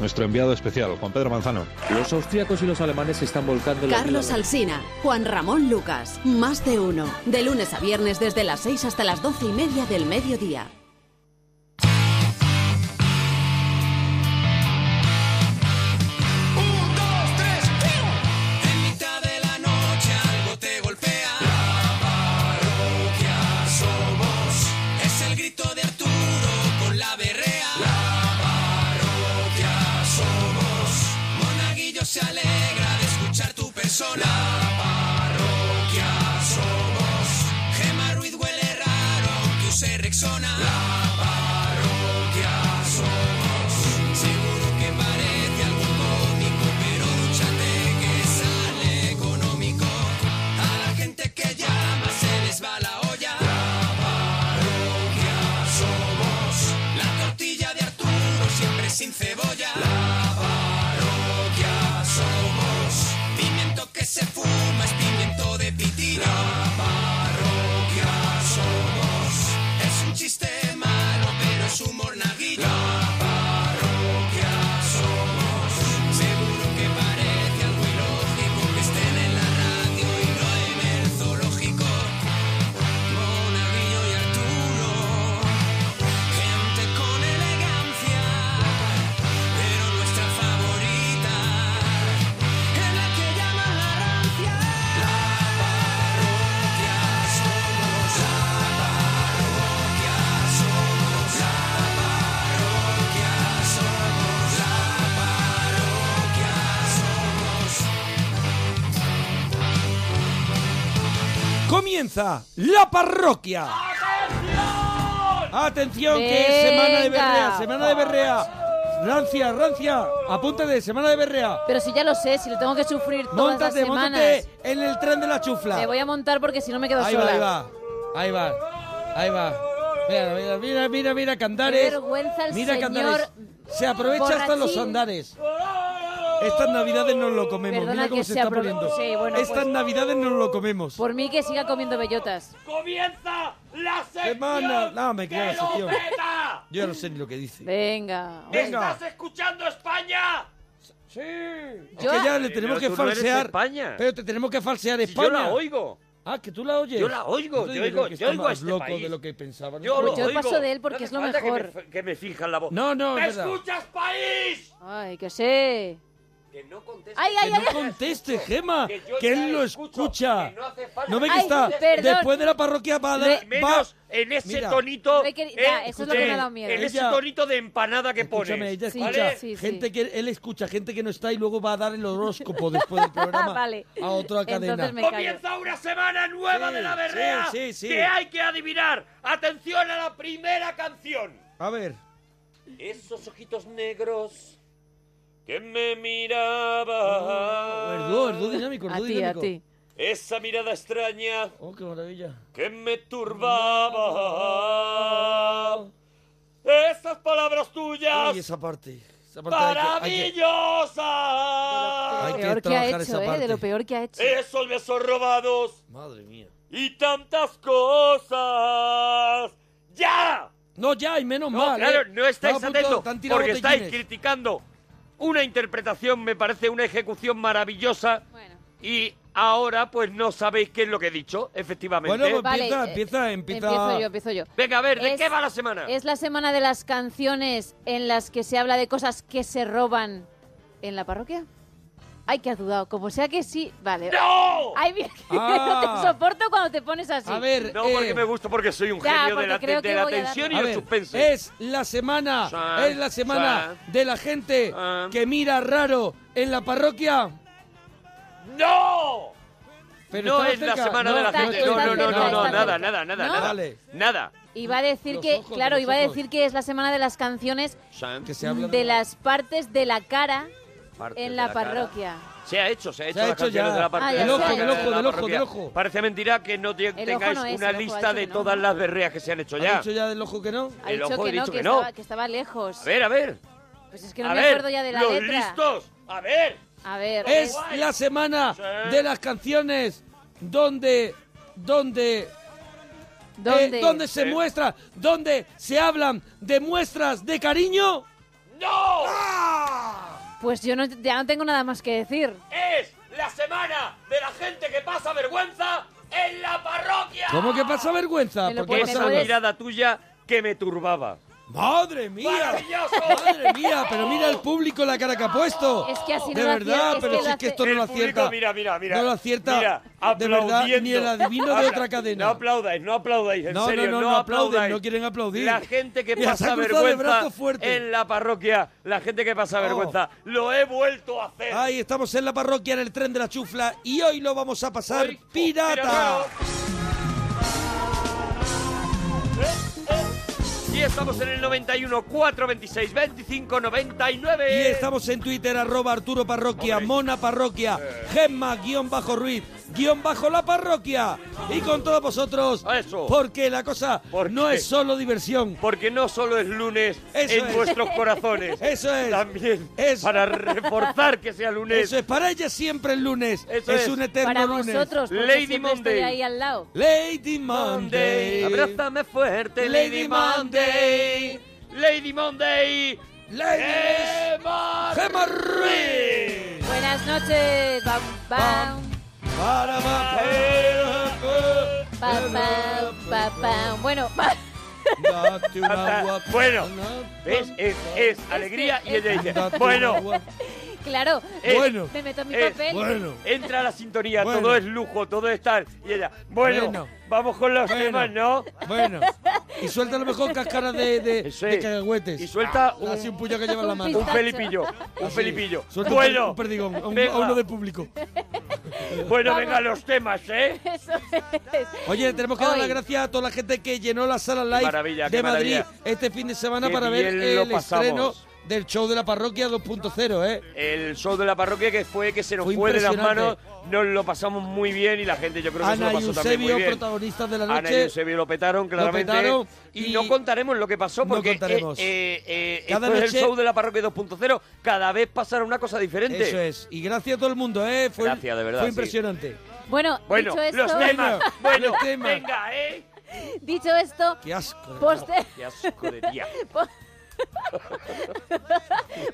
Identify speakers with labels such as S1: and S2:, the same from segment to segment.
S1: nuestro enviado especial, Juan Pedro Manzano.
S2: Los austríacos y los alemanes se están volcando... en la
S3: Carlos
S2: vida laboral.
S3: Alsina, Juan Ramón Lucas, más de uno. De lunes a viernes desde las 6 hasta las 12 y media del mediodía.
S4: En mitad de la noche algo te golpea. La parroquia somos. Es el grito de Arturo con la berrea. La parroquia somos. Monaguillo se alegra de escuchar tu persona. La parroquia somos. Gema Ruiz huele raro que use Rexona. La parroquia somos. Seguro que parece algo cómico, pero dúchate que sale económico. A la gente que llama se les va la olla. La parroquia somos. La tortilla de Arturo siempre sin cebolla. La parroquia somos. Pimiento que se fuma es pimiento de pitina. La parroquia somos. Es un chiste malo, pero es humor naguillo. La parroquia somos. Seguro que parece algo ilógico que estén en la radio y no en el zoológico. Monaguillo y Arturo, gente con elegancia, pero nuestra favorita es la que llaman la rancia. La parroquia somos, la parroquia somos, la parroquia somos, la parroquia somos.
S5: Comienza la parroquia. Atención que es semana de
S6: Venga.
S5: berrea, semana de berrea. Rancia, rancia, apúntate, semana de berrea.
S6: Pero si ya lo sé, si lo tengo que sufrir todas
S5: Móntate,
S6: las semanas.
S5: móntate en el tren de la chufla.
S6: Me voy a montar porque si no me quedo
S5: ahí
S6: sola.
S5: va, ahí va, ahí va, ahí va. Mira, mira, mira, mira, mira Candares.
S6: Qué vergüenza el
S5: mira
S6: señor
S5: Candares. Se aprovecha hasta los
S6: borrachín.
S5: andares. Estas navidades nos lo comemos.
S6: Perdona
S5: mira cómo
S6: que
S5: se
S6: se
S5: está
S6: apro-
S5: poniendo.
S6: Sí, bueno,
S5: Estas
S6: pues-
S5: navidades nos lo comemos.
S6: Por mí que siga comiendo bellotas.
S7: ¡Comienza la
S5: Semana. No, me queda la
S7: que lo
S5: sección.
S7: peta.
S5: Yo ya no sé ni lo que dice.
S6: Venga.
S5: Venga.
S7: ¿Estás escuchando España?
S5: Sí. Es
S7: Yo-
S5: que ya le tenemos
S7: Pero
S5: que
S7: tú no eres de
S5: falsear.
S7: España.
S5: Pero te tenemos que falsear
S7: yo
S5: España.
S7: la oigo.
S5: Ah, que tú la oyes.
S7: Yo la oigo,
S5: Entonces
S7: yo oigo-
S5: creo que
S7: yo
S5: está
S7: oigo
S5: más
S7: a este
S5: loco
S7: país.
S5: de lo que pensaba.
S7: Yo
S6: Pues
S7: lo
S6: yo
S7: oigo.
S6: paso de él porque
S7: No
S6: es lo
S7: hace falta que
S6: mejor.
S7: me f- Que me, finjan la voz.
S5: No, no,
S7: ¿Me
S5: es verdad.
S7: escuchas, país?
S6: Ay, que sé.
S7: Que no contestes.
S6: Ay,
S5: Que
S6: ay, ay.
S5: no conteste, Gema,
S7: Que yo
S5: que
S7: ya
S5: él lo
S7: escucho,
S5: escucha.
S7: que no hace falta
S5: No ve que
S6: Ay,
S5: está
S6: perdón.
S5: después de la parroquia va a dar-
S6: Re-
S5: va-
S7: Menos en ese
S5: Mira,
S7: tonito.
S6: No he querido- ya,
S7: eh,
S6: eso es lo que me ha dado
S7: eh,
S6: miedo.
S7: En ese
S5: Ella-
S7: tonito de empanada que
S5: Escúchame,
S7: pones.
S5: ella
S6: Sí,
S5: escucha,
S6: sí, sí.
S5: gente que él escucha, gente que no está y luego va a dar el horóscopo después del programa
S6: Vale.
S5: a otra
S6: Entonces
S5: cadena.
S6: me- callo.
S7: Comienza una semana nueva
S5: Sí,
S7: de la berrea
S5: sí, sí, sí.
S7: que hay que adivinar. Atención a la primera canción.
S5: A ver,
S7: Esos ojitos negros que me miraban.
S5: Erdo, Erdo Oh, dinámico,
S6: A
S5: Erdo
S6: ti, a
S5: dinámico.
S6: ti.
S7: Esa mirada extraña
S5: Oh, qué maravilla.
S7: que me turbaba. Esas palabras tuyas
S5: Ay, esa parte. Esa parte hay que- hay que-
S7: maravillosas.
S5: Hay que
S6: Peor que ha
S5: trabajar esa
S6: hecho, ¿eh?
S5: parte.
S6: De lo peor que ha hecho.
S7: Esos besos robados
S5: Madre mía.
S7: y tantas cosas. ¡Ya!
S5: No, ya, y menos
S7: No,
S5: mal.
S7: claro,
S5: ¿eh?
S7: no
S5: Estaba
S7: estáis
S5: a punto-
S7: atentos
S5: te han tirado
S7: porque estáis
S5: botellines.
S7: criticando una interpretación, me parece una ejecución maravillosa
S6: Bueno.
S7: y ahora pues no sabéis qué es lo que he dicho, efectivamente.
S5: Bueno, pues
S6: Vale,
S5: empieza,
S6: eh,
S5: empieza, empieza.
S6: Empiezo yo, empiezo yo.
S7: Venga, a ver, ¿de
S6: Es-
S7: qué va la semana?
S6: Es la semana de las canciones en las que se habla de cosas que se roban en la parroquia. Ay, que has dudado. Como sea que sí, vale.
S7: ¡No!
S6: Ay, mira,
S5: Ah.
S6: no te soporto cuando te pones así.
S5: A ver,
S7: No,
S5: eh,
S7: porque me gusta, porque soy un
S6: Ya,
S7: genio de
S6: porque
S7: la, de-
S6: creo
S7: de
S6: que
S7: la
S6: voy a dar-
S7: tensión y
S5: A
S7: el
S5: ver,
S7: suspense.
S5: es la semana,
S7: Sí,
S5: es la semana
S7: sí.
S5: de la gente
S7: Sí.
S5: que mira raro en la parroquia.
S7: ¡No! no
S5: estaba
S7: es la
S5: cerca.
S7: semana
S5: No,
S7: de la
S6: está-
S7: gente.
S6: está
S7: No, no, no,
S6: cerca,
S7: no, no,
S6: está
S7: nada,
S6: cerca.
S7: nada, nada,
S6: ¿No?
S7: nada.
S5: Vale.
S7: Nada.
S6: Iba a decir
S5: Los
S6: que,
S5: ojos,
S6: claro,
S5: los
S6: iba a
S5: ojos.
S6: decir que es la semana de las canciones
S5: Que se habla
S6: de,
S5: de la-
S6: las partes de la cara
S7: Partes de
S6: en la,
S7: la cara.
S6: parroquia.
S7: Se ha hecho, se ha hecho,
S5: ha
S7: las
S5: hecho
S7: canciones
S5: ya.
S7: de la parte
S6: Ah,
S7: de
S6: ya
S7: la
S6: se ha
S7: parroquia, de
S6: hecho.
S7: la
S5: Del ojo, del
S7: parroquia.
S5: ojo, del ojo.
S7: Parece mentira que no te- tengáis
S6: no es,
S7: una
S6: el ojo, ha
S7: lista
S6: dicho
S7: de
S6: que no.
S7: todas las berreas que se han hecho
S5: ¿Ha
S7: ya.
S5: dicho ya del ojo que no?
S6: Ha
S7: El
S6: dicho
S7: ojo, he
S6: que no,
S7: dicho
S6: que,
S7: que no.
S6: Estaba, que estaba lejos.
S7: A ver, a ver.
S6: pues es que no
S7: a
S6: me
S7: ver,
S6: acuerdo ya de la
S7: los
S6: letra.
S7: listos. A ver.
S6: A ver,
S5: Es
S6: es-
S5: la semana
S7: Sí.
S5: de las canciones donde, donde,
S6: ¿dónde?
S5: eh, donde se
S7: Sí.
S5: muestra, donde se hablan de muestras de cariño.
S7: ¡No!
S5: ¡Ah!
S6: Pues yo no, ya no tengo nada más que decir.
S8: Es la semana de la gente que pasa vergüenza en la parroquia.
S5: ¿Cómo que pasa vergüenza?
S6: Me lo
S5: ¿Por qué
S6: pones,
S5: pasa
S8: Esa
S6: me puedes-
S5: vergüenza?
S8: mirada tuya que me turbaba.
S5: ¡Madre mía!
S8: ¡Maravilloso!
S5: ¡Madre mía! Pero mira el público la cara que ha puesto.
S6: Es que así no
S5: De
S6: lo
S5: verdad,
S6: acierta, es
S5: pero
S6: que
S5: si
S6: lo
S5: es que
S6: hace-
S5: esto no
S8: El
S5: lo
S8: público,
S5: acierta.
S8: mira, mira, mira.
S5: No lo acierta.
S8: Mira,
S5: de verdad, ni
S8: aplaudiendo.
S5: el adivino de
S8: Habla-
S5: otra cadena.
S8: No aplaudáis, no aplaudáis, en
S5: No, no,
S8: serio, no,
S5: no, no aplauden,
S8: aplaudáis.
S5: no quieren aplaudir.
S8: La gente que
S5: Mira, se ha
S8: pasa
S5: cruzado de
S8: vergüenza
S5: brazos fuerte. Oh.
S8: en la parroquia, la gente que pasa vergüenza, lo he vuelto a hacer.
S5: Ahí estamos en la parroquia, en el tren de la chufla, y hoy lo vamos a pasar
S8: Hoy- oh,
S5: pirata.
S8: Eh, eh. Y estamos en el 91 426 25 99.
S5: Y estamos en Twitter, arroba Arturo Parroquia,
S8: Hombre.
S5: Mona Parroquia,
S8: Eh.
S5: Gemma, guión bajo Ruiz, guión bajo la parroquia. Y con todos vosotros,
S8: Ah, Eso.
S5: porque la cosa
S8: ¿Por
S5: no
S8: qué?
S5: es solo diversión.
S8: Porque no solo es lunes
S5: Eso
S8: en
S5: es.
S8: vuestros corazones.
S5: Eso es.
S8: También
S5: Eso.
S8: para reforzar que sea lunes.
S5: Eso es para ella siempre el lunes.
S8: Eso
S5: es,
S8: es.
S5: un eterno
S6: Para
S5: lunes.
S6: vosotros, porque
S8: Lady
S6: siempre estoy
S8: Monday.
S6: ahí al lado.
S5: Lady Monday.
S8: Abrázame fuerte,
S5: Lady
S8: Lady Monday. Lady Monday. Eh.
S5: Lady
S8: Gemma
S5: Gemma Ruiz.
S6: Buenas noches. Bam, bam,
S5: Para
S6: bam, bam, bam, bam. Bueno, va-
S5: Date una
S8: Hasta-
S5: guapa-
S8: bueno, ¿Ves? Es, es
S5: Este
S8: alegría y ella dice,
S5: Date una
S8: bueno,
S5: guapa-
S6: claro.
S8: Eh,
S5: Bueno.
S6: Me meto en mi
S8: eh,
S6: papel.
S5: Bueno.
S8: entra la sintonía,
S5: Bueno.
S8: todo es lujo, todo es tal. Y ella, bueno,
S5: Bueno.
S8: vamos con los
S5: Bueno.
S8: temas, ¿no?
S5: Bueno. Y suelta a lo mejor cáscaras de, de,
S8: Eso
S5: de
S8: es.
S5: cacahuetes.
S8: Y suelta un-
S5: Así un puño que lleva en la
S6: Un
S5: mano.
S8: Un
S6: Tacho.
S8: Felipillo, un
S5: Así.
S8: Felipillo.
S5: Suelta un per-
S8: Bueno,
S5: un perdigón a, un-
S8: venga.
S5: a uno del público.
S8: bueno,
S6: Vamos.
S8: venga los temas, ¿eh?
S6: Eso es.
S5: Oye, tenemos que dar
S6: Hoy.
S5: las gracias a toda la gente que llenó la sala
S8: Qué
S5: live
S8: maravilla,
S5: de
S8: qué
S5: Madrid
S8: maravilla.
S5: este fin de semana
S8: Qué
S5: para ver
S8: bien lo
S5: el
S8: pasamos.
S5: estreno del show de la parroquia 2.0, ¿eh?
S8: El show de la parroquia que fue que se nos
S5: Fue
S8: fue de las manos,
S5: impresionante.
S8: nos lo pasamos muy bien y la gente yo creo que
S5: Ana
S8: se lo
S5: y
S8: pasó también muy
S5: Eusebio,
S8: bien.
S5: protagonistas de la
S8: Ana y
S5: noche.
S8: Eusebio lo petaron claramente
S5: petaron
S8: y,
S5: y-
S8: no contaremos lo que pasó
S5: No
S8: porque eh,
S5: contaremos.
S8: eh, eh,
S5: Cada
S8: esto es el
S5: noche-
S8: show de la parroquia 2.0, cada vez pasará una cosa diferente.
S5: Eso es. Y gracias a todo el mundo, ¿eh? Fue,
S8: Gracias, de verdad,
S5: Fue
S8: sí.
S5: impresionante.
S6: Bueno,
S8: Bueno,
S6: dicho esto,
S8: los temas,
S5: Venga,
S8: bueno,
S5: los temas.
S8: venga, eh.
S6: dicho esto,
S5: Qué asco. de
S6: poste-
S8: Qué asco de tía.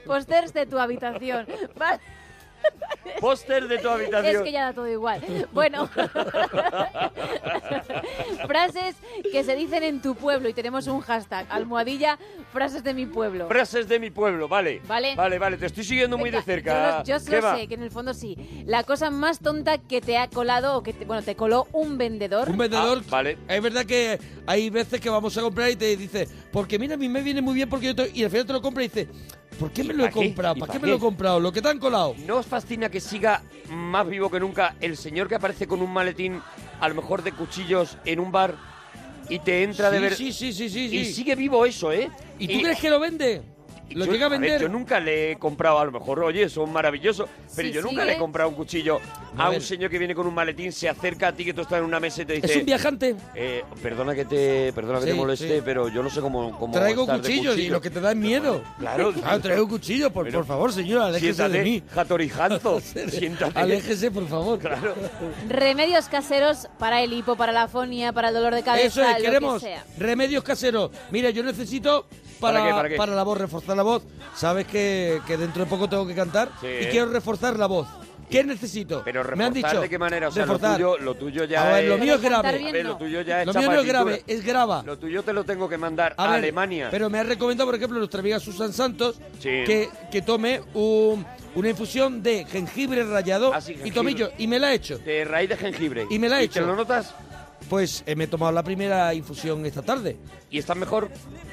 S6: posters de tu habitación. Vale.
S8: Póster de tu habitación.
S6: Es que ya da todo igual. Bueno, frases que se dicen en tu pueblo y tenemos un hashtag, almohadilla, frases de mi pueblo.
S8: Frases de mi pueblo, vale.
S6: Vale.
S8: Vale, vale, te estoy siguiendo muy de
S6: Venga,
S8: cerca.
S6: Yo, lo- yo lo
S8: Gemma.
S6: sé, que en el fondo sí. La cosa más tonta que te ha colado o que, te- bueno, te coló un vendedor.
S5: Un vendedor.
S8: Ah, vale.
S5: Es verdad que hay veces que vamos a comprar y te dice, porque mira, a mí me viene muy bien porque yo te- Y al final te lo compra y dice, ¿por qué me lo
S8: ¿Para
S5: he
S8: qué?
S5: comprado?
S8: ¿Y
S5: ¿Para
S8: para
S5: qué me
S8: qué?
S5: lo he comprado? Lo que te han colado.
S8: ¿No os fascina que siga más vivo que nunca el señor que aparece con un maletín, a lo mejor de cuchillos, en un bar y te entra de
S5: Sí,
S8: ver?
S5: sí, sí, sí, sí,
S8: Y
S5: sí.
S8: sigue vivo eso, ¿eh?
S5: ¿Y tú crees que lo vende?
S8: y
S5: ¿Lo
S8: yo-
S5: llega a
S8: ver,
S5: vender?
S8: yo nunca le he comprado, a lo mejor, oye, son maravillosos, pero
S6: Sí, ¿eh?
S8: yo nunca
S6: sigue.
S8: le he comprado un cuchillo
S5: A
S8: a, un
S5: ver.
S8: señor que viene con un maletín, se acerca a ti que tú estás en una mesa y te dice.
S5: Es un viajante.
S8: eh, perdona que te, perdona que
S5: Sí,
S8: te moleste,
S5: sí.
S8: pero yo no sé cómo, cómo
S5: Traigo
S8: estar de
S5: cuchillos y
S8: cuchillo".
S5: lo que te da es miedo.
S8: Claro,
S5: Claro, traigo cuchillos, por,
S8: Pero-
S5: por favor, señora, aléjese de
S8: Siéntate,
S5: mí.
S8: Jatorijanzo. Siéntate.
S5: Aléjese, por favor.
S8: Claro.
S6: Remedios caseros para el hipo, para la afonía, para el dolor de cabeza,
S5: Eso es,
S6: lo
S5: queremos
S6: que sea.
S5: remedios caseros. Mira, yo necesito para,
S8: ¿Para qué, para qué?
S5: la voz, reforzar la voz. Sabes que, que dentro de poco tengo que cantar
S8: Sí,
S5: y
S8: ¿eh?
S5: quiero reforzar la voz. ¿Qué necesito?
S8: Pero
S5: Me han
S8: reforzar
S5: dicho.
S8: de qué manera, o sea, lo
S5: reforzar.
S8: tuyo, lo tuyo ya
S5: A ver,
S8: es...
S5: lo mío es
S6: Cantar
S5: grave.
S8: A
S6: bien,
S8: ver,
S6: no.
S8: lo tuyo ya es
S5: Lo mío no es
S8: chapatintura.
S5: grave, es grava.
S8: Lo tuyo te lo tengo que mandar
S5: A
S8: a,
S5: ver,
S8: Alemania.
S5: Pero me ha recomendado, por ejemplo, nuestra amiga Susan Santos
S8: Sí.
S5: que, que tome un- una infusión de jengibre rallado
S8: Ah, sí, jengibre.
S5: y tomillo. Y me la he hecho.
S8: De raíz de jengibre.
S5: Y me la he
S8: ¿Te
S5: hecho.
S8: lo notas?
S5: Pues eh, me he tomado la primera infusión esta tarde.
S8: ¿Y estás mejor?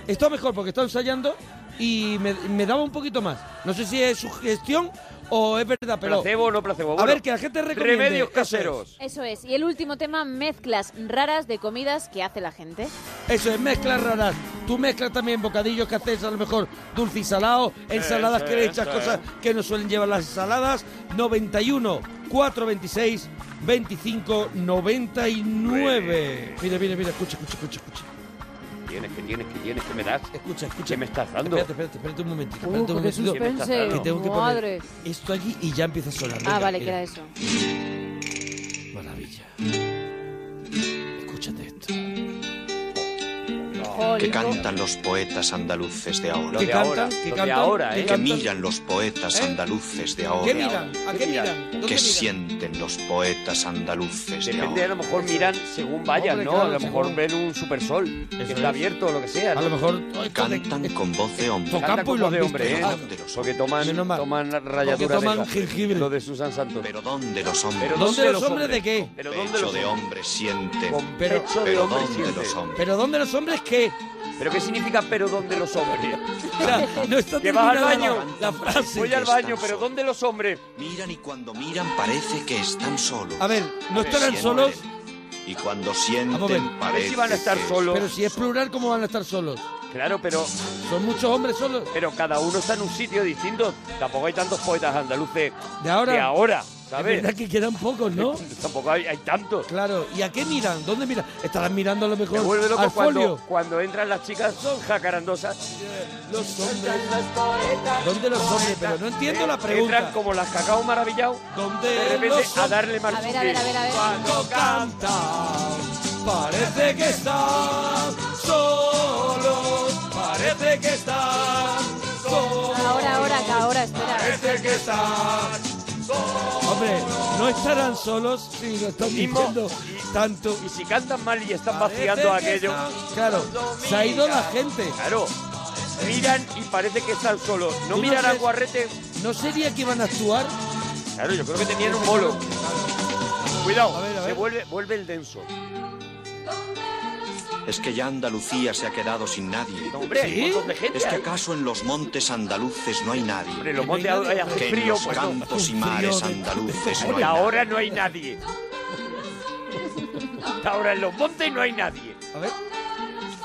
S5: Está mejor porque estaba ensayando y me, me daba un poquito más. No sé si es sugestión o es verdad, pero.
S8: ¿Placebo o no placebo?
S5: A
S8: Bueno,
S5: ver, que la gente recomiende.
S8: Remedios
S5: Eso
S8: caseros.
S6: Eso es. Y el último tema, mezclas raras de comidas que hace la gente. Ah,
S5: Eso es mezclas raras. Tú mezclas también bocadillos que haces a lo mejor dulce y salado, ensaladas
S8: Eso
S5: que le
S8: es,
S5: echas
S8: eso
S5: cosas que no suelen llevar las ensaladas. 91 426 25 99. Mira, mira, mira, escucha, escucha, escucha, escucha.
S8: Tienes, que tienes, que tienes, que me das.
S5: Escucha, escucha.
S8: ¿Qué me estás dando?
S5: Espérate, espérate, espérate un momentito.
S6: Uh,
S5: Espérate un
S6: qué
S5: momentito.
S8: me estás
S6: suspense.
S8: dando?
S5: Que tengo que
S6: Madre.
S5: poner esto aquí y ya empieza a sonar.
S6: Ah,
S5: Venga,
S6: vale,
S5: mira.
S6: queda eso.
S5: Maravilla. Escúchate esto.
S8: No,
S9: que cantan los poetas andaluces de ahora.
S8: Los de ahora,
S5: cantan? ¿Qué
S8: los de
S5: cantan?
S8: ahora,
S5: ¿Qué
S8: ¿eh?
S9: Que
S5: cantan?
S9: miran los poetas andaluces de
S5: ¿Qué
S9: ahora.
S5: miran? ¿A qué miran? ¿Dónde
S9: Que
S5: miran?
S9: sienten los poetas andaluces de
S8: Depende, a
S9: ahora.
S8: lo mejor miran según vayan,
S5: Hombre,
S8: ¿no?
S5: claro,
S8: A lo mejor
S5: según-
S8: ven un supersol que
S5: Eso
S8: está
S5: es.
S8: abierto o lo que sea.
S5: A
S8: ¿no?
S5: lo mejor... esto de-
S9: Cantan con voz de hombre.
S5: Tocan
S8: Canta
S5: pues
S8: como
S5: lo han
S8: de
S5: visto,
S8: hombre, ¿eh?
S5: ¿no?
S8: Porque
S5: Menos
S8: toman,
S5: mal.
S8: toman
S5: Porque
S8: rayaduras
S5: toman
S8: de esas.
S5: jengibre.
S8: Lo de Susan Santos.
S9: Pero ¿dónde los
S8: Pero
S9: hombres?
S5: ¿Dónde los hombres de qué?
S8: Pero ¿dónde
S9: Pecho
S8: los
S9: de
S8: hombres?
S9: hombre sienten.
S8: Con
S5: Pero-
S8: pecho de
S9: Pero
S8: hombre
S9: ¿dónde
S8: siente.
S9: los hombres?
S5: ¿Pero dónde los hombres qué?
S8: ¿Pero qué significa pero dónde los hombres?
S5: O sea, no está
S8: Que vas al
S5: terminada
S8: baño.
S5: La, la frase.
S8: Voy al
S9: están
S8: baño, pero
S9: solos.
S8: ¿dónde los hombres?
S9: Miran y cuando miran parece que están solos.
S5: A ver, no estarán
S9: Sienten.
S5: solos,
S9: Y cuando
S5: Vamos a ver.
S9: sienten
S8: A ver
S9: parece
S8: si van a estar
S9: que-
S8: solos.
S5: pero si es plural, ¿cómo van a estar solos?
S8: Claro, pero,
S5: Son muchos hombres solos.
S8: pero cada uno está en un sitio distinto. Tampoco hay tantos poetas andaluces
S5: De ahora.
S8: de ahora,
S5: Es
S8: ¿sabes?
S5: verdad que quedan pocos, ¿no?
S8: Tampoco hay, hay tantos.
S5: Claro, ¿y a qué miran? ¿Dónde miran? Estarán mirando a lo
S8: Me
S5: mejor
S8: vuelve loco
S5: al
S8: cuando,
S5: folio.
S8: cuando entran las chicas, son jacarandosas.
S5: Los hombres. ¿Dónde los hombres? Pero no entiendo la pregunta.
S8: Entran como las cacao maravillado. De
S5: ¿Dónde
S8: repente
S5: los
S8: a
S5: hombres
S8: darle marcha.
S6: A ver, a ver, a ver, a ver.
S5: cantan? Parece que están solos. Parece que están solos.
S6: Ahora, ahora, acá, ahora, espera.
S5: Parece que están solos. Hombre, no estarán solos si lo están
S8: Mismo.
S5: diciendo tanto.
S8: Y si cantan mal y están
S5: Parece
S8: vaciando
S5: que
S8: aquello.
S5: están- Claro, se ha ido la gente.
S8: Claro. Miran y parece que están solos.
S5: Tú
S8: No
S5: no
S8: miran a
S5: sé-
S8: Guarrete.
S5: ¿No sería que iban a actuar?
S8: Claro, yo creo que tenían un bolo. Cuidado,
S5: A ver, a
S8: se
S5: ver.
S8: vuelve, vuelve el denso.
S9: Es que ya Andalucía se ha quedado sin nadie.
S8: No, hombre, hay
S5: ¿Sí?
S8: un montón de gente.
S9: ¿Es que
S8: ahí.
S9: acaso en los montes andaluces no hay
S8: Hombre,
S9: nadie?
S8: los
S5: no hay
S8: montes ahora
S5: nadie.
S8: hace
S9: Que en
S8: frío,
S9: los
S8: pues no.
S9: campos y
S5: un frío
S9: mares
S5: de-
S9: andaluces no hay
S8: Hasta
S9: nadie.
S8: ahora no hay nadie. Hasta ahora en los montes no hay nadie.
S5: A ver,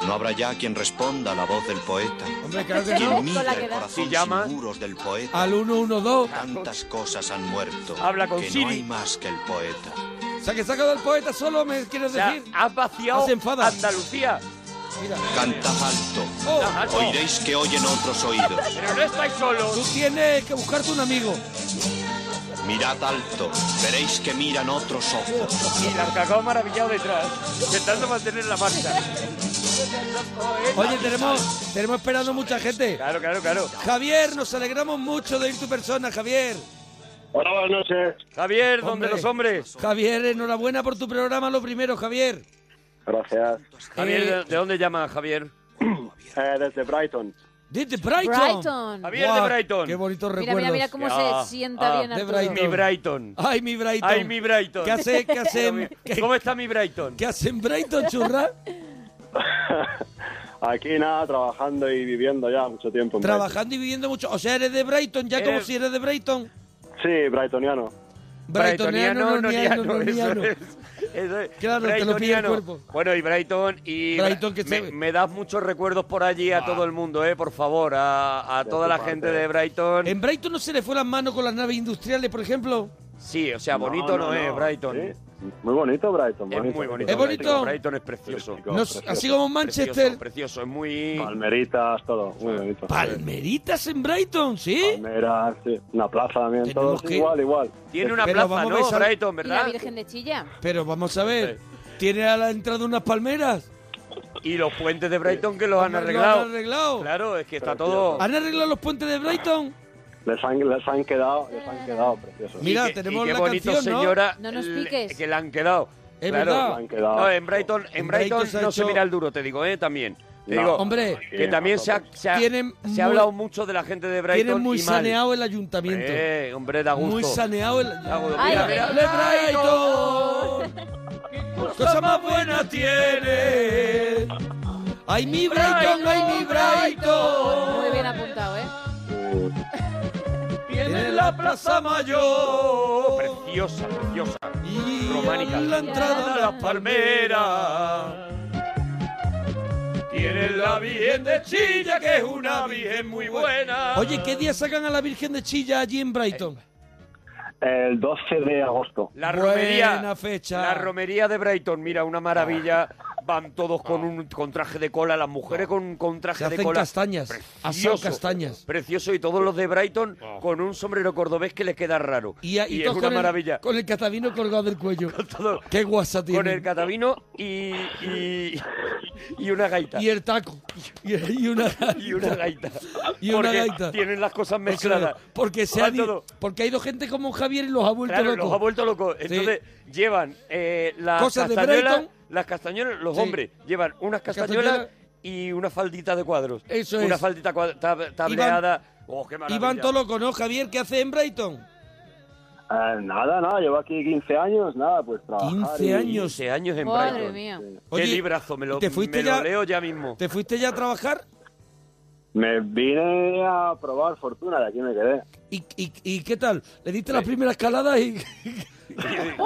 S9: No habrá ya quien responda a la voz del poeta.
S5: hombre, claro que no.
S9: Quien mira
S6: la que
S9: el
S6: da.
S9: corazón
S8: Si llama-
S9: sin muros del poeta.
S5: Al 112.
S9: Tantas cosas han muerto
S8: Habla con
S9: que
S8: Siri.
S9: no hay más que el poeta.
S5: O sea, que sacado del poeta solo, ¿me quieres
S8: O sea,
S5: decir?
S8: has vaciado
S5: Has enfadado.
S8: Andalucía.
S5: Mira.
S9: Cantad alto.
S5: Oh,
S8: Ah, no.
S9: Oiréis que oyen otros oídos.
S8: Pero no estáis
S5: tú
S8: solos.
S5: tienes que buscarte un amigo.
S9: Mirad alto. Veréis que miran otros ojos.
S8: Y las cacao maravillado detrás, intentando mantener la marcha.
S5: Oye, tenemos, tenemos esperando mucha gente.
S8: Claro, claro, claro.
S5: Javier, nos alegramos mucho de ir tu persona, Javier.
S4: Hola, buenas noches.
S8: Javier,
S5: Hombre.
S8: ¿dónde los hombres?
S5: Javier, enhorabuena por tu programa, lo primero, Javier.
S4: Gracias.
S8: Javier, ¿de-
S5: Eh,
S8: ¿de dónde llama Javier?
S4: Eh, desde Brighton.
S5: desde Brighton.
S6: Brighton.
S8: Javier
S5: Guau,
S8: de Brighton.
S5: Qué bonitos
S6: Mira,
S5: recuerdos.
S6: mira, mira cómo
S8: Ah,
S6: se sienta
S8: ah,
S6: bien a
S5: de
S6: todo.
S5: Brighton.
S8: Mi Brighton.
S5: Ay, mi Brighton.
S8: Ay, mi Brighton.
S5: ¿Qué hace, qué hace, qué,
S8: ¿Cómo está mi Brighton?
S5: qué hace en Brighton, churra?
S4: Aquí nada, trabajando y viviendo ya mucho tiempo. en
S5: Trabajando y viviendo mucho. O sea, eres de Brighton, ya como
S8: Eres-
S5: si eres de Brighton.
S4: Brighton. Sí, Brightoniano.
S5: Brightoniano, noniano,
S8: eso
S5: noniano.
S8: es. Eso es.
S5: Claro, te lo pide el
S8: Brightoniano.
S5: cuerpo.
S8: Bueno, y Brighton y
S5: Brighton que
S8: me,
S5: se-
S8: me das muchos recuerdos por allí a todo el mundo, eh, por favor, a, a toda la gente de Brighton.
S5: ¿En Brighton no se le fue las manos con las naves industriales, por ejemplo?
S8: Sí, o sea, bonito no, eh, es Brighton.
S4: Sí, Muy bonito Brighton.
S8: Es muy bonito.
S5: ¿Es bonito?
S8: Brighton, Brighton es precioso.
S4: Precioso,
S5: No,
S4: precioso.
S5: así como
S8: Precioso,
S5: Manchester.
S8: precioso, es muy
S4: Palmeritas, todo. Muy bonito.
S5: Palmeritas en Brighton, ¿sí.
S4: Palmeras, sí. Una plaza también, todo.
S5: Tenemos que-
S4: Igual, igual.
S8: tiene una
S5: Pero
S8: plaza,
S5: vamos a
S8: ¿no?
S5: besar-
S8: Brighton,
S6: Y la
S8: ¿verdad?
S6: Virgen de Chilla.
S5: Pero vamos a ver, ¿tiene a la entrada unas palmeras?
S8: Y los puentes de Brighton que los han
S5: ¿Lo
S8: arreglado.
S5: han arreglado?
S8: Claro, es que está todo
S5: ¿Han arreglado los puentes de Brighton?
S4: Les han, les han quedado, les han quedado preciosos.
S5: Mi- Mira,
S8: y que-
S5: tenemos
S8: y qué
S5: la
S8: bonito,
S5: canción, ¿no?
S8: señora,
S6: No nos
S8: le-
S6: piques.
S8: que le han quedado.
S5: Es
S8: Claro.
S4: Les
S5: verdad.
S4: han quedado.
S8: No, en Brighton, en
S5: En
S8: Brighton,
S5: Brighton se ha
S8: no se
S5: hecho-
S8: mira el duro, te digo, eh, también. Te
S4: No.
S8: digo,
S5: Hombre,
S8: que también se ha, se ha-
S5: Tienen
S8: se ha
S5: muy-
S8: hablado mucho de la gente de Brighton
S5: Tienen muy
S8: y mal.
S5: saneado el ayuntamiento.
S8: Eh, hombre, da gusto.
S5: Muy saneado el...
S8: Da gusto.
S6: Ay,
S8: Mira,
S6: qué
S8: mira,
S6: bien.
S8: mira. Oh,
S5: Brighton! ¡Cosa más buena tiene! ¡Ay, mi Brighton! ¡Ay, mi Brighton!
S6: Muy bien apuntado, ¿eh?
S5: Tiene la Plaza Mayor.
S8: Preciosa, preciosa.
S5: Y
S8: Románica.
S5: en la entrada a las palmeras. Tienen la Virgen de Chilla, que es una Virgen muy buena. Eh, Oye, ¿qué día sacan a la Virgen de Chilla allí en Brighton?
S4: El 12 de agosto.
S8: La
S5: Buena
S8: romería.
S5: fecha. Ah.
S8: La romería de Brighton, mira, una maravilla. van todos con un con traje de cola, las mujeres con, con traje
S5: Se
S8: de
S5: hacen
S8: cola.
S5: castañas. Asan
S8: Precioso.
S5: castañas.
S8: Precioso y todos los de Brighton con un sombrero cordobés que les queda raro.
S5: Y, a- y
S8: es
S5: todos
S8: una
S5: con el-
S8: maravilla.
S5: con el catavino colgado del cuello.
S8: Todo-
S5: Qué guasa tiene.
S8: con el catavino y, y, y una gaita.
S5: Y el taco. Y, y una gaita.
S8: Y una gaita.
S5: Y una
S8: Porque
S5: gaita.
S8: Tienen las cosas
S5: O sea,
S8: mezcladas.
S5: porque, se
S8: Va
S5: ha, di-
S8: todo-
S5: porque ha ido gente como Javier y los ha vuelto
S8: Claro,
S5: locos.
S8: los ha vuelto locos. Entonces llevan eh, las
S5: Cosas de
S8: castañuelas,
S5: Brighton.
S8: las castañuelas, los
S5: Sí.
S8: hombres llevan unas
S5: Castañuelas.
S8: castañuelas y una faldita de cuadros.
S5: Eso
S8: Una
S5: es.
S8: faldita cua- tab- tableada. Oh, qué
S5: y
S8: maravilla.
S5: van todos locos, ¿no, Javier? ¿Qué hace en Brighton?
S4: Eh, nada, nada, llevo aquí 15 años, nada, pues trabajar.
S5: 15
S4: y-
S5: años.
S8: 15 años en
S6: Madre
S8: Brighton.
S6: mía.
S5: Oye,
S8: qué librazo, me lo,
S5: ¿te fuiste
S8: me lo
S5: ya?
S8: leo ya mismo.
S5: ¿Te fuiste ya a trabajar?
S4: Me vine a probar fortuna, de aquí me quedé.
S5: ¿Y, y, y qué tal? ¿Le diste las primeras escaladas y...?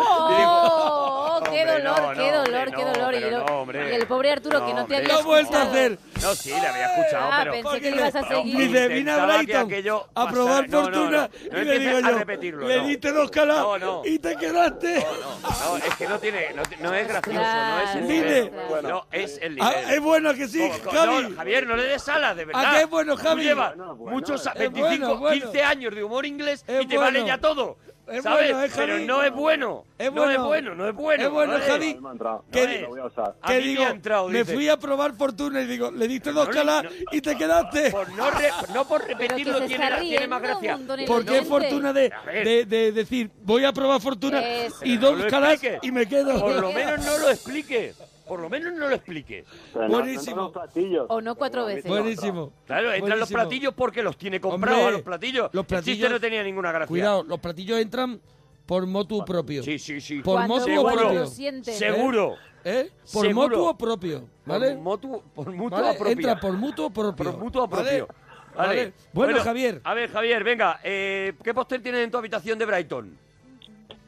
S6: ¡Oh! ¡Qué
S8: Hombre,
S6: dolor,
S8: no, no,
S6: qué dolor,
S8: hombre,
S6: qué
S8: no,
S6: dolor! y,
S8: pero
S6: lo-
S8: no, hombre.
S6: y el pobre Arturo que no
S8: hombre.
S6: te había
S5: ¡Lo ha vuelto a
S6: escuchado.
S5: hacer!
S8: No, sí, la había escuchado,
S6: Ah,
S8: pero...
S6: pensé
S5: que ibas a
S6: seguir.
S5: Ni de vine a
S8: Intentaba que
S5: Brighton
S8: aquello
S5: a probar
S8: pasara. No, no,
S5: fortuna
S8: no, no
S5: y le digo
S8: empieces a
S5: yo,
S8: repetirlo,
S5: le
S8: no.
S5: diste dos calas
S8: No, no.
S5: y te quedaste.
S8: No, es que no tiene, no, ti- no es gracioso, no es el
S5: Dile.
S8: nivel. No, es el nivel.
S5: Ah, es bueno que sí,
S8: No,
S5: Javi.
S8: no, Javier, no le des alas, de verdad.
S5: ¿A qué es bueno,
S8: Tú
S5: Javi?
S8: llevas
S4: Bueno, bueno,
S8: muchos,
S4: es
S8: 25,
S5: bueno, bueno.
S8: 15 años de humor inglés y
S5: Es
S8: te vale
S5: bueno.
S8: ya todo.
S5: Es
S8: ¿Sabes?
S5: bueno, eh, Javi.
S8: Pero no es bueno.
S5: Es
S8: No es
S5: bueno.
S8: bueno, no es bueno.
S5: Es bueno,
S8: no es.
S5: Javi.
S4: Me ha entrado.
S5: ¿Qué
S4: No,
S5: di-
S4: lo voy a usar.
S8: A
S5: ¿Qué
S8: mí me
S5: digo?
S8: ha entrado,
S5: me
S8: dice.
S5: fui a probar fortuna y digo, le diste dos
S8: No,
S5: calas
S8: no.
S5: y te quedaste.
S8: Por no, re- no por repetirlo
S6: se
S8: tiene,
S6: está
S8: la- tiene más
S6: riendo,
S8: gracia.
S6: Don Elena.
S5: Porque es
S6: Inocente.
S5: fortuna de,
S8: A ver.
S5: de- de decir, voy a probar fortuna
S6: Eso.
S5: y
S8: Pero
S5: dos
S8: no lo
S5: calas
S8: expliques.
S5: y me quedo.
S8: Por lo menos no lo expliques. Por lo menos no lo expliques.
S4: Se me han
S5: Buenísimo.
S4: entrado los platillos.
S6: O no cuatro
S4: Pero a mí
S6: veces.
S4: me ha entrado.
S5: Buenísimo.
S8: Claro, entran los
S5: Buenísimo.
S8: platillos porque los tiene comprados
S5: Hombre,
S8: a los platillos.
S5: los
S8: El chiste
S5: platillos-
S8: no tenía ninguna gracia. Ah,
S5: Cuidado, los platillos entran por motu propio.
S8: Sí, sí, sí.
S5: Por
S6: Cuando
S5: motu
S6: uno
S5: propio.
S6: lo siente.
S8: Seguro.
S5: ¿Eh? Por
S8: Seguro.
S5: mutuo propio, ¿vale?
S8: Por, motu, por mutua
S5: ¿Vale?
S8: propia.
S5: Entra por mutuo propio.
S8: Por mutua
S5: ¿vale?
S8: propio.
S5: Vale.
S8: Vale.
S5: Bueno, Javier.
S8: A ver, Javier, venga. eh, ¿Qué póster tienes en tu habitación de Brighton?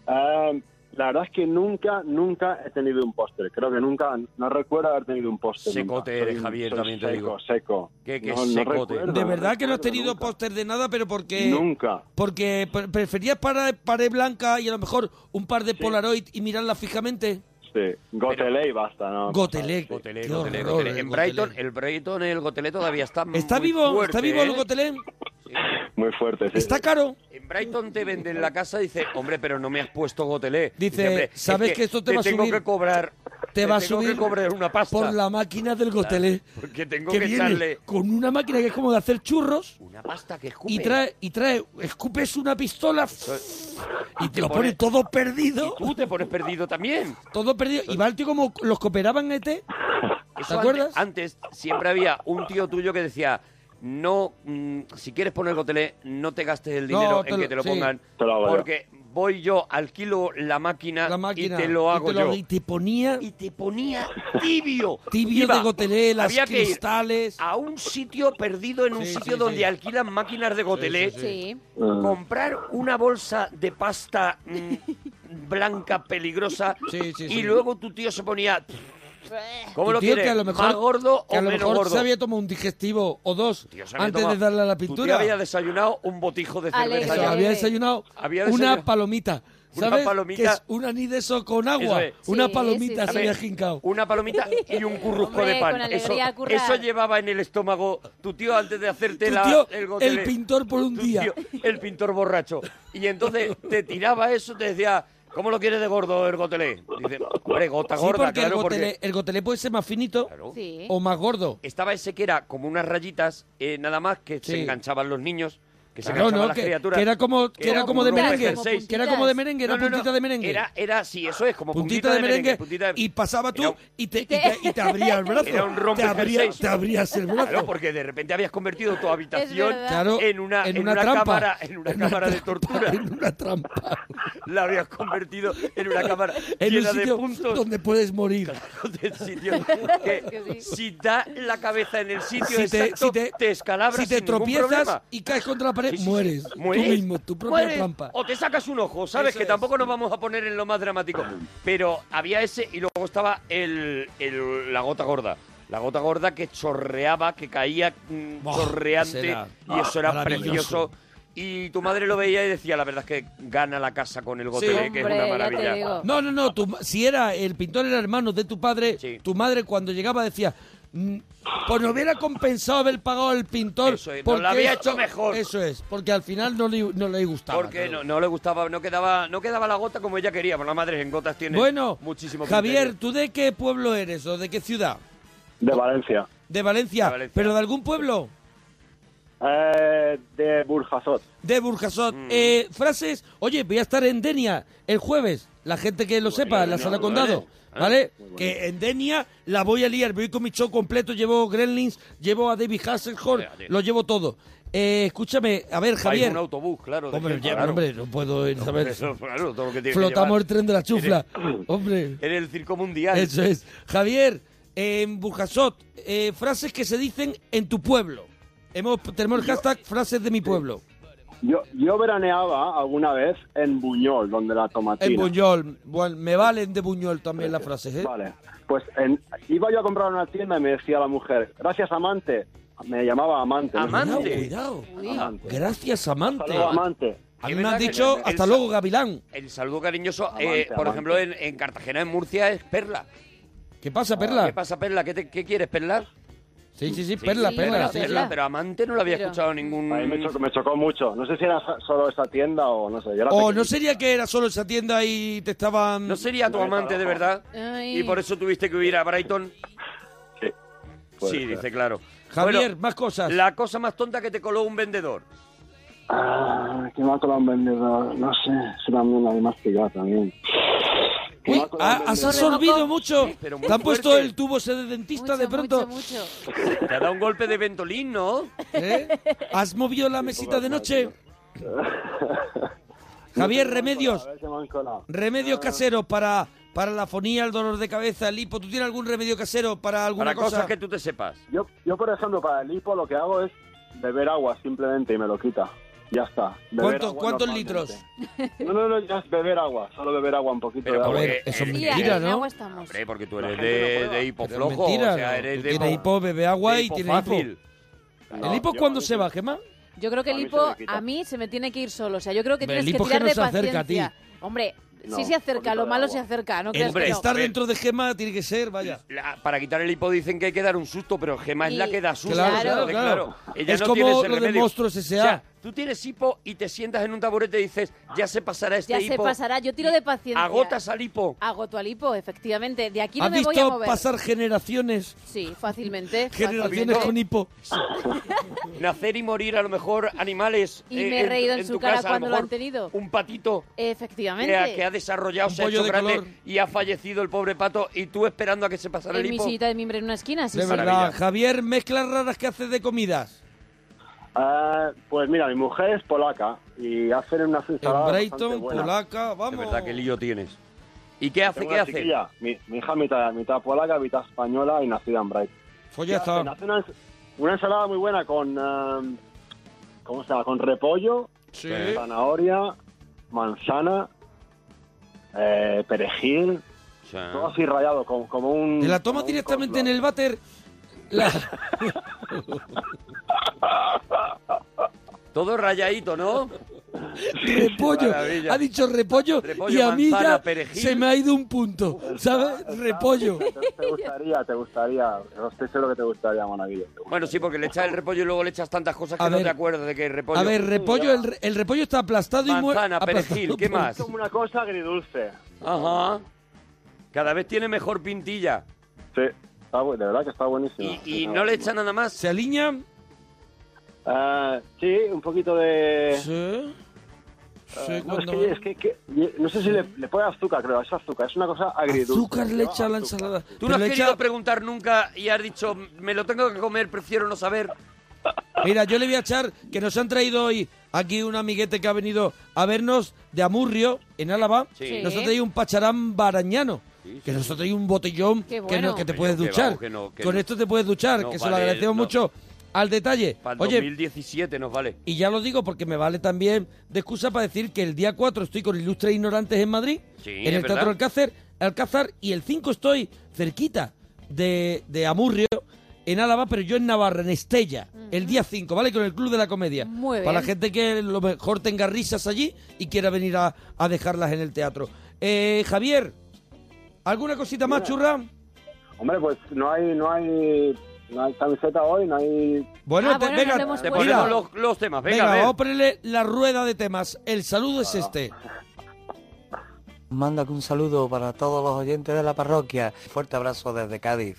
S4: Eh, la verdad es que nunca, nunca he tenido un póster. Creo que nunca, no recuerdo haber tenido un póster.
S8: Secote
S4: nunca.
S8: eres,
S4: Soy-
S8: Javier,
S4: soy
S8: también te
S4: seco,
S8: digo.
S4: Seco,
S8: Qué- qué
S4: No- no
S8: secote.
S4: recuerdo,
S5: De verdad que no has
S4: recuerdo
S5: tenido
S4: nunca.
S5: póster de nada, pero porque...
S4: Nunca.
S5: Porque pre- preferías para pared blanca y a lo mejor un par de Polaroid y mirarla fijamente.
S4: Sí, Gotelé y basta, ¿no?
S5: Gotelé.
S8: Gotelé,
S5: qué
S8: Gotelé,
S5: horror
S8: Gotelé.
S5: el
S8: En
S5: Gotelé.
S8: Brighton, el Brighton, el Gotelé todavía está
S5: ¿Está
S8: muy
S5: vivo?
S8: fuerte,
S5: ¿Está vivo el
S8: ¿eh?
S5: Gotelé?
S4: Muy fuerte, sí.
S5: ¿Está caro?
S8: En Brighton te venden la casa y dice, hombre, pero no me has puesto gotelé.
S5: Dice,
S8: hombre, es
S5: ¿sabes que esto te va a
S8: tengo
S5: subir?
S8: que cobrar.
S5: Te va a
S8: tengo
S5: subir
S8: que cobrar una pasta.
S5: por la máquina del Gotelé.
S8: Porque tengo
S5: que
S8: que
S5: viene
S8: echarle-
S5: con una máquina que es como de hacer churros
S8: Una pasta que escupe.
S5: y trae, y trae, escupes una pistola y te lo pone
S8: pone-
S5: todo perdido.
S8: Y tú te pones perdido también.
S5: Todo perdido. Y va el tío como los cooperaban ET.
S8: Eso
S5: ¿Te
S8: ante-
S5: acuerdas?
S8: Antes, siempre había un tío tuyo que decía, no, mm, si quieres poner gotelé, no te gastes el
S5: No,
S8: dinero
S5: te
S8: en
S5: lo-
S8: que te lo
S5: sí.
S8: pongan.
S4: Te lo hago yo.
S8: porque voy yo, alquilo la máquina,
S5: La máquina.
S8: y te lo hago
S5: y te
S8: yo.
S5: y te ponía
S8: y te ponía tibio.
S5: Tibio de gotelé, las
S8: había que ir
S5: cristales.
S8: a un sitio perdido en un
S5: Sí,
S8: sitio
S5: sí,
S8: donde
S5: sí. Ah.
S8: alquilan máquinas de gotelé.
S6: Sí.
S8: Comprar una bolsa de pasta mm, blanca peligrosa
S5: Sí, sí,
S8: y
S5: sí.
S8: luego tu tío se ponía ¿Cómo
S5: Tu
S8: lo
S5: tío
S8: quieres?
S5: que a lo mejor,
S8: ¿Más gordo
S5: que a
S8: o
S5: lo
S8: menos
S5: mejor
S8: gordo?
S5: se había tomado un digestivo o dos
S8: Tío, se había
S5: antes de
S8: tomado-
S5: darle a la
S8: Tu tío
S5: pintura.
S8: había desayunado un botijo de
S6: Ale,
S8: cerveza.
S5: Eso,
S6: ale.
S5: había desayunado
S8: Había
S5: una
S8: desayunado-
S5: palomita.
S8: Una
S5: ¿Sabes?
S8: palomita.
S5: Que es un anís de eso con agua.
S8: Eso es.
S5: Una
S6: Sí,
S5: palomita
S6: sí,
S5: se
S6: sí.
S5: había jincado.
S8: Una palomita y un currusco
S6: Hombre,
S8: de pan.
S6: con
S8: eso,
S6: alegría a currar.
S8: eso llevaba en el estómago tu tío antes de hacerte
S5: Tu
S8: la-
S5: tío,
S8: el
S5: el,
S8: gotelé.
S5: pintor por un
S8: Tu
S5: día.
S8: tío, el pintor borracho. Y entonces te tiraba eso, te decía, ¿cómo lo quieres de gordo el gotelé? Dice, hombre, gota
S5: Sí,
S8: gorda,
S5: porque,
S8: claro,
S5: el gotelé,
S8: porque...
S5: el gotelé puede ser más finito
S8: Claro.
S6: Sí.
S5: o más gordo.
S8: Estaba ese que era como unas rayitas, eh, nada más, que
S5: Sí.
S8: se enganchaban los niños, que se
S5: Claro,
S8: enganchaban
S5: no,
S8: las
S5: que,
S8: criaturas.
S5: que era como, que
S8: que
S5: era
S8: era
S5: como de
S8: un rompe
S5: merengue.
S8: jerseys.
S5: Que era como de merengue, era
S8: No, no, no.
S5: puntita de merengue.
S8: Era, era, sí, eso es, como
S5: puntita, de merengue,
S8: puntita de-
S5: y pasaba tú
S8: Era un-
S5: y te, y te, y te abría el brazo.
S8: Era un rompe
S5: te, abría,
S8: jerseys.
S5: te abrías el brazo.
S8: Claro, porque de repente habías convertido tu habitación
S6: verdad.
S5: Claro,
S8: en una, en una,
S5: trampa.
S8: cámara, en una cámara de
S5: trampa,
S8: tortura.
S5: En una trampa.
S8: La habías convertido en una cámara
S5: En un
S8: llena de
S5: sitio
S8: puntos.
S5: donde puedes morir.
S8: del sitio que
S6: que sí.
S8: si da la cabeza en el sitio
S5: Si te,
S8: exacto,
S5: si te,
S8: escalabras
S5: si te
S8: sin ningún
S5: tropiezas
S8: problema.
S5: y caes contra la pared,
S8: Sí, sí, sí.
S5: mueres.
S8: Mueres.
S5: Tú mismo, tu propia
S8: Mueres.
S5: trampa.
S8: O te sacas un ojo, ¿sabes?
S5: Eso
S8: que
S5: es.
S8: tampoco nos vamos a poner en lo más dramático. Pero había ese y luego estaba el, el- la gota gorda. La gota gorda que chorreaba, que caía mm,
S5: Buah,
S8: chorreante.
S5: ese era
S8: y eso era precioso.
S5: maravilloso.
S8: Y tu madre lo veía y decía, la verdad es que gana la casa con el gotelé, que es una maravilla.
S5: No, no, no. tu ma- si era el pintor era hermano de tu padre, tu madre cuando llegaba decía. "Mm, Pues no hubiera compensado haber pagado el pintor.
S8: Eso es, no, lo
S5: porque
S8: había
S5: esto-
S8: hecho mejor".
S5: Eso es, porque al final no le, no le gustaba.
S8: Porque no, no le gustaba, no quedaba, no quedaba la gota como ella quería, porque la madre en gotas tiene
S5: Bueno,
S8: muchísimo
S5: Javier,
S8: criterio.
S5: ¿tú de qué pueblo eres o de qué ciudad?
S4: De Valencia.
S5: ¿De Valencia? ¿Pero de algún pueblo?
S4: Eh, de Burjasot.
S5: De Burjasot. Eh, frases, oye, voy a estar en Denia el jueves, la gente que lo sepa, en la
S4: Denia,
S5: sala
S4: muy
S5: condado.
S4: bueno. Ah,
S5: ¿Vale? Que en Denia la voy a liar. Voy con mi show completo. Llevo Gremlins, llevo a David Hasselhoff,
S8: Espérate.
S5: lo llevo todo. Eh, escúchame, a ver,
S8: Hay
S5: Javier.
S8: un autobús, claro. de
S5: Hombre,
S8: gente,
S5: ya,
S8: claro.
S5: hombre, no puedo ir,
S8: No,
S5: ¿sabes?
S8: eso, claro, todo lo que tiene que
S5: Flotamos
S8: llevar.
S5: el tren de la chufla.
S8: Eres-
S5: Hombre.
S8: Eres el circo mundial.
S5: Eso es. Javier, eh, en Burjasot, eh, frases que se dicen en tu pueblo. Hemos, tenemos el hashtag frases de mi pueblo.
S4: Yo, yo veraneaba alguna vez en Buñol, donde la tomatina.
S5: En Buñol. Bueno, me valen de Buñol también las frases, ¿eh?
S4: Vale. Pues en- iba yo a comprar una tienda y me decía la mujer, gracias amante. Me llamaba amante. no sé
S5: Amante.
S4: si-
S5: Cuidado.
S4: Amante.
S5: Gracias, amante.
S4: Hasta luego, amante.
S8: Es
S5: A mí me
S8: verdad
S5: han
S8: que
S5: dicho,
S8: el- el
S5: hasta
S8: sa-
S5: luego, Gavilán.
S8: El saludo cariñoso, eh,
S4: Amante,
S8: por
S4: amante.
S8: ejemplo, en, en Cartagena, en Murcia, es Perla.
S5: ¿Qué pasa, Perla?
S8: ¿Qué pasa, Perla? ¿Qué, te- qué quieres, Perla?
S5: Sí, sí, sí, Perla,
S8: Sí,
S5: Perla.
S8: bueno,
S5: sí, sí.
S8: Perla, Pero amante no lo había
S6: Pero-
S8: escuchado ningún...
S4: A mí me chocó, me chocó mucho. No sé si era solo esa tienda o no sé. yo era
S5: O
S4: pequeño.
S5: Oh, no sería que era solo esa tienda y te estaban...
S8: No sería tu amante de verdad.
S6: Ay.
S8: Y por eso tuviste que huir a Brighton.
S4: Sí. Puede
S8: Sí,
S4: ser.
S8: dice claro.
S5: Javier,
S8: Bueno,
S5: más cosas.
S8: la cosa más tonta que te coló un vendedor.
S4: Ah, que me ha colado un vendedor. No sé, es una mierda de más que yo también. Que me
S5: Uy,
S4: ha colado
S5: ha-
S4: un
S5: Ah, has
S4: vendedor.
S5: absorbido mucho.
S8: Pero muy
S5: Te han puesto
S8: fuerte.
S5: el tubo ese de dentista
S6: Mucho,
S5: de pronto.
S6: mucho, mucho.
S8: Te ha dado un golpe de ventolín, ¿no?
S5: ¿Eh? ¿Has movido la mesita de noche? Javier, remedios.
S4: A ver si me han colado.
S5: Remedios caseros para, para la fonía, el dolor de cabeza, el hipo. ¿Tú tienes algún remedio casero para alguna
S8: Para cosas
S5: cosa?
S8: que tú te sepas.
S4: Yo, yo, por ejemplo, para el hipo lo que hago es beber agua simplemente y me lo quita. Ya está. Beber
S5: ¿Cuánto-
S4: agua
S5: cuántos
S4: normalmente.
S5: litros?
S4: No, no, no, ya es beber agua. Solo beber agua, un poquito
S8: Pero Eh,
S4: de
S5: A
S4: agua.
S8: porque-
S5: ver, eso es
S8: el-
S6: Tía,
S5: mentira,
S6: en
S5: ¿no?
S6: agua estamos.
S8: Hombre, porque tú
S4: La
S8: eres
S4: gente no
S8: de,
S4: prueba.
S8: de hipo
S5: Pero es
S8: flojo.
S5: mentira.
S8: o sea, eres
S5: Tú
S8: de
S5: tienes
S8: hipo,
S5: hipo, bebe agua
S8: de
S5: y
S8: hipo
S5: tiene
S8: fácil.
S5: hipo.
S4: No,
S5: ¿El hipo
S4: yo
S5: cuándo
S4: a mí
S5: se
S4: sí.
S5: va, Gemma?
S6: Yo creo que
S4: A
S6: el
S4: mí se
S6: hipo
S4: me quita.
S6: a mí se me tiene que ir solo. O sea, yo creo que
S5: Hombre,
S6: tienes
S5: el
S6: que
S5: hipo es que
S6: tirar
S5: no
S6: de
S5: se acerca a ti.
S6: paciencia. Hombre,
S4: No,
S6: sí se acerca,
S4: poquito
S6: lo
S4: de
S6: malo
S4: agua.
S6: se acerca, no creas
S8: Hombre,
S6: que no.
S5: Estar
S8: Pero-
S5: dentro de Gema tiene que ser, vaya.
S8: La- para quitar el hipo dicen que hay que dar un susto, pero Gema es
S6: Y-
S8: la que da susto.
S5: Claro,
S8: entonces,
S5: claro, claro.
S8: Ella
S5: Es
S8: no
S5: como
S8: tiene ese
S5: lo de
S8: remedio.
S5: Monstruos S.A..
S8: O sea, tú tienes hipo y te sientas en un taburete y dices, ya se pasará este
S6: Ya
S8: hipo.
S6: se pasará, yo tiro de paciencia.
S8: Agotas al hipo.
S6: Agoto al hipo, efectivamente. De aquí no
S5: ¿Has
S6: me voy a
S5: visto
S6: mover.
S5: pasar generaciones?
S6: Sí, fácilmente.
S5: Generaciones
S6: fácilmente.
S5: con hipo.
S8: Nacer y morir, a lo mejor, animales. eh,
S6: Y me he reído en
S8: tu
S6: su cara
S8: casa, a
S6: cuando lo
S8: mejor
S6: han tenido.
S8: Un patito que ha,
S6: Efectivamente.
S8: que ha desarrollado,
S5: Un
S8: se ha
S5: pollo
S8: hecho
S5: de
S8: grande
S5: color.
S8: y ha fallecido el pobre pato y tú esperando a que se pasara el
S6: en mi
S8: hipo.
S6: sillita de mimbre en una esquina, sí,
S5: De
S6: sí.
S5: verdad,
S8: Maravilla.
S5: Javier, mezclas raras que haces de comidas.
S4: Ah, pues mira, mi mujer es polaca y hacen una
S5: En
S4: ensalada bastante
S5: Brighton,
S4: buena.
S5: Polaca,
S8: De
S5: vamos.
S8: verdad, qué lío tienes. ¿Y qué hace?
S4: Tengo
S8: ¿Qué
S4: una
S8: hace?
S4: chiquilla, Mi, mi hija mitad, mitad polaca, mitad española y nacida en Brighton.
S5: Folla
S4: Y hacen-
S5: Pues está.
S4: hacen una, ens- una ensalada muy buena con... eh, ¿Cómo se llama? Con repollo,
S5: Sí.
S4: zanahoria, manzana, eh, perejil,
S8: O sea,
S4: todo así rayado, como, como un...
S5: Te la tomas
S4: como un
S5: directamente en
S4: cornflakes.
S5: el váter. La-
S8: todo rayadito, ¿no?
S5: repollo.
S8: Maravilla.
S5: Ha dicho repollo,
S8: Repollo,
S5: y a mí
S8: manzana,
S5: ya
S8: perejil.
S5: se me ha ido un punto. ¿Sabes? Repollo.
S4: Te, te gustaría, te gustaría, estoy seguro que te gustaría, Monaguillo. te gustaría.
S8: Bueno, sí, porque le echas el repollo y luego le echas tantas cosas que
S5: A
S8: no
S5: ver.
S8: te acuerdas de que es repollo.
S5: A ver, repollo, el, re- el repollo está aplastado y muerto.
S8: Manzana, perejil, ¿qué
S4: Es
S8: más?
S4: como una cosa agridulce.
S8: Ajá. Cada vez tiene mejor pintilla.
S4: Sí, está bu- de verdad que está buenísimo.
S8: Y, y no le echa nada más.
S5: ¿Se alinean?
S4: Ah, sí, un poquito de...
S5: Sí.
S4: Eh,
S5: Sí,
S4: No, es
S5: cuando-
S4: que, es que- que- no sé si le, le pone azúcar, creo, es azúcar, es una cosa agridulce.
S5: Azúcar le
S4: lleva
S5: echa a la
S4: azúcar.
S5: ensalada.
S8: Tú
S5: Pero
S8: no has
S5: le
S8: querido
S5: echa-
S8: preguntar nunca y has dicho, me lo tengo que comer, prefiero no saber.
S5: Mira, yo le voy a echar que nos han traído hoy aquí un amiguete que ha venido a vernos de Amurrio, en Álava.
S8: Sí.
S5: Nos ha traído un pacharán barañano. Que nos ha traído un botellón
S6: Qué
S5: que, no-
S6: bueno.
S5: que te puedes
S8: Que vamos,
S5: duchar.
S8: que no, que
S5: Con
S8: no.
S5: esto te puedes duchar,
S8: No
S5: que se lo
S8: vale,
S5: agradecemos
S8: no.
S5: mucho al detalle.
S8: Para el
S5: Oye,
S8: 2017 nos vale.
S5: y ya lo digo porque me vale también de excusa para decir que el día 4 estoy con Ilustres Ignorantes en Madrid,
S8: Sí,
S5: en el
S8: es
S5: Teatro
S8: verdad.
S5: Alcázar, Alcázar, y el 5 estoy cerquita de, de Amurrio, en Álava, pero yo en Navarra, en Estella, el día 5, ¿vale? Con el Club de la Comedia.
S6: Muy bien.
S5: Para la gente que lo mejor tenga risas allí y quiera venir a, a dejarlas en el teatro. Eh, Javier, ¿alguna cosita más, churra?
S10: Hombre, pues no hay, no hay, no hay camiseta hoy, no hay...
S5: Bueno,
S6: Ah,
S5: te,
S6: bueno,
S5: venga,
S6: no lo hemos
S7: Te
S6: Bueno.
S7: ponemos
S5: mira,
S7: los, los temas. Venga,
S5: venga,
S7: a ver.
S5: vamos a ponerle la rueda de temas. El saludo es este.
S8: Manda un saludo para todos los oyentes de la parroquia. Fuerte abrazo desde Cádiz.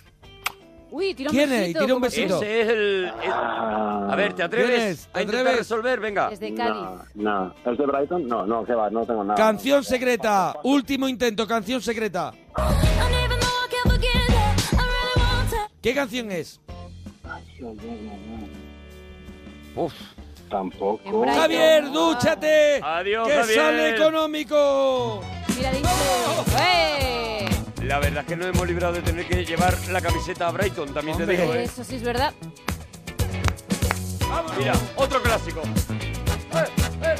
S6: Uy, tira un
S5: ¿Quién es?
S6: besito.
S5: Tira un
S6: como-
S5: besito.
S7: Ese es el... es- A ver, ¿te
S5: ¿Quién
S7: atreves
S5: es? ¿Te
S7: a intentar
S5: atreves?
S7: resolver? Venga.
S6: Es de Cádiz.
S10: Ah. No, no. ¿Es de Brighton? No, no, que va, no tengo nada.
S5: Canción secreta, último intento, canción secreta. ¿Qué canción es?
S7: Uf.
S6: En
S10: Tampoco.
S6: Brighton.
S5: Javier, dúchate.
S7: Adiós,
S5: que
S7: Javier.
S5: sale económico.
S6: Mira, dice. ¡Eh!
S7: La verdad es que no hemos librado de tener que llevar la camiseta a Brighton, también
S5: Hombre.
S7: te digo, ¿eh?
S6: Eso sí es verdad.
S7: Mira, otro clásico.
S8: Eh,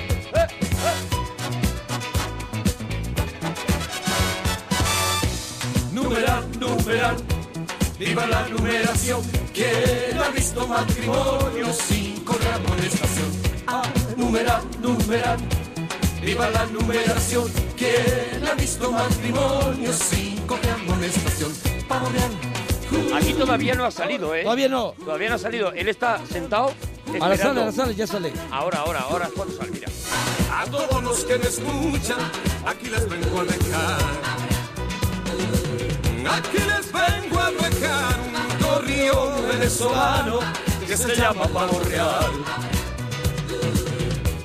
S5: Numeral, numeral. Viva la numeración. ¿Quién ha visto matrimonio cinco ramos en estación? numeral, numeral. Ah, Viva la numeración. ¿Quién ha visto matrimonio cinco ramos en estación?
S7: Aquí todavía no ha salido, ¿eh?
S5: Todavía no.
S7: Todavía no ha salido. Él está sentado.
S5: Ahora
S7: esperando.
S5: sale, ahora sale, ya sale.
S7: Ahora, ahora, ahora es cuando sale, mira.
S4: A todos los que me escuchan, aquí les vengo a dejar. Aquí les vengo a dejar un corrión venezolano que se llama Pavo Real.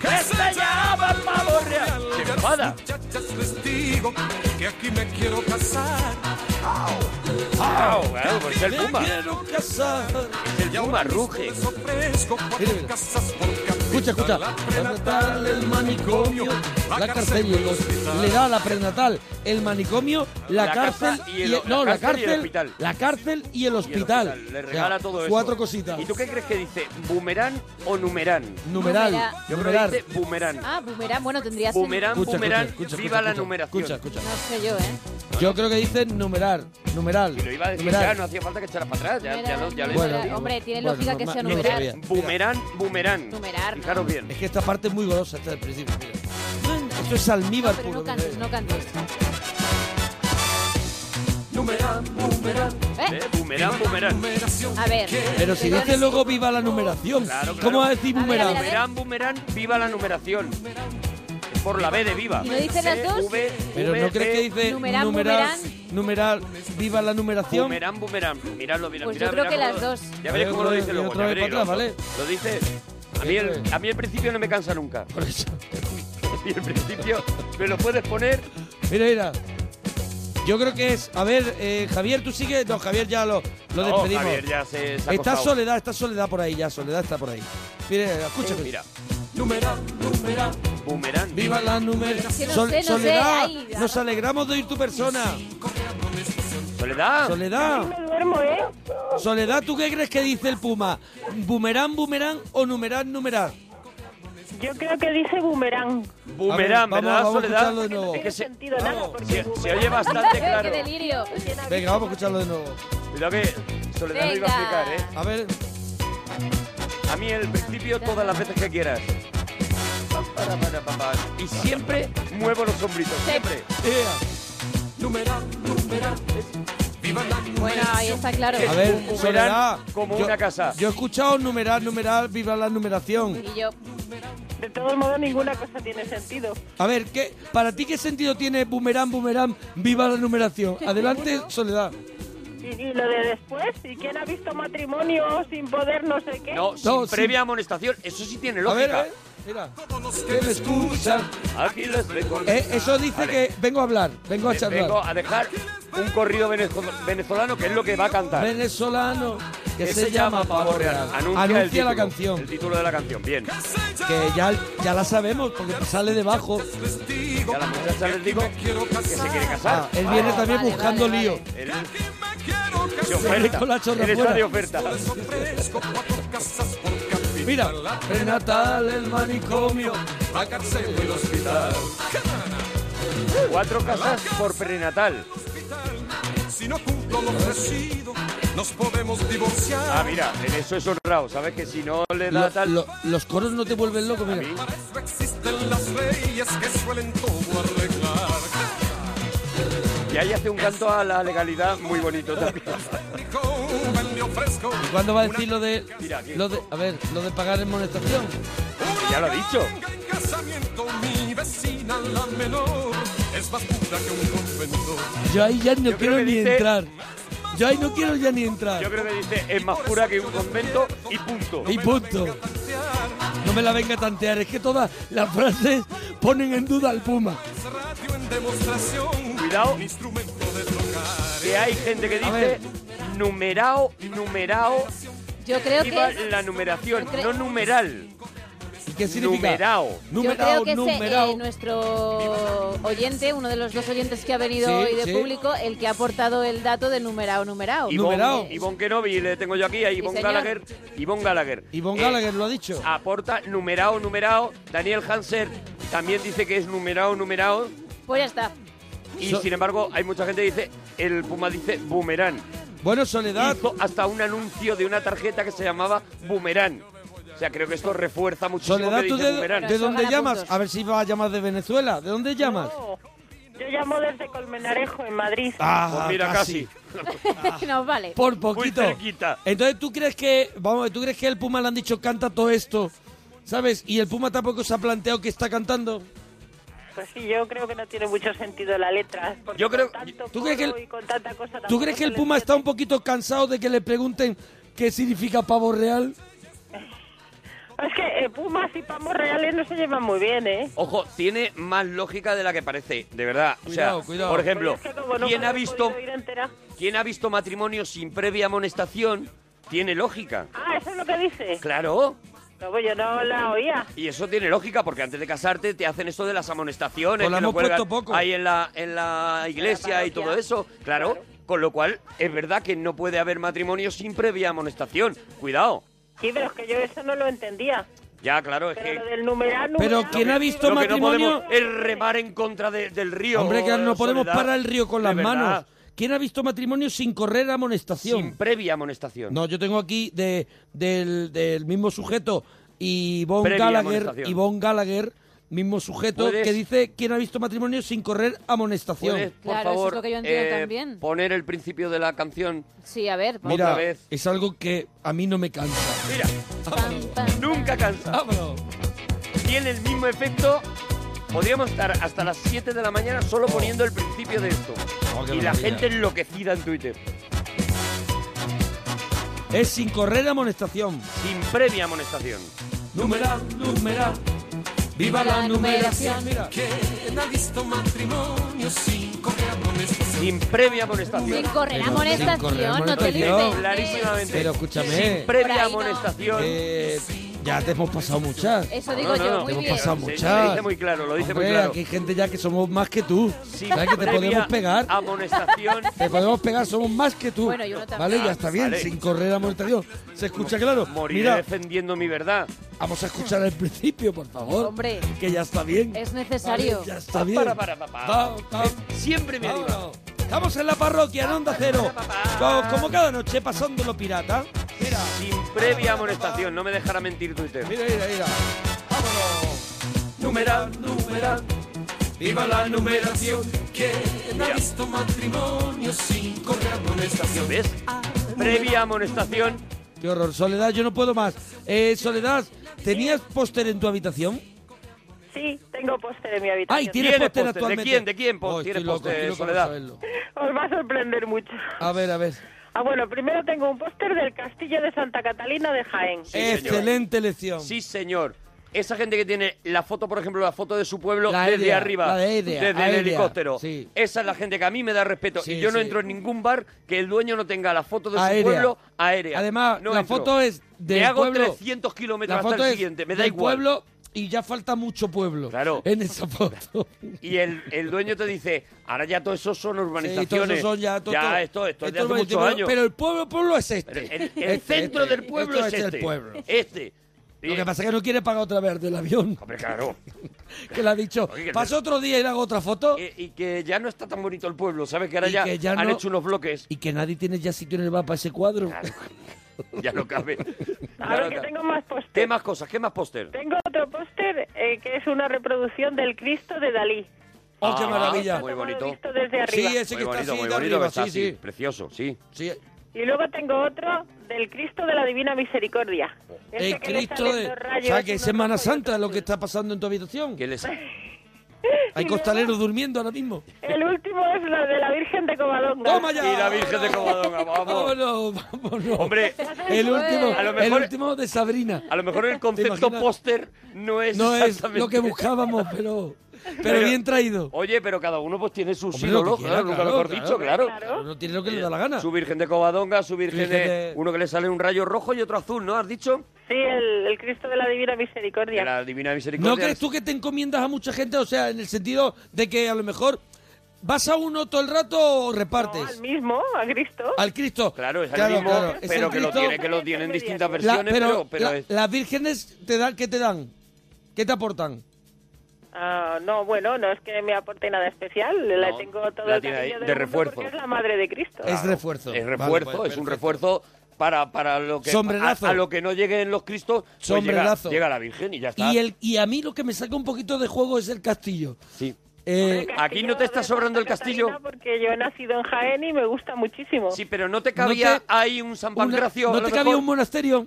S7: ¡Que se llama Pavo Real! ¡Se enfada!
S4: Muchachas les digo que aquí me quiero casar.
S7: ¡Au! Claro, pues es el Puma.
S5: quiero casar.
S7: Es el Puma, ruge.
S4: Les ofrezco
S5: Mira,
S4: cuatro
S5: mira.
S4: casas por capitán.
S5: Escucha, escucha.
S4: La
S5: Prenatal,
S4: prenatal,
S5: el manicomio, la cárcel y el hospital. Le da a la prenatal el manicomio, la,
S7: La
S5: cárcel
S7: casa
S5: y el, no, la cárcel,
S7: y el hospital.
S5: la cárcel y el
S7: Y el
S5: hospital.
S7: Le
S5: O sea,
S7: regala todo eso.
S5: Cuatro cositas.
S7: ¿Y tú qué crees que dice? ¿Bumerán o numerán?
S5: Numeral,
S6: Numeral.
S7: Yo creo
S5: numeral.
S7: que dice bumerán.
S6: Ah, boomerang. Bueno, tendría ser-
S7: Bumerán,
S5: Escucha,
S7: bumerán,
S5: escucha, escucha,
S7: viva la
S5: escucha,
S7: numeración.
S5: Escucha, escucha.
S6: No sé yo, ¿eh?
S5: Yo creo que dice numerar, numeral.
S7: Y lo iba a decir
S5: numeral.
S7: ya, no hacía falta que echaras para atrás. Ya, ya, lo- ya lo he
S5: Bueno,
S7: entendido.
S5: no.
S6: Hombre, tiene
S5: Bueno,
S6: lógica que
S5: normal,
S6: sea
S5: no lo
S6: numeral.
S5: sabía.
S7: Bumerán, bumerán.
S6: Numerar, ¿no?
S7: Fijaros bien.
S5: Es que esta parte es muy golosa, esta del principio. Mira. Esto es almíbar
S6: Pero
S5: puro.
S6: no cantes, no cantes. ¿Eh?
S7: ¿Eh? Bumerán, bumerán.
S6: A ver.
S5: Pero si
S6: señores,
S5: dice luego viva la numeración,
S7: Claro, claro.
S5: ¿cómo va a decir
S6: A ver, a ver, a
S5: numeral?
S6: ver.
S7: Bumerán, bumerán, viva la numeración. Es por la B de viva.
S6: ¿Y no dice las dos?
S7: V,
S5: Pero
S7: V,
S5: no crees que
S7: B,
S5: dice
S6: Numeral,
S5: numeral, numeral, viva la numeración.
S7: Bumerán, bumerán. Miradlo, miradlo.
S6: Pues
S7: mirad,
S6: yo creo
S7: mirad
S6: que
S7: cómo
S6: las
S7: lo-
S6: dos.
S7: Ya veréis
S5: Yo
S7: cómo lo
S5: creo-
S7: dice
S5: yo
S7: luego.
S5: otra
S7: ya
S5: vez
S7: veréis,
S5: para atrás,
S7: lo- Lo dice... A mí,
S5: Eso
S7: el,
S5: es.
S7: a mí el principio no me cansa nunca.
S5: Por eso.
S7: Y el principio me lo puedes poner...
S5: Mira, mira. Yo creo que es. A ver, eh, Javier, tú sigue. No, Javier ya lo, lo
S7: No,
S5: despedimos.
S7: Javier ya se, se ha
S5: está
S7: acostado.
S5: Soledad, está Soledad por ahí ya. Soledad está por ahí. Mira, escúchame.
S7: Mira,
S5: Numeral, numeral.
S7: bumerán.
S5: Viva la numeración.
S6: no sé, no sé,
S5: Soledad,
S6: ahí, ya.
S5: nos alegramos de oír tu persona.
S7: Soledad.
S5: Soledad,
S11: ¿eh?
S5: Soledad, ¿tú qué crees que dice el Puma? ¿Bumerán, bumerán o numeral, numeral?
S11: Yo creo que dice boomerang.
S7: Bumerán,
S5: A ver, vamos- vamos
S7: ¿verdad,
S5: a
S7: Soledad?
S5: escucharlo de nuevo.
S7: Es que se,
S11: sentido nada, porque
S7: se- se oye
S6: ¡Qué
S7: bastante claro.
S6: delirio!
S5: Venga, vamos a escucharlo de nuevo.
S7: Cuidado que Soledad lo iba a
S6: Venga.
S7: explicar, ¿eh?
S5: A ver.
S7: A mí el principio todas las veces que quieras. Pam, para, para, pa, pa. Y siempre muevo los sombritos, siempre.
S5: ea.
S6: Bueno, ahí está claro.
S5: A ver,
S7: Bumerán
S5: Soledad.
S7: como una casa.
S5: Yo he escuchado numeral, numeral, viva la numeración.
S6: Y yo,
S11: De todos modos, ninguna cosa tiene sentido.
S5: A ver, ¿qué, ¿para ti qué sentido tiene Boomerang, Boomerang, viva la numeración? Adelante, Soledad.
S11: Y, y lo de después, ¿y quién ha visto matrimonio sin poder no sé qué?
S7: No, sin
S5: No, sí.
S7: previa amonestación. Eso sí tiene
S5: A ver,
S7: lógica.
S5: a ver, mira. Que me escuchan.
S7: Aquí les vengo,
S5: Eh, eso dice que vengo a hablar, vengo a
S7: les vengo
S5: charlar.
S7: a dejar un corrido venezo- venezolano que es lo que va a cantar.
S5: Venezolano que se llama Pavo Real.
S7: Anuncia, el
S5: Anuncia la
S7: título,
S5: canción,
S7: El título de la canción, bien.
S5: que ya, ya la sabemos porque pues sale debajo.
S7: Y a la muchacha les digo que se quiere
S5: Ah,
S7: casar.
S5: él viene
S6: Ah,
S5: también
S6: vale,
S5: buscando
S6: vale,
S5: lío.
S6: vale.
S7: Él
S4: Aquí
S7: de
S5: mete
S7: oferta.
S5: con la chorra
S7: Él está
S5: fuera.
S7: de oferta.
S4: me ofrezco cuatro casas por capitán.
S5: Mira,
S4: La
S5: prenatal, el manicomio.
S4: la cárcel y el hospital.
S7: Cuatro casas por prenatal.
S4: Si no cumplo lo ofrecido,
S12: nos podemos divorciar.
S8: Ah, mira, en eso es honrado. Sabes que si no le da
S5: Lo-
S8: tal.
S5: lo- los coros no te vuelven loco, mira.
S12: Para eso existen las leyes que suelen todo arreglar.
S8: Y ahí hace un canto a la legalidad muy bonito también.
S12: Joven, le ofrezco
S5: ¿Y cuándo va a decir lo de,
S8: Mira, aquí.
S5: lo de a ver, lo de pagar en monetación?
S8: Ya lo ha dicho.
S12: en casamiento mi vecina la menor. Es más pura que un convento.
S5: Yo ahí ya no
S12: Yo creo
S5: quiero
S12: que
S5: ni
S12: dice-
S5: entrar. Yo ahí no quiero ya ni entrar.
S8: Yo creo que dice, es más pura que un convento y punto.
S5: Y punto. No me la venga a tantear, es que todas las frases ponen en duda al Puma.
S12: Radio en demostración.
S8: Cuidado.
S12: Instrumento de tocar.
S8: Que hay gente que dice numerao, numerao.
S6: Yo creo
S8: Iba
S6: que-
S8: la numeración,
S6: yo creo-
S8: no numeral.
S5: ¿Y qué significa?
S8: Numerao.
S6: Yo creo que ese, eh, nuestro oyente, uno de los dos oyentes que ha venido
S8: Sí,
S6: hoy de
S8: sí.
S6: público, el que ha aportado el dato de numerado, numerado.
S8: Ivonne, Ivonne Kenobi, le tengo yo aquí a Ivonne
S6: señor.
S8: Gallagher. Ivonne Gallagher. Eh,
S5: Ivonne Gallagher lo ha dicho.
S8: Aporta numerao, numerao. Daniel Hanser también dice que es numerao, numerao.
S6: Pues ya está.
S8: Y sin embargo, hay mucha gente que dice, el Puma dice boomerang.
S5: Bueno, Soledad.
S8: Hizo hasta un anuncio de una tarjeta que se llamaba boomerang. O sea, creo que esto refuerza muchísimo
S5: Soledad,
S8: que
S5: ¿tú
S8: dice
S5: de,
S8: boomerang.
S5: de dónde llamas? A ver si vas a llamar de Venezuela. ¿De dónde llamas?
S8: Pues
S11: Yo llamo desde Colmenarejo, en Madrid. Ah.
S5: Ah,
S8: Pues mira, casi.
S6: Nos vale.
S5: Por poquito. Entonces, ¿tú crees que vamos, tú crees que el Puma le han dicho canta todo esto? ¿Sabes? Y el Puma tampoco se ha planteado que está cantando.
S11: Pues sí, yo creo que no tiene mucho sentido la letra. porque
S5: Yo creo-
S11: con tanto
S5: ¿tú crees que el-
S11: coro y con tanta cosa
S5: ¿Tú
S11: tampoco
S5: crees que el
S11: se
S5: Puma está un poquito cansado de que le pregunten qué significa pavo real?
S11: le- Es que eh, Pumas y Pamos Reales no se llevan muy bien, ¿eh?
S8: Ojo, tiene más lógica de la que parece, de verdad. O sea,
S5: Cuidado, cuidado.
S8: por ejemplo,
S11: Pues es que como no
S8: ¿quién
S11: me
S8: ha
S11: lo he
S8: visto
S11: podido ir entera-
S8: quien ha visto matrimonio sin previa amonestación? Tiene lógica.
S11: Ah, eso es lo que dice.
S8: Claro.
S11: No, pues yo no la oía.
S8: Y eso tiene lógica, porque antes de casarte te hacen esto de las amonestaciones,
S5: Pues lo
S8: que lo
S5: hemos
S8: cuelgan
S5: puesto poco.
S8: ahí en la, en la iglesia y todo eso. Claro, con lo cual es verdad que no puede haber matrimonio sin previa amonestación. Cuidado.
S11: Sí, pero es que yo eso no lo entendía.
S8: Ya, claro, es que...
S11: Lo del numeral, numeral.
S5: Pero quien ha visto
S8: Lo que no
S5: matrimonio...
S8: podemos es remar en contra de- del río.
S5: Hombre, que no
S8: eh,
S5: podemos
S8: Soledad.
S5: parar el río con
S8: De
S5: las manos.
S8: verdad.
S5: ¿Quién ha visto matrimonio sin correr amonestación?
S8: Sin previa amonestación.
S5: No, yo tengo aquí de, del, del mismo sujeto Ivonne
S8: Previa
S5: Gallagher,
S8: amonestación.
S5: Ivonne Gallagher, mismo sujeto,
S8: Puedes-
S5: que dice quién ha visto matrimonio sin correr amonestación.
S8: ¿Puedes, por
S6: Claro, eso es
S8: favor, eh,
S6: lo que yo entiendo también.
S8: poner el principio de la canción?
S6: Sí, a ver.
S5: Mira,
S8: otra vez.
S5: es algo que a mí no me cansa.
S8: Mira, nunca cansa. Tiene el mismo efecto. Podríamos estar hasta las 7 de la mañana solo poniendo el principio de esto.
S5: qué
S8: y la
S5: maravilla.
S8: gente enloquecida en Twitter.
S5: Es sin correr amonestación.
S8: Sin previa amonestación.
S5: Numeral, numeral. Viva la numeración. Mira.
S12: ¿Quién ha visto matrimonio sin correr amonestación?
S8: Sin previa amonestación.
S6: Sin correr
S5: Pero sin correr
S6: amonestación, no te
S5: amonestación.
S6: lo
S8: Clarísimamente.
S5: Pero escúchame.
S8: Sin
S6: Por
S8: previa
S6: ahí no.
S8: amonestación.
S5: Eh, ya te hemos pasado muchas.
S6: Eso digo yo, muy
S5: te hemos
S6: bien.
S5: pasado
S8: Se- se
S5: muchas.
S8: dice muy claro, lo dice muy
S5: Hombre,
S8: claro.
S5: Aquí hay gente ya que somos más que tú.
S8: Sin
S5: ¿Sabes que te
S8: previa
S5: podemos pegar?
S8: Amonestación.
S5: Te podemos pegar, somos más que tú.
S6: Bueno, yo no también.
S5: Vale, ya está bien,
S8: Vale.
S5: sin correr amonestación. Se escucha claro.
S8: Moriré
S5: Mira,
S8: defendiendo mi verdad.
S5: vamos a escuchar el principio, por favor.
S6: Hombre,
S5: Que ya está bien.
S6: es necesario.
S5: Ya está bien.
S8: Para, para, para, para.
S5: Va, va.
S8: Siempre me
S5: Vámonos.
S8: anima.
S5: Estamos en la parroquia, en Onda Cero. Co- Como cada noche, pasándolo pirata. Mira,
S8: Sin previa amonestación. No me dejará mentir Twitter.
S5: mira, mira, mira.
S12: Numeral, numeral, viva la numeración. ¿Quién ha visto matrimonio sin correr amonestación?
S8: ¿Ves? Previa amonestación.
S5: Qué horror, Soledad, yo no puedo más. Eh, Soledad, ¿tenías póster en tu habitación?
S11: Sí, tengo póster en mi
S5: Ay,
S11: habitación.
S5: ¿tienes
S8: ¿Tienes
S5: póster
S8: póster? ¿De
S5: actualmente?
S8: quién? ¿De quién pos-
S5: Oh,
S8: tienes
S5: estoy loco,
S8: póster,
S5: estoy loco por
S8: Soledad?
S5: saberlo.
S11: Os va a sorprender mucho.
S5: A ver, a ver.
S11: Ah, bueno, primero tengo un póster del castillo de Santa Catalina de Jaén.
S8: señor.
S5: Excelente lección.
S8: Sí, señor. Esa gente que tiene la foto, por ejemplo, la foto de su pueblo
S5: La
S8: desde
S5: aérea,
S8: arriba,
S5: la de aérea,
S8: desde
S5: aérea,
S8: el helicóptero.
S5: sí.
S8: Esa es la gente que a mí me da respeto.
S5: Sí,
S8: y yo no
S5: sí.
S8: entro en ningún bar que el dueño no tenga la foto de
S5: Aérea.
S8: su pueblo aérea.
S5: Además,
S8: No
S5: la
S8: entro.
S5: foto es del
S8: Me hago
S5: pueblo.
S8: 300 kilómetros
S5: La
S8: hasta
S5: foto
S8: el
S5: es
S8: siguiente. Me da
S5: del
S8: igual.
S5: pueblo y ya falta mucho pueblo.
S8: Claro.
S5: En esa foto.
S8: Y el, el dueño te dice, ahora ya todo eso son urbanizaciones.
S5: Sí, todos esos son ya, todo- todo-
S8: esto, esto es de
S5: esto
S8: hace
S5: es
S8: muchos
S5: pero-
S8: años.
S5: Pero el pueblo, pueblo es este.
S8: El, el
S5: Este,
S8: centro
S5: este.
S8: del pueblo
S5: Esto
S8: es este.
S5: el pueblo.
S8: Este.
S5: Lo que pasa es que no quiere pagar otra vez del avión.
S8: Hombre, claro.
S5: que le ha dicho,
S8: que
S5: pasa otro día y le hago otra foto.
S8: Y, y que ya no está tan bonito el pueblo, ¿sabes? Que ahora
S5: Y
S8: ya,
S5: que ya
S8: han
S5: no-
S8: hecho unos bloques.
S5: Y que nadie tiene ya sitio en el mapa ese cuadro.
S8: Ya no cabe.
S11: A ver, que tengo más póster.
S8: ¿Qué más cosas? ¿Qué más póster?
S11: Tengo otro póster eh, que es una reproducción del Cristo de Dalí.
S5: ¡Oh, qué maravilla!
S8: Ah, Muy bonito.
S11: visto desde arriba.
S5: Sí, ese que
S8: muy bonito,
S5: está así
S8: muy
S5: de
S8: bonito
S5: arriba,
S8: que está
S5: sí,
S8: así,
S5: sí.
S8: Precioso, sí.
S5: Sí.
S11: Y luego tengo otro del Cristo de la Divina Misericordia. Este
S5: El
S11: que le
S5: Cristo
S11: salen
S5: de...
S11: dos
S5: O
S11: rayos,
S5: sea, que es
S11: uno-
S5: Semana Santa es lo que está pasando en tu habitación. Hay costaleros durmiendo ahora mismo.
S11: El último es la de la Virgen de Covadonga.
S5: ¡Toma ya!
S8: Y la Virgen de Covadonga, vamos.
S5: vámonos, vámonos.
S8: Hombre,
S5: el último,
S8: a lo
S5: el
S8: mejor,
S5: último de Sabrina.
S8: a lo mejor el
S5: ¿Te
S8: concepto
S5: imaginas?
S8: póster no es
S5: No es
S8: exactamente...
S5: lo que buscábamos, pero, pero,
S8: Pero-
S5: bien traído.
S8: Oye, pero cada uno pues tiene sus
S5: Hombre, lo
S8: ídolos,
S5: que quiera,
S8: claro, nunca
S5: claro,
S8: mejor
S5: claro.
S8: dicho, claro. Eh,
S5: No tiene lo que le da la gana.
S8: Su Virgen de Covadonga, su Virgen,
S5: Virgen
S8: de-
S5: de-
S8: Uno que le sale un rayo rojo y otro azul, ¿no? ¿Has dicho?
S11: Sí, el, el Cristo de la Divina
S8: De
S11: Misericordia.
S8: la Divina Misericordia.
S5: ¿No crees tú que te encomiendas a mucha gente? O sea, en el sentido de que a lo mejor vas a uno todo el rato o repartes.
S11: Al mismo, a Cristo.
S5: Al Cristo.
S8: Claro, es el
S5: Claro,
S8: mismo,
S5: claro,
S8: pero
S5: es el
S8: que lo,
S5: Cristo.
S8: tiene, que lo tienen distintas
S5: La-
S8: versiones, pero, pero
S5: la-
S8: es-
S5: las vírgenes te dan, ¿qué te dan? ¿Qué te aportan?
S11: Ah, no, bueno, no es que me aporte nada especial. le
S8: No,
S11: tengo todo
S8: la
S11: el
S8: tiene
S11: cariño
S8: ahí
S11: del
S8: de
S11: mundo
S8: refuerzo.
S11: porque es la madre de Cristo.
S5: Es refuerzo.
S8: es refuerzo,
S5: Vale, pues,
S8: es un
S5: perfecto.
S8: refuerzo para, para lo que
S5: Sombrerazo.
S8: A, a lo que no lleguen los cristos, pues llega-
S5: Sombrerazo.
S8: llega, la Virgen y ya está.
S5: Y, el, y a mí lo que me saca un poquito de juego es el castillo.
S8: Sí.
S5: Eh,
S8: Aquí no te está sobrando el castillo.
S11: Porque yo he nacido en Jaén y me gusta muchísimo.
S8: Sí, pero no te cabía
S5: No te-
S8: ahí un San
S5: una-
S8: Pancracio. a
S5: no
S8: lo
S5: te cabía
S8: mejor.
S5: un monasterio.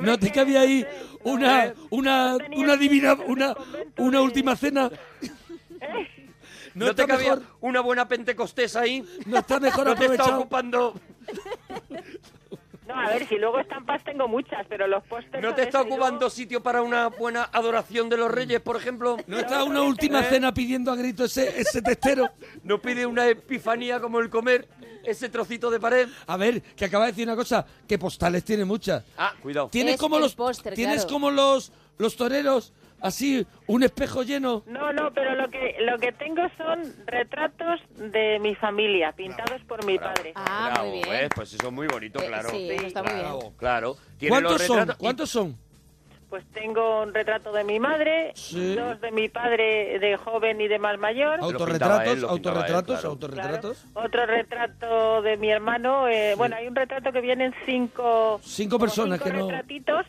S5: no te cabía ahí una una una divina una una última cena.
S8: ¿No,
S5: está
S8: te cabía
S5: mejor?
S8: una buena pentecostés ahí?
S5: No está mejor
S8: ¿No te está
S5: aprovechado?
S8: ocupando,
S11: No, a ver, si luego estampas tengo muchas, pero los pósters...
S8: ¿no
S11: son
S8: te está
S11: esos y luego-
S8: ocupando sitio para una buena adoración de los reyes, por ejemplo? ¿Eh?
S5: No está una última cena pidiendo a grito ese ese testero.
S8: ¿No pide una epifanía como el comer ese trocito de pared?
S5: A ver, que acaba de decir una cosa, que postales tiene muchas.
S8: Ah, cuidado.
S5: Tienes
S6: Es
S5: como
S6: el
S5: los
S6: póster,
S5: tienes
S6: claro.
S5: como los los toreros así un espejo lleno.
S11: No, no, pero lo que, lo que tengo son retratos de mi familia, pintados por mi padre.
S6: Ah,
S8: Bravo,
S6: muy bien.
S8: ¿ves? Pues eso es muy bonito,
S6: Eh,
S8: claro.
S6: sí, eso está muy
S8: claro,
S6: bien.
S8: claro. Tiene
S5: ¿Cuántos
S8: los
S5: son?
S8: retratos y-
S5: ¿Cuántos son?
S11: Pues tengo un retrato de mi madre,
S5: Sí.
S11: dos de mi padre de joven y de más mayor,
S8: pintaba él,
S5: Autorretratos,
S8: lo pintaba él,
S5: autorretratos,
S8: claro.
S5: autorretratos.
S11: otro retrato de mi hermano. eh, Bueno, hay un retrato que vienen cinco,
S5: Cinco
S11: como
S5: personas
S11: cinco
S5: que no- Ah.
S11: retratitos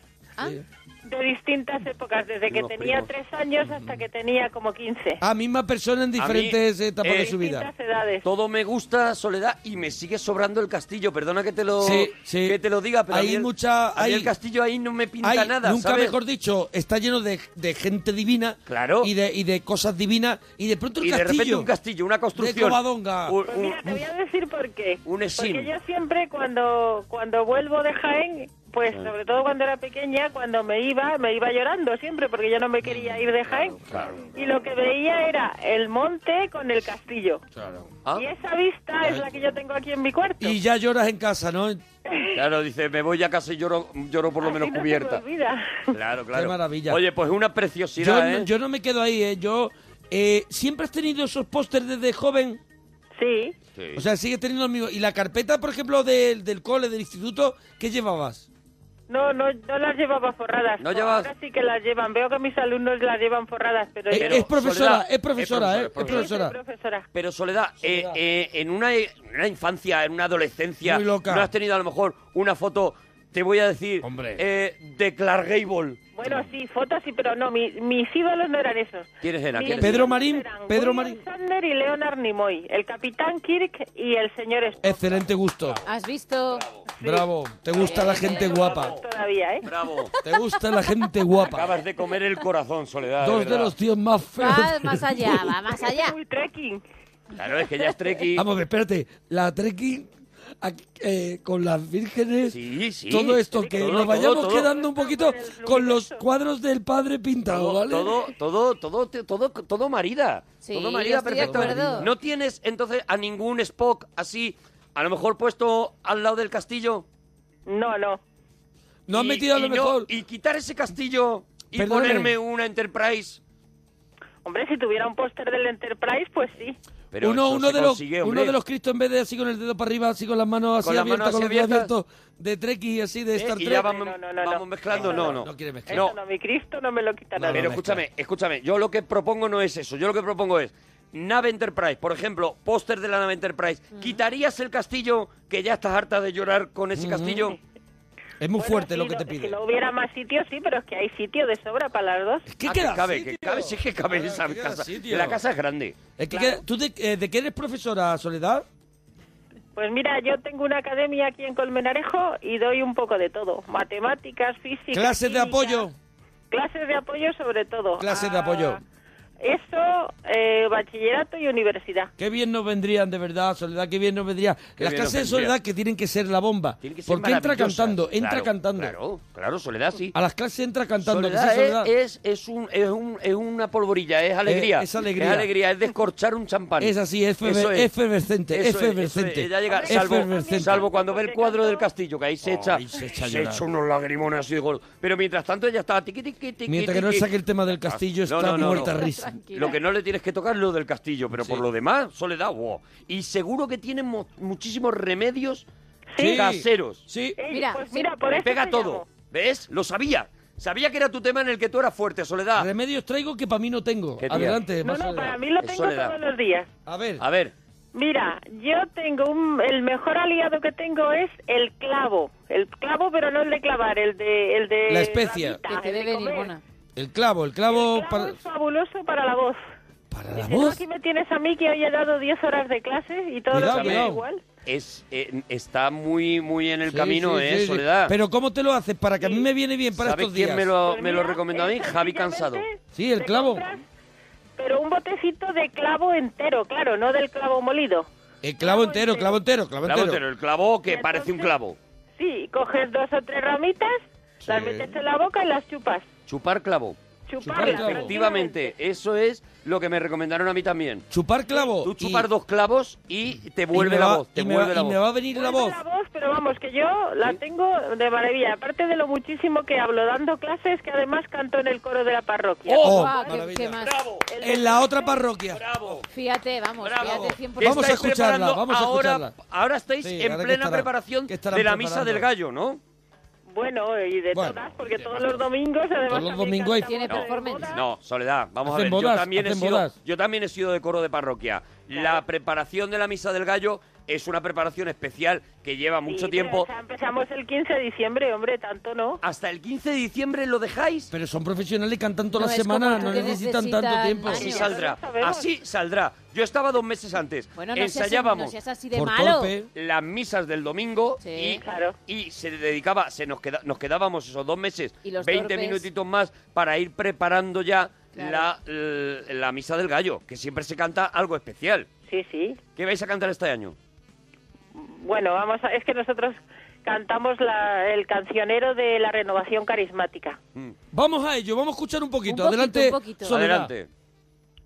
S5: Sí.
S11: de distintas épocas, desde que
S8: Unos
S11: tenía
S8: primos.
S11: tres años hasta que tenía como quince.
S5: A Ah, misma persona en
S8: A mí,
S5: diferentes etapas
S8: eh,
S5: de su vida.
S11: Distintas
S6: Este.
S11: edades.
S8: Todo me gusta, Soledad, y me sigue sobrando el castillo. Perdona que te lo,
S5: Sí, sí.
S8: Que te lo diga, pero
S5: Hay
S8: a mí el,
S5: mucha-
S8: a mí
S5: hay-
S8: el castillo ahí no me pinta
S5: Hay,
S8: nada,
S5: nunca
S8: ¿sabes?
S5: mejor dicho, está lleno de, de gente divina
S8: Claro.
S5: y, de, y de cosas divinas y de pronto el
S8: y de
S5: castillo.
S8: repente un castillo, una construcción.
S5: Covadonga.
S8: Un,
S11: Pues
S8: un-
S11: mira, te voy a decir por qué.
S8: un exim.
S11: Porque yo siempre cuando, cuando vuelvo de Jaén, pues
S5: Ah.
S11: sobre todo cuando era pequeña, cuando me iba, me iba llorando siempre porque yo no me
S5: Mm,
S11: quería ir de Jaén. Y lo que veía era el monte con el castillo.
S8: Ah,
S11: Y esa vista es la que yo tengo aquí en mi cuarto.
S5: Y ya lloras en casa, ¿no?
S8: Claro, dice, me voy a casa y lloro, lloro por lo menos
S11: Así no se me
S8: cubierta.
S11: olvida.
S8: Claro, claro.
S5: Qué maravilla.
S8: Oye, pues una
S5: Yo,
S8: preciosidad,
S5: no-
S8: ¿eh?
S5: yo no me quedo ahí, ¿eh? Yo, eh, ¿siempre has tenido esos pósters desde joven?
S11: Sí,
S8: Sí.
S5: O sea, sigues teniendo los mismos. ¿Y la carpeta, por ejemplo, del, del cole, del instituto, qué llevabas?
S11: no, no, no las llevaba forradas.
S8: No llevabas-
S11: Ahora sí que las llevan. Veo que mis alumnos las llevan forradas, pero...
S5: Eh,
S11: yo-
S5: es profesora,
S8: Soledad,
S5: es profesora,
S8: es
S5: ¿eh? Es
S8: profesora,
S11: Sí, soy
S5: profesora.
S11: profesora.
S8: Pero Soledad, eh,
S5: Soledad.
S8: eh, en una, en una infancia, en una adolescencia,
S5: Muy loca.
S8: ¿no has tenido a lo mejor una foto, te voy a decir,
S5: Hombre.
S8: eh, de Clark Gable?
S11: Bueno, sí, fotos sí, pero no, mi- mis ídolos no eran esos.
S8: ¿Quiénes eran?
S11: Mis
S8: ¿Quiénes
S5: Pedro
S11: ídolos
S8: eran?
S5: Marín,
S11: eran
S5: Pedro
S11: William
S5: Marín.
S11: Shatner y Leonard Nimoy, el Capitán Kirk y el señor Spock.
S5: Excelente gusto.
S6: ¿Has visto?
S5: Bravo. Te gusta la gente guapa.
S11: Todavía, ¿eh?
S8: Bravo.
S5: Te gusta la gente guapa.
S8: Acabas de comer el corazón, Soledad.
S5: Dos de
S8: verdad.
S5: los tíos más
S6: Va
S5: feos.
S6: Ah, más allá, va más allá.
S11: Muy trekking.
S8: Claro, es que ya es treki.
S5: Vamos, a ver, espérate. La trekking aquí, eh, con las vírgenes.
S8: Sí, sí.
S5: Todo esto, que
S8: Todo,
S5: nos vayamos
S8: todo, todo.
S5: quedando un poquito con los cuadros del padre pintado,
S8: Todo,
S5: ¿vale?
S8: todo, todo, todo, te- todo, todo marida.
S6: Sí,
S8: todo
S6: yo
S8: marida
S6: estoy de
S8: perfectamente.
S6: acuerdo.
S8: ¿No tienes entonces a ningún Spock así, a lo mejor puesto al lado del castillo?
S11: No, no.
S5: No han
S8: Y-
S5: metido a lo
S8: y no-
S5: mejor.
S8: y quitar ese castillo y
S5: Perdóname.
S8: ponerme una Enterprise.
S11: Hombre, si tuviera un póster del Enterprise, pues sí.
S8: Pero
S5: uno,
S8: eso
S5: uno
S8: se
S5: de los,
S8: consigue,
S5: uno
S8: hombre.
S5: de los Cristos, en vez de así con el dedo para arriba, así con las manos así
S8: Con las manos
S5: abiertas, con los
S8: así
S5: dedos
S8: abiertas. Eh,
S5: abiertos, de Trek y así de Star
S8: y
S5: Trek.
S8: ya vamos, vamos mezclando. No, no.
S5: No quiere mezclar.
S8: No,
S11: No, mi Cristo no me lo quita nadie.
S8: pero escúchame, escúchame. Yo lo que propongo no es eso. Yo lo que propongo es nave Enterprise, por ejemplo, póster de la nave Enterprise.
S11: Mm.
S8: ¿Quitarías el castillo que ya estás harta de llorar con ese castillo?
S5: Es muy fuerte
S11: Mm. Si lo- Si no hubiera más sitios, sí, pero es que hay sitio de sobra para las dos.
S8: Ah, que cabe, que cabe, sí que cabe en esa casa.
S5: sitio.
S8: La casa es grande.
S5: Es que queda- ¿Tú de, eh, de qué eres profesora, Soledad?
S11: Pues mira, yo tengo una academia aquí en Colmenarejo y doy un poco de todo. Matemáticas, física.
S5: Clases de
S11: química,
S5: apoyo.
S11: Clases de apoyo sobre todo. Ah,
S5: Clases de apoyo.
S11: Eso, eh, bachillerato y universidad.
S5: Qué bien nos vendrían, de verdad, Soledad, qué bien nos vendría.
S8: Qué
S5: Las
S8: bien nos
S5: clases de
S8: vendría.
S5: Soledad que tienen que ser la bomba.
S8: Tiene que ser
S5: Porque entra
S8: maravillosas.
S5: cantando, entra
S8: Claro,
S5: cantando.
S8: Claro, claro, Soledad sí.
S5: A las clases entra cantando. que
S8: Soledad
S5: sí,
S8: es-
S5: Soledad.
S8: es, es un, es, un- es una polvorilla, es alegría.
S5: es alegría.
S8: Es alegría, es descorchar un champán.
S5: Es así, es ferve-
S8: Eso
S5: efervescente,
S8: Eso es, eso
S5: efervescente.
S8: es. Ella llega,
S5: Hombre,
S8: salvo,
S5: efervescente.
S8: salvo cuando ve el cuadro del castillo, que ahí se echa,
S5: Ay, se echa a
S8: se
S5: llorar.
S8: echa unos lagrimones así de gol. Pero mientras tanto ella está tiqui, tiqui, tiqui,
S5: Mientras que no
S8: tiqui.
S5: saque el tema del castillo,
S8: No,
S5: está
S8: no, no,
S5: muerta
S8: no.
S5: risa.
S8: Lo que no le tienes que tocar es lo del castillo, pero por lo demás, Soledad, wow. Y seguro que tienen mo- muchísimos remedios
S5: Sí.
S8: caseros.
S5: Sí.
S11: Mira, pues mira, por
S8: Me
S11: eso
S8: pega
S11: te
S8: todo.
S11: llamo.
S8: ¿Ves? Lo sabía. Sabía que era tu tema en el que tú eras fuerte, Soledad.
S5: Remedios traigo que para mí no tengo.
S8: Qué tía.
S5: Adelante,
S11: No,
S5: más
S11: no,
S5: Soledad.
S11: para mí lo
S8: Es
S11: tengo
S8: soledad.
S11: todos los días.
S5: A ver.
S8: A ver.
S11: Mira, yo tengo un, el mejor aliado que tengo es el clavo. El clavo, pero no el de clavar, el de... El de
S5: La especia.
S11: ramita, el de comer.
S5: El clavo, el clavo, para,
S11: Es fabuloso para la voz.
S5: para la
S11: Pero
S5: voz.
S11: aquí me tienes a mí que hoy he dado 10 horas de clases y todo
S5: Cuidado,
S11: lo que me da
S5: cuidado.
S11: igual.
S8: Es, eh, está muy, muy en el
S5: Sí,
S8: camino,
S5: sí,
S8: ¿eh,
S5: sí, sí.
S8: Soledad?
S5: Pero ¿cómo te lo haces para que a mí me viene bien para
S8: ¿Sabes
S5: estos días?
S8: quién me lo, me lo recomendó a mí? Javi Cansado.
S5: Sí, el
S11: Te
S5: clavo.
S11: compras, Pero un botecito de clavo entero, claro, no del clavo molido.
S5: El clavo entero, clavo entero, clavo
S8: Clavo
S5: entero.
S8: entero, el clavo que parece un clavo.
S11: Sí, coges dos o tres ramitas, las metes en la boca y las chupas.
S8: Chupar clavo. Eh,
S11: Chuparlas.
S8: Efectivamente, eso es lo que me recomendaron a mí también.
S5: Chupar clavo.
S8: Tú chupar dos clavos y te
S5: Y
S8: vuelve
S5: me
S8: la
S5: va-
S8: voz. Te
S5: y me
S8: vuelve
S5: va-
S8: la
S5: y
S8: voz.
S5: me va a venir la voz.
S11: La voz, pero vamos, que yo la tengo de maravilla. Aparte de lo muchísimo que hablo dando clases, que además canto en el coro de la parroquia.
S5: ¡Oh!
S6: Guau, qué-
S5: Maravilla.
S6: qué más.
S5: En la otra parroquia.
S6: Fíjate, vamos, fíjate 100%.
S5: Vamos a
S8: Estáis
S5: escucharla,
S8: preparando
S5: vamos a
S8: ahora,
S5: escucharla.
S8: Ahora estáis
S5: Sí,
S8: en
S5: ahora que
S8: plena
S5: estará-
S8: preparación
S5: que
S8: de la
S5: estarán
S8: misa
S5: preparando.
S8: del gallo, ¿no?
S11: Bueno, y de
S5: Bueno.
S11: todas, porque todos los domingos además
S5: Todos los
S11: también
S5: domingos hay-
S11: cantamos
S6: Tiene
S11: en el
S6: performance.
S8: No, Soledad, vamos a
S5: Hacen
S8: ver.
S5: bodas,
S8: yo, también he
S5: hacen
S8: sido,
S5: bodas.
S8: yo también he sido de coro de parroquia. La preparación de la misa del gallo es una preparación especial que lleva
S11: Sí,
S8: mucho
S11: pero
S8: tiempo.
S11: ya empezamos el 15 de diciembre, hombre, tanto no.
S8: Hasta el 15 de diciembre lo dejáis.
S5: Pero son profesionales y cantan toda
S6: No,
S5: la
S6: es como
S5: semana,
S6: tú
S5: no
S6: que
S5: necesitan
S6: necesitan
S5: tanto tiempo.
S6: años.
S8: Así
S6: Año.
S8: saldrá,
S11: Nosotros sabemos.
S8: así saldrá. Yo estaba dos meses antes.
S6: Bueno, no seas, no
S8: Ensayábamos
S6: seas así de
S5: Por
S6: malo.
S5: torpe.
S8: las misas del domingo
S6: Sí.
S8: y,
S11: Claro.
S8: y se dedicaba, se nos, queda, nos quedábamos esos dos meses,
S6: Y los
S8: 20
S6: torpes.
S8: minutitos más para ir preparando ya
S6: Claro.
S8: la, l- la misa del gallo, que siempre se canta algo especial.
S11: Sí, sí.
S8: ¿Qué vais a cantar este año?
S11: Bueno, vamos a- es que nosotros cantamos la- el cancionero de la renovación carismática.
S8: Mm.
S5: Vamos a ello, vamos a escuchar un poquito.
S6: poquito,
S5: Adelante,
S6: un poquito.
S5: Soledad.
S8: Adelante.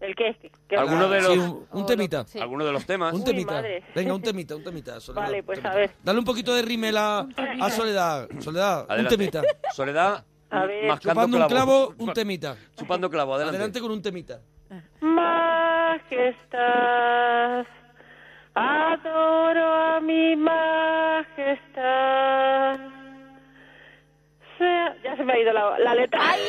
S11: ¿El qué? ¿Qué-
S8: Alguno de
S5: Sí,
S8: los,
S5: un, un temita.
S6: Sí.
S8: alguno de los temas.
S5: Un temita.
S11: madre.
S5: Venga, un temita, un temita. Soledad,
S11: Vale,
S5: un
S11: pues,
S5: temita.
S11: a ver.
S5: Dale un poquito de rímel a, a Soledad. Soledad,
S8: Adelante.
S5: un temita.
S8: Soledad,
S11: A ver.
S8: mascando
S5: Chupando un clavo, un
S8: Chupa-
S5: temita.
S8: Chupando clavo, adelante.
S5: Adelante con un temita.
S11: Majestad, adoro a mi majestad. Sea- Ya se me ha ido la, la letra.
S6: ¡Ay,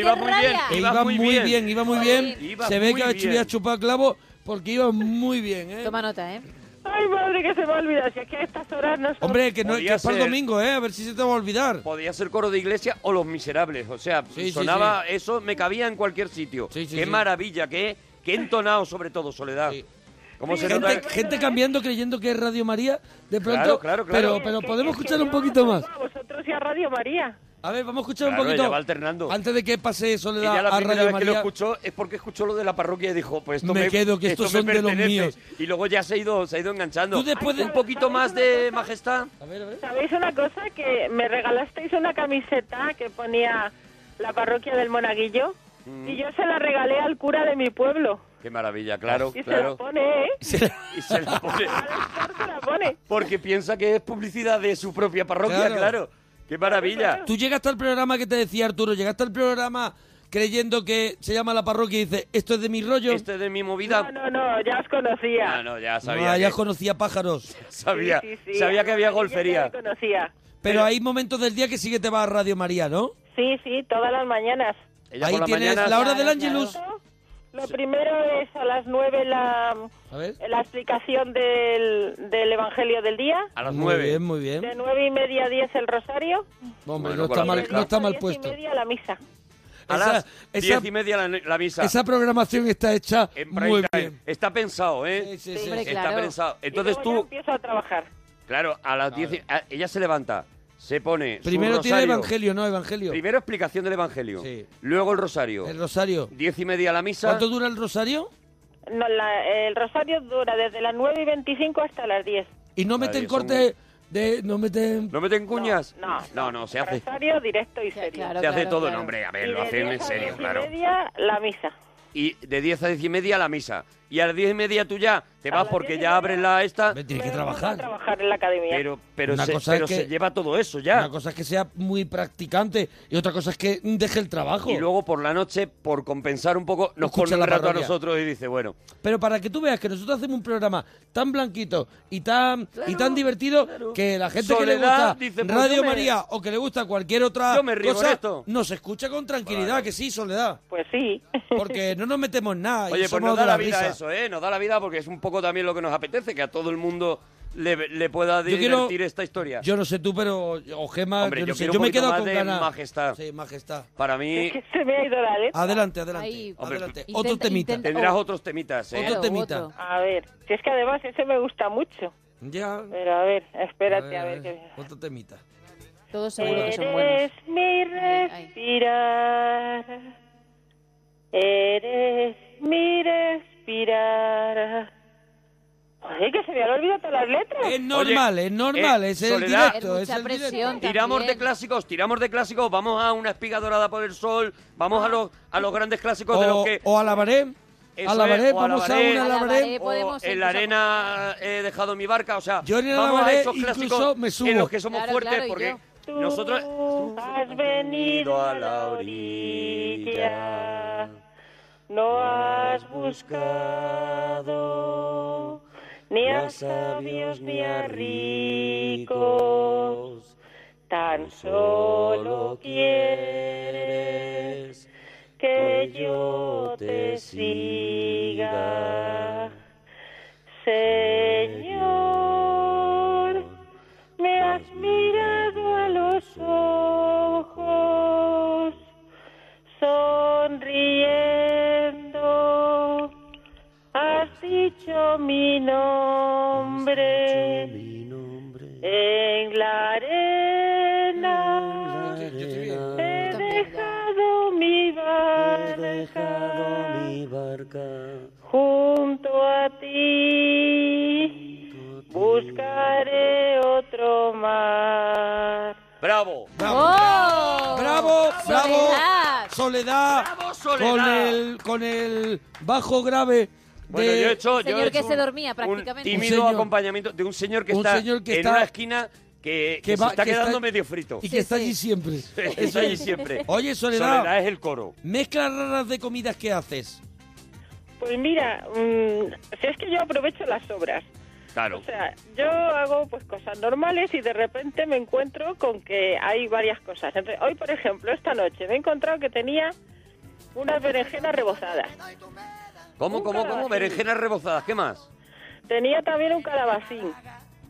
S8: Iba
S6: qué
S8: muy
S6: rabia!
S8: bien.
S5: E Iba, muy bien. iba muy bien.
S8: Iba
S5: Se ve
S8: muy
S5: que había
S8: bien.
S5: chupado clavo porque iba muy bien, ¿eh?
S6: Toma nota, ¿eh?
S11: Ay, madre, que se me ha olvidado. Si es que a estas horas no son-
S5: Hombre, que, no,
S8: Podía
S5: que es para el
S8: ser.
S5: domingo, ¿eh? A ver si se te va a olvidar.
S8: Podía ser coro de iglesia o Los Miserables. O sea,
S5: Sí, sí,
S8: sonaba eso, me cabía en cualquier sitio.
S5: Sí, sí,
S8: qué
S5: sí.
S8: maravilla, qué, qué entonado sobre todo, Soledad.
S5: Sí.
S8: ¿Cómo se nota?
S5: Gente, gente cambiando creyendo que es Radio María, de pronto.
S8: Claro, claro, claro.
S5: Pero, pero
S11: Que-
S5: podemos
S11: que
S5: escuchar
S11: yo
S5: un poquito
S11: oigo
S5: más.
S11: A vosotros y a Radio María.
S5: A ver, vamos a escuchar
S8: Claro,
S5: un poquito.
S8: ella va alternando.
S5: Antes de que pase
S8: Y
S5: Soledad
S8: ya la
S5: a
S8: primera
S5: Radio
S8: vez que lo
S5: María.
S8: escuchó es porque escuchó lo de la parroquia y dijo, pues esto
S5: Me
S8: me,
S5: quedo, que
S8: esto
S5: estos
S8: me
S5: son de los
S8: pertenece.
S5: míos.
S8: Y luego ya se ha ido, se ha ido enganchando.
S5: Tú después de-
S8: un poquito más de majestad.
S5: A ver, a ver.
S11: ¿Sabéis una cosa? Que me regalasteis una camiseta que ponía la parroquia del Monaguillo y yo se la regalé al cura de mi pueblo.
S8: Mm, Qué maravilla, claro,
S11: Y se la
S8: claro.
S11: pone, ¿eh?
S8: Y se la pone.
S11: Claro, se la pone.
S8: Porque piensa que es publicidad de su propia parroquia,
S5: Claro.
S8: claro. Qué maravilla.
S5: Tú llegaste al programa que te decía Arturo, llegaste al programa creyendo que se llama la parroquia y dice, esto es de mi rollo.
S8: Este de mi movida.
S11: No, no, ya os conocía.
S8: No, no, ya sabía.
S5: Ah, ya
S8: que-
S5: conocía pájaros.
S8: sabía, sabía que había golfería.
S11: Ya me conocía.
S5: Pero hay momentos del día que sí que te va a Radio María, ¿no?
S11: Sí, sí, todas las mañanas.
S5: Ella Ahí por la tienes mañana- la hora del Ángelus.
S11: Lo primero es a las nueve la,
S5: A ver.
S11: la explicación del, del Evangelio del día.
S8: A las
S5: Muy
S8: nueve.
S5: bien, muy bien.
S11: De nueve y media a diez el rosario.
S5: Hombre,
S8: Bueno,
S5: no,
S8: con
S5: está
S8: la
S5: mal,
S8: mezcla.
S5: no está mal
S11: Diez y
S5: puesto.
S11: media la misa.
S8: A
S5: Esa-
S8: las
S5: esa-
S8: diez y media la, la misa.
S5: Esa programación está hecha
S8: En prime
S5: muy
S8: time.
S5: bien.
S8: Está pensado, ¿eh?
S11: sí, sí. Hombre,
S8: Está
S11: claro.
S8: pensado. Entonces
S11: Luego ya
S8: tú,
S11: empiezo a trabajar.
S8: claro, a las 10 y- a- ella se levanta, se pone su
S5: Primero tiene
S8: rosario.
S5: Evangelio, ¿no? Evangelio.
S8: Primero explicación del Evangelio.
S5: Sí.
S8: Luego el rosario.
S5: El rosario.
S8: Diez y media la misa.
S5: ¿Cuánto dura el rosario?
S11: No, la- el rosario dura desde las nueve y veinticinco hasta las diez.
S5: Y no meten
S8: Adiós,
S5: corte de... No meten...
S8: ¿No meten cuñas?
S11: No,
S8: no, no, se hace.
S11: Rosario directo y serio.
S8: se hace todo, no, hombre, a ver, lo hacen en serio, claro.
S11: Y media la misa.
S8: Y de 10 a 10 y media la misa. Y a las 10 y media tú ya te vas porque ya abres la esta. Me
S5: tienes que trabajar.
S11: Trabajar en la academia.
S8: Pero, pero,
S5: Una
S8: se,
S5: cosa es
S8: pero
S5: que-
S8: se lleva todo eso ya.
S5: Una cosa es que sea muy practicante y otra cosa es que deje el trabajo.
S8: Y luego por la noche, por compensar un poco, nos pone
S5: Escucha
S8: un
S5: la
S8: rato a
S5: parroquia.
S8: nosotros y dice, bueno,
S5: Pero para que tú veas que nosotros hacemos un programa tan blanquito y tan y tan divertido que la gente que le
S8: Soledad
S5: gusta
S8: dice, pues, yo
S5: Radio
S8: me-
S5: María o que le gusta cualquier otra
S8: Yo me río
S5: cosa,
S8: con esto.
S5: nos escucha con tranquilidad, que sí, Soledad.
S11: Pues sí.
S5: Porque no nos metemos en nada. y
S8: oye, pues
S5: somos
S8: nos
S5: de
S8: da la vida
S5: risa.
S8: eso, ¿eh? Nos da la vida porque es un poco también lo que nos apetece, que a todo el mundo le, le pueda
S5: Yo
S8: divertir
S5: quiero-
S8: esta historia.
S5: Yo no sé tú, pero o Gema,
S8: Hombre,
S5: yo, no
S8: yo
S5: sé,
S8: quiero
S5: yo
S8: un
S5: me
S8: poquito
S5: quedo
S8: más
S5: con
S8: de
S5: ganas.
S8: majestad.
S5: Sí, majestad.
S8: Para mí...
S11: Es que se me ha ido la letra.
S5: Adelante, adelante.
S8: Hombre,
S5: adelante.
S8: intenta-
S5: Otro temita.
S8: intenta- oh, Tendrás otros temitas, ¿eh?
S5: Otro temita.
S11: A ver, si es que además ese me gusta mucho.
S5: Ya.
S11: Pero a ver, espérate,
S5: A
S11: a
S5: ver,
S11: ver,
S5: a
S11: qué
S5: Otro temita.
S6: Todos seguro que
S11: Eres
S6: son buenos.
S11: mi respirar. Eres mi respirar. Joder, que se me han olvidado todas las letras.
S5: Es normal, es normal, es el
S8: eh, Soledad,
S5: directo, es el directo.
S8: Tiramos de clásicos, tiramos de clásicos, vamos a una espiga dorada por el sol, vamos a los, a los grandes clásicos de los
S5: O,
S8: que...
S5: o alabaré,
S8: Eso
S5: alabaré,
S8: es, o
S5: vamos
S8: alabaré,
S5: a una alabaré.
S8: o en la arena he dejado mi barca, o sea,
S5: Yo en el
S8: vamos a
S5: alabaré
S8: esos
S5: incluso
S8: clásicos
S5: me subo.
S8: en los que somos
S11: Claro,
S8: fuertes
S11: claro, y
S8: porque
S11: yo.
S8: nosotros...
S11: Tú has venido a la orilla, no has buscado ni a sabios ni a ricos, tan solo quieres que yo te Este siga, Señor. Me has mirado a los ojos, sonriendo. Has dicho mi nombre en la arena. He dejado mi barca junto a ti. Buscaré otro mar.
S8: ¡Bravo!
S5: ¡Bravo! ¡Bravo! ¡Bravo!
S11: Soledad.
S5: ¡Soledad!
S8: Soledad.
S5: Con el, con el bajo grave de...
S8: Bueno, yo he hecho... yo he
S6: Señor que
S8: hecho
S6: se
S8: un-
S6: dormía
S8: un
S6: prácticamente.
S8: tímido
S5: señor-
S8: acompañamiento de un señor que
S5: un
S8: está
S5: señor que
S8: en
S5: está-
S8: una esquina que, que se
S5: va-
S8: está
S5: que
S8: quedando medio frito.
S5: Y que está allí siempre.
S8: Está allí siempre.
S5: Oye, Soledad.
S8: Soledad es el coro.
S5: Mezclas raras de comidas que haces.
S11: Pues mira, mm, si es que yo aprovecho las obras.
S8: Claro.
S11: O sea, yo hago pues cosas normales y de repente me encuentro con que hay varias cosas. Entonces, hoy, por ejemplo, esta noche me he encontrado que tenía unas berenjenas rebozadas.
S8: ¿Cómo, cómo, cómo? Berenjenas rebozadas, ¿qué más?
S11: Tenía también un calabacín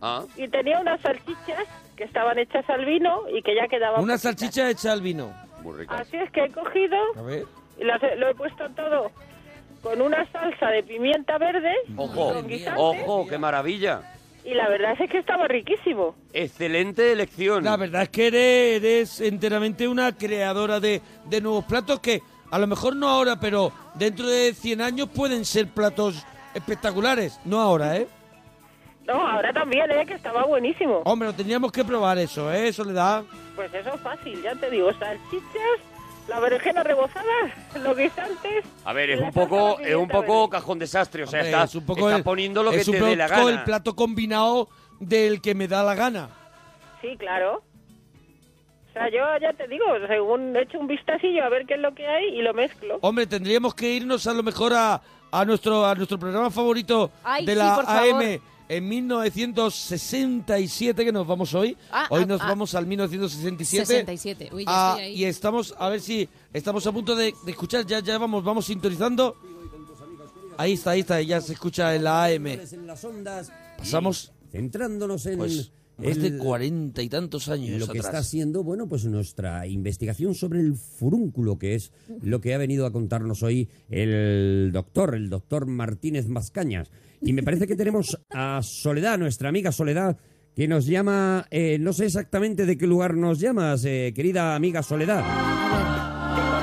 S8: Ah.
S11: y tenía unas salchichas que estaban hechas al vino y que ya quedaban.
S5: Una salchicha hecha al vino.
S8: Muy rica.
S11: Así es que he cogido
S5: A ver.
S11: y las he- lo he puesto todo con una salsa de pimienta verde
S8: Ojo,
S11: con guisante
S8: ojo, qué maravilla.
S11: y la verdad es que estaba riquísimo.
S8: Excelente elección.
S5: La verdad es que eres, eres enteramente una creadora de, de nuevos platos que a lo mejor no ahora, pero dentro de 100 años pueden ser platos espectaculares. No ahora, ¿eh?
S11: No, ahora también, ¿eh? que estaba buenísimo.
S5: Hombre, lo teníamos que probar eso, ¿eh? Soledad.
S11: Pues eso es fácil, ya te digo, salchichas, la berenjena rebozada, los guisantes.
S8: A ver, es un poco, es un poco cajón desastre, o sea,
S5: Hombre,
S8: estás, estás
S5: el-
S8: poniendo lo que
S5: es un
S8: te dé la
S5: poco
S8: gana.
S5: el plato combinado del que me da la gana.
S11: Sí, claro. O sea, yo ya te digo, según he hecho un vistacillo a ver qué es lo que hay y lo mezclo.
S5: Hombre, tendríamos que irnos a lo mejor a, a nuestro, a nuestro programa favorito
S11: Ay,
S5: de
S11: sí,
S5: la
S11: por favor.
S5: AM. En 1967, que nos vamos hoy,
S13: Ah,
S5: hoy
S13: ah,
S5: nos
S13: ah.
S5: vamos al 1967.
S13: 67. Uy, ya
S5: Ah,
S13: estoy ahí.
S5: Y estamos, a ver si estamos a punto de, de escuchar, ya, ya vamos, vamos sintonizando. Ahí está, ahí está, ya se escucha en la AM.
S8: En las ondas.
S5: Pasamos.
S8: Centrándonos en.
S5: Pues, más
S8: el-
S5: de cuarenta y tantos años
S8: Lo que
S5: atrás.
S8: está haciendo, bueno, pues nuestra investigación sobre el furúnculo, que es lo que ha venido a contarnos hoy el doctor, el doctor Martínez Mascañas. Y me parece que tenemos a Soledad, nuestra amiga Soledad, que nos llama, eh, no sé exactamente de qué lugar nos llamas, eh, querida amiga Soledad.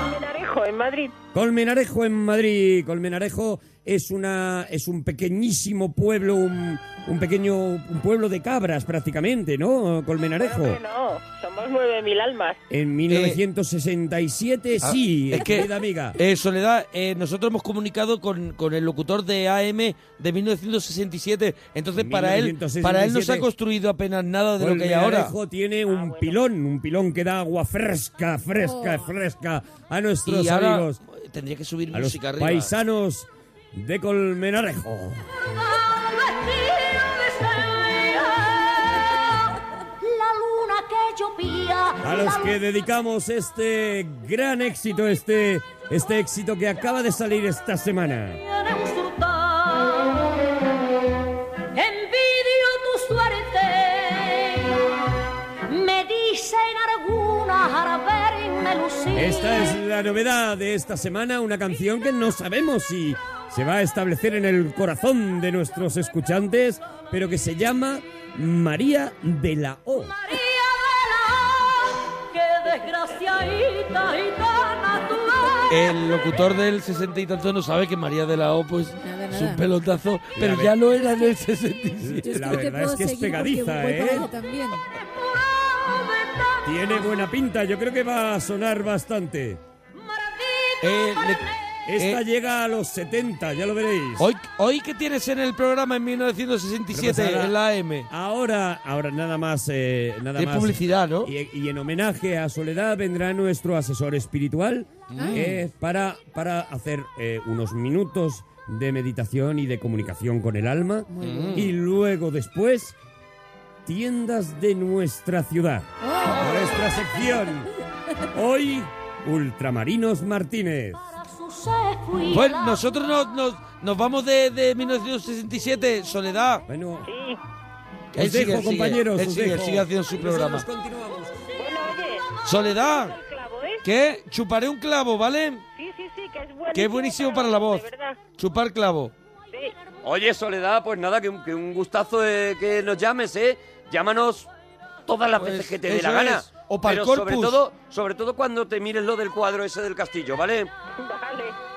S11: Colmenarejo, en Madrid.
S8: Colmenarejo en Madrid. Colmenarejo es una es un pequeñísimo pueblo, un, un pequeño un pueblo de cabras prácticamente, ¿no? Colmenarejo.
S5: Eh.
S11: Claro que no, somos 9.000 almas.
S8: En 1967,
S5: Ah,
S8: sí,
S5: es que,
S8: querida amiga.
S5: eh, Soledad, eh, nosotros hemos comunicado con, con el locutor de AM de 1967, entonces para él para él no se ha
S8: 1967.
S5: construido apenas nada de lo que hay ahora.
S8: Colmenarejo Pues tiene un pilón, un pilón que da agua fresca, fresca, fresca a nuestros
S5: Y ahora
S8: amigos,
S5: tendría que subir
S8: a los
S5: música arriba.
S8: paisanos de Colmenarejo.
S6: La luna que llovía.
S8: A los que dedicamos este gran éxito, este, este éxito que acaba de salir esta semana.
S6: Envidio tu suerte. Me dicen algunas al verme lucir.
S8: Esta es la novedad de esta semana, una canción que no sabemos si se va a establecer en el corazón de nuestros escuchantes, pero que se llama María de la O.
S6: Qué desgraciadita y tan natural.
S5: El locutor del 60 y tanto no sabe que María de la O pues es un pelotazo, pero
S8: ve-
S5: ya lo era en el 67.
S8: La verdad es que es pegadiza, ¿eh?
S13: También.
S8: Tiene buena pinta, yo creo que va a sonar bastante. Esta
S5: eh,
S8: llega a los 70, ya lo veréis.
S5: Hoy, hoy que tienes en el programa en 1967
S8: Pero pues ahora-
S5: en la AM.
S8: Ahora, ahora nada más, eh, nada
S5: De
S8: más.
S5: publicidad, ¿no?
S8: Y, y en homenaje a Soledad vendrá nuestro asesor espiritual
S5: Ah.
S8: eh, para, para hacer eh, unos minutos de meditación y de comunicación con el alma. Mm.
S13: Muy bien.
S8: Y luego después, tiendas de nuestra ciudad. Nuestra sección. Hoy, Ultramarinos Martínez.
S5: Pues nosotros nos, nos, nos vamos de, de 1967, Soledad.
S8: Bueno,
S5: Él
S8: Os
S5: sigue,
S8: dejo,
S5: él sigue,
S8: compañeros,
S5: él
S8: os
S5: sigue,
S8: dejo.
S5: sigue haciendo su programa.
S8: Nosotros
S5: Soledad,
S11: ¿eh?
S5: ¿qué? Chuparé un clavo, ¿vale?
S11: Sí, sí, sí, que es buenísimo.
S5: Que es buenísimo para la voz.
S11: De verdad.
S5: Chupar clavo.
S11: Sí.
S14: Oye, Soledad, pues nada, que un, que un gustazo de que nos llames, ¿eh? Llámanos todas las veces que te dé
S5: Pues, eso
S14: la gana.
S5: es. O pa'l
S14: Pero sobre
S5: corpus.
S14: todo, sobre todo cuando te mires lo del cuadro ese del castillo, ¿vale?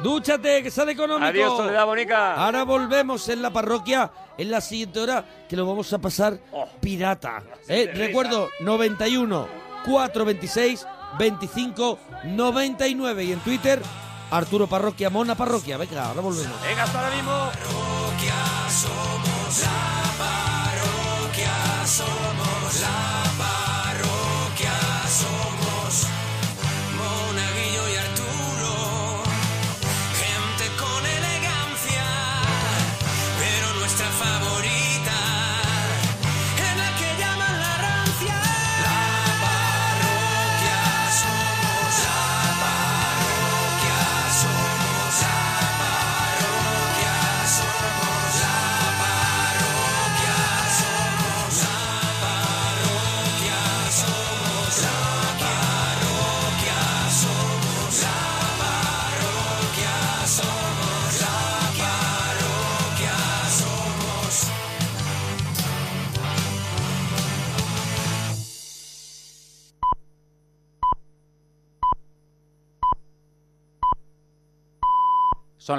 S5: Dúchate, que sale económico.
S14: Adiós, Soledad Bonica.
S5: Ahora volvemos en la parroquia en la siguiente hora que lo vamos a pasar
S14: Oh.
S5: pirata. Eh,
S14: de
S5: recuerdo, 91 426 25 99 y en Twitter Arturo Parroquia, Mona Parroquia. Venga, ahora volvemos.
S14: Venga, hasta ahora mismo.
S4: Parroquia somos la parroquia somos la parroquia somos Monaguillo y Arturo gente con elegancia pero nuestra favorita es la que llaman la rancia la parroquia somos la parroquia somos la parroquia somos la parroquia somos la parroquia somos la parroquia somos la parroquia somos la parroquia somos
S15: Son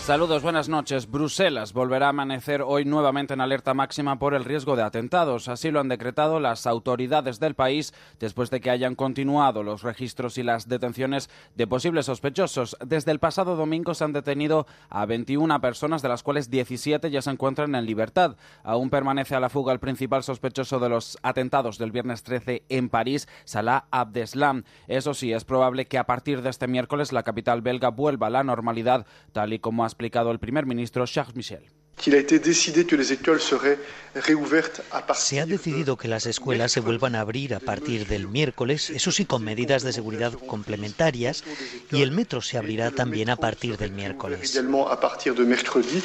S15: Saludos, buenas noches. Bruselas volverá a amanecer hoy nuevamente en alerta máxima por el riesgo de atentados. Así lo han decretado las autoridades del país después de que hayan continuado los registros y las detenciones de posibles sospechosos. Desde el pasado domingo se han detenido a 21 personas, de las cuales 17 ya se encuentran en libertad. Aún permanece a la fuga el principal sospechoso de los atentados del viernes 13 en París, Salah Abdeslam. Eso sí, es probable que a partir de este miércoles la capital belga vuelva a la normalidad, tal y como ha explicado el primer ministro Charles Michel.
S16: qu'il a été décidé que les écoles seraient réouvertes à partir
S17: Se ha decidido que las escuelas se vuelvan a abrir a partir del miércoles, eso sí con medidas de seguridad complementarias, y el metro se abrirá también a partir del miércoles.
S16: également à partir de mercredi.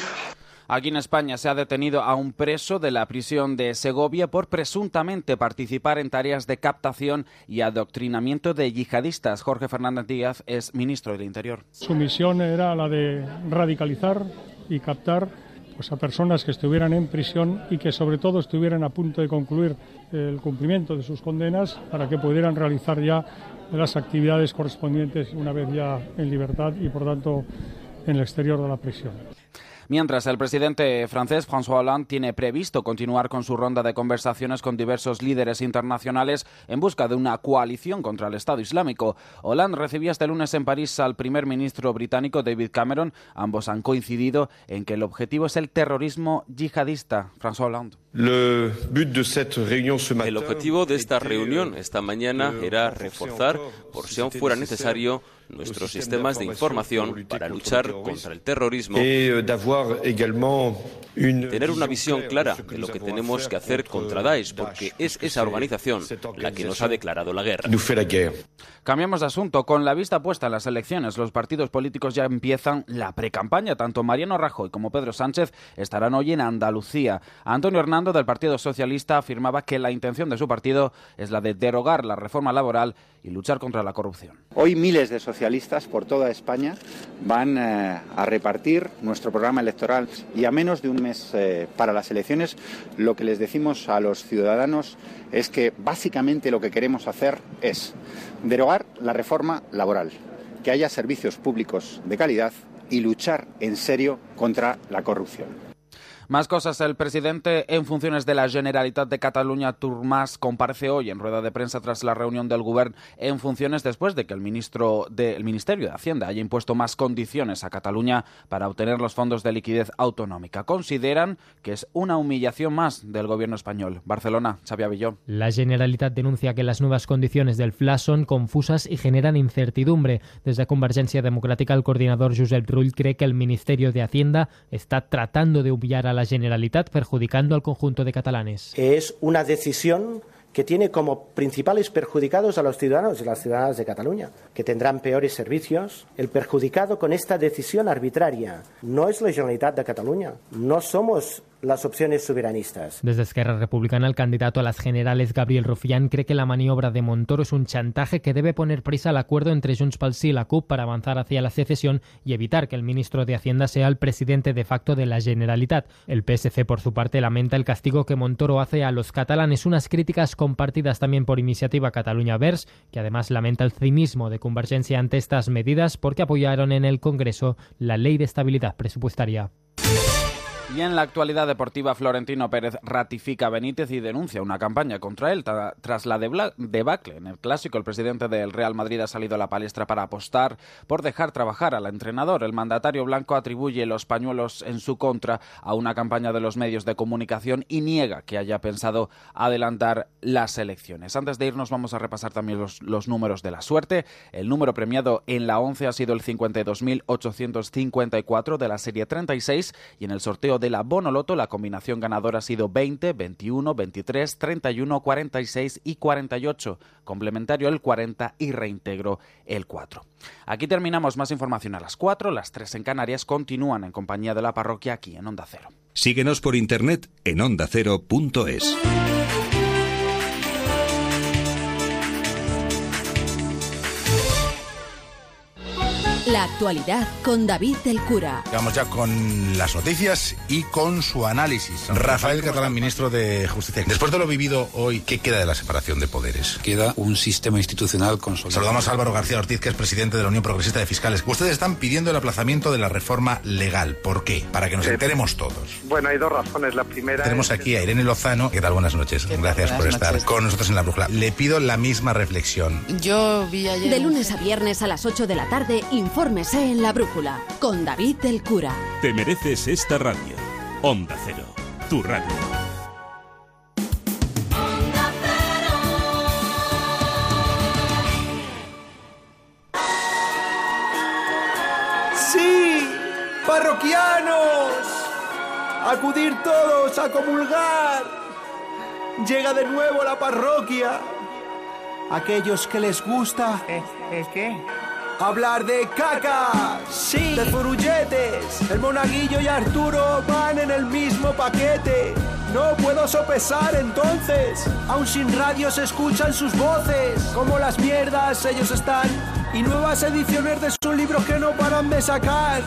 S15: Aquí en España se ha detenido a un preso de la prisión de Segovia por presuntamente participar en tareas de captación y adoctrinamiento de yihadistas. Jorge Fernández Díaz es ministro del Interior.
S2: Su misión era la de radicalizar y captar pues, a personas que estuvieran en prisión y que sobre todo estuvieran a punto de concluir el cumplimiento de sus condenas para que pudieran realizar ya las actividades correspondientes una vez ya en libertad y por tanto en el exterior de la prisión.
S15: Mientras, el presidente francés François Hollande tiene previsto continuar con su ronda de conversaciones con diversos líderes internacionales en busca de una coalición contra el Estado Islámico. Hollande recibía este lunes en París al primer ministro británico David Cameron. Ambos han coincidido en que el objetivo es el terrorismo yihadista. François Hollande.
S18: Le but de cette réunion ce matin euh,
S19: El objetivo de esta reunión esta mañana era reforzar, por si aún fuera necesario, nuestros sistemas de información para luchar contra el terrorismo
S5: Eh,
S18: et euh, d'avoir également une
S19: tener una visión
S5: eh,
S19: clara de lo que tenemos que hacer contra Daesh, porque
S5: pues
S19: es esa organización la que nos ha declarado la guerra.
S18: nous fait la guerre.
S15: Cambiamos de asunto. Con la vista puesta en las elecciones, los partidos políticos ya empiezan la precampaña. Tanto Mariano Rajoy como Pedro Sánchez estarán hoy en Andalucía. Antonio Hernando del Partido Socialista afirmaba que la intención de su partido es la de derogar la reforma laboral y luchar contra la corrupción.
S20: Hoy miles de socialistas por toda España van eh, a repartir nuestro programa electoral y a menos de un mes eh, para las elecciones lo que les decimos a los ciudadanos es que básicamente lo que queremos hacer es derogar la reforma laboral, que haya servicios públicos de calidad y luchar en serio contra la corrupción.
S15: Más cosas. El presidente en funciones de la Generalitat de Cataluña, Turmas, comparece hoy en rueda de prensa tras la reunión del Gobierno en funciones después de que el ministro del Ministerio de Hacienda haya impuesto más condiciones a Cataluña para obtener los fondos de liquidez autonómica. Consideran que es una humillación más del gobierno español. Barcelona, Xavi Avillón.
S21: La Generalitat denuncia que las nuevas condiciones del FLA son confusas y generan incertidumbre. Desde Convergencia Democrática, el coordinador Josep Rull cree que el Ministerio de Hacienda está tratando de humillar a la Generalitat, perjudicando al conjunto de catalanes.
S22: que es una decisión que tiene como principales perjudicados a los ciudadanos y las ciudadanas de Cataluña, que tendrán peores servicios. El perjudicado con esta decisión arbitraria no es la Generalitat de Cataluña, no somos las opciones soberanistas.
S21: Desde Esquerra Republicana, el candidato a las generales Gabriel Rufián cree que la maniobra de Montoro es un chantaje que debe poner prisa al acuerdo entre Junts pel Sí y la CUP para avanzar hacia la secesión y evitar que el ministro de Hacienda sea el presidente de facto de la Generalitat. El PSC, por su parte, lamenta el castigo que Montoro hace a los catalanes, unas críticas compartidas también por iniciativa Cataluña Vers, que además lamenta el cinismo de Convergencia ante estas medidas porque apoyaron en el Congreso la Ley de Estabilidad Presupuestaria.
S15: Y en la actualidad deportiva, Florentino Pérez ratifica a Benítez y denuncia una campaña contra él. Tra- tras la debla- debacle en el clásico, el presidente del Real Madrid ha salido a la palestra para apostar por dejar trabajar al entrenador. El mandatario blanco atribuye los pañuelos en su contra a una campaña de los medios de comunicación y niega que haya pensado adelantar las elecciones. Antes de irnos, vamos a repasar también los, los números de la suerte. El número premiado en la 11 ha sido el 52.854 de la serie 36 y en el sorteo de la Bonoloto la combinación ganadora ha sido 20, 21, 23, 31, 46 y 48, complementario el 40 y reintegro el 4. Aquí terminamos más información a las 4, las 3 en Canarias continúan en compañía de la parroquia aquí en Onda Cero.
S23: Síguenos por internet en ondacero.es.
S3: La Actualidad con David del Cura.
S24: Vamos ya con las noticias y con su análisis. Rafael Catalán, ministro de Justicia. Después de lo vivido hoy, ¿qué queda de la separación de poderes?
S9: Queda un sistema institucional consolidado.
S24: Saludamos a Álvaro García Ortiz, que es presidente de la Unión Progresista de Fiscales. Ustedes están pidiendo el aplazamiento de la reforma legal. ¿Por qué? Para que nos
S7: Eh,
S24: enteremos todos.
S7: Bueno, hay dos razones. La primera
S24: Tenemos
S7: es que-
S24: aquí a Irene Lozano. ¿Qué tal? Buenas noches. Gracias por
S7: Buenas
S24: estar
S7: noches.
S24: con nosotros en la brújula. Le pido la misma reflexión.
S3: Yo vi ayer. De lunes a viernes a las 8 de la tarde, infórmese en la brújula con David del Cura.
S25: Te mereces esta radio. Onda Cero, tu radio.
S12: Sí, parroquianos, acudir todos a comulgar. Llega de nuevo la parroquia. Aquellos que les gusta... ¿El qué? Hablar de caca, sí, de furulletes. El monaguillo y Arturo van en el mismo paquete. No puedo sopesar entonces. Aún sin radio se escuchan sus voces. Como las mierdas ellos están. Y nuevas ediciones de sus libros que no paran de sacar.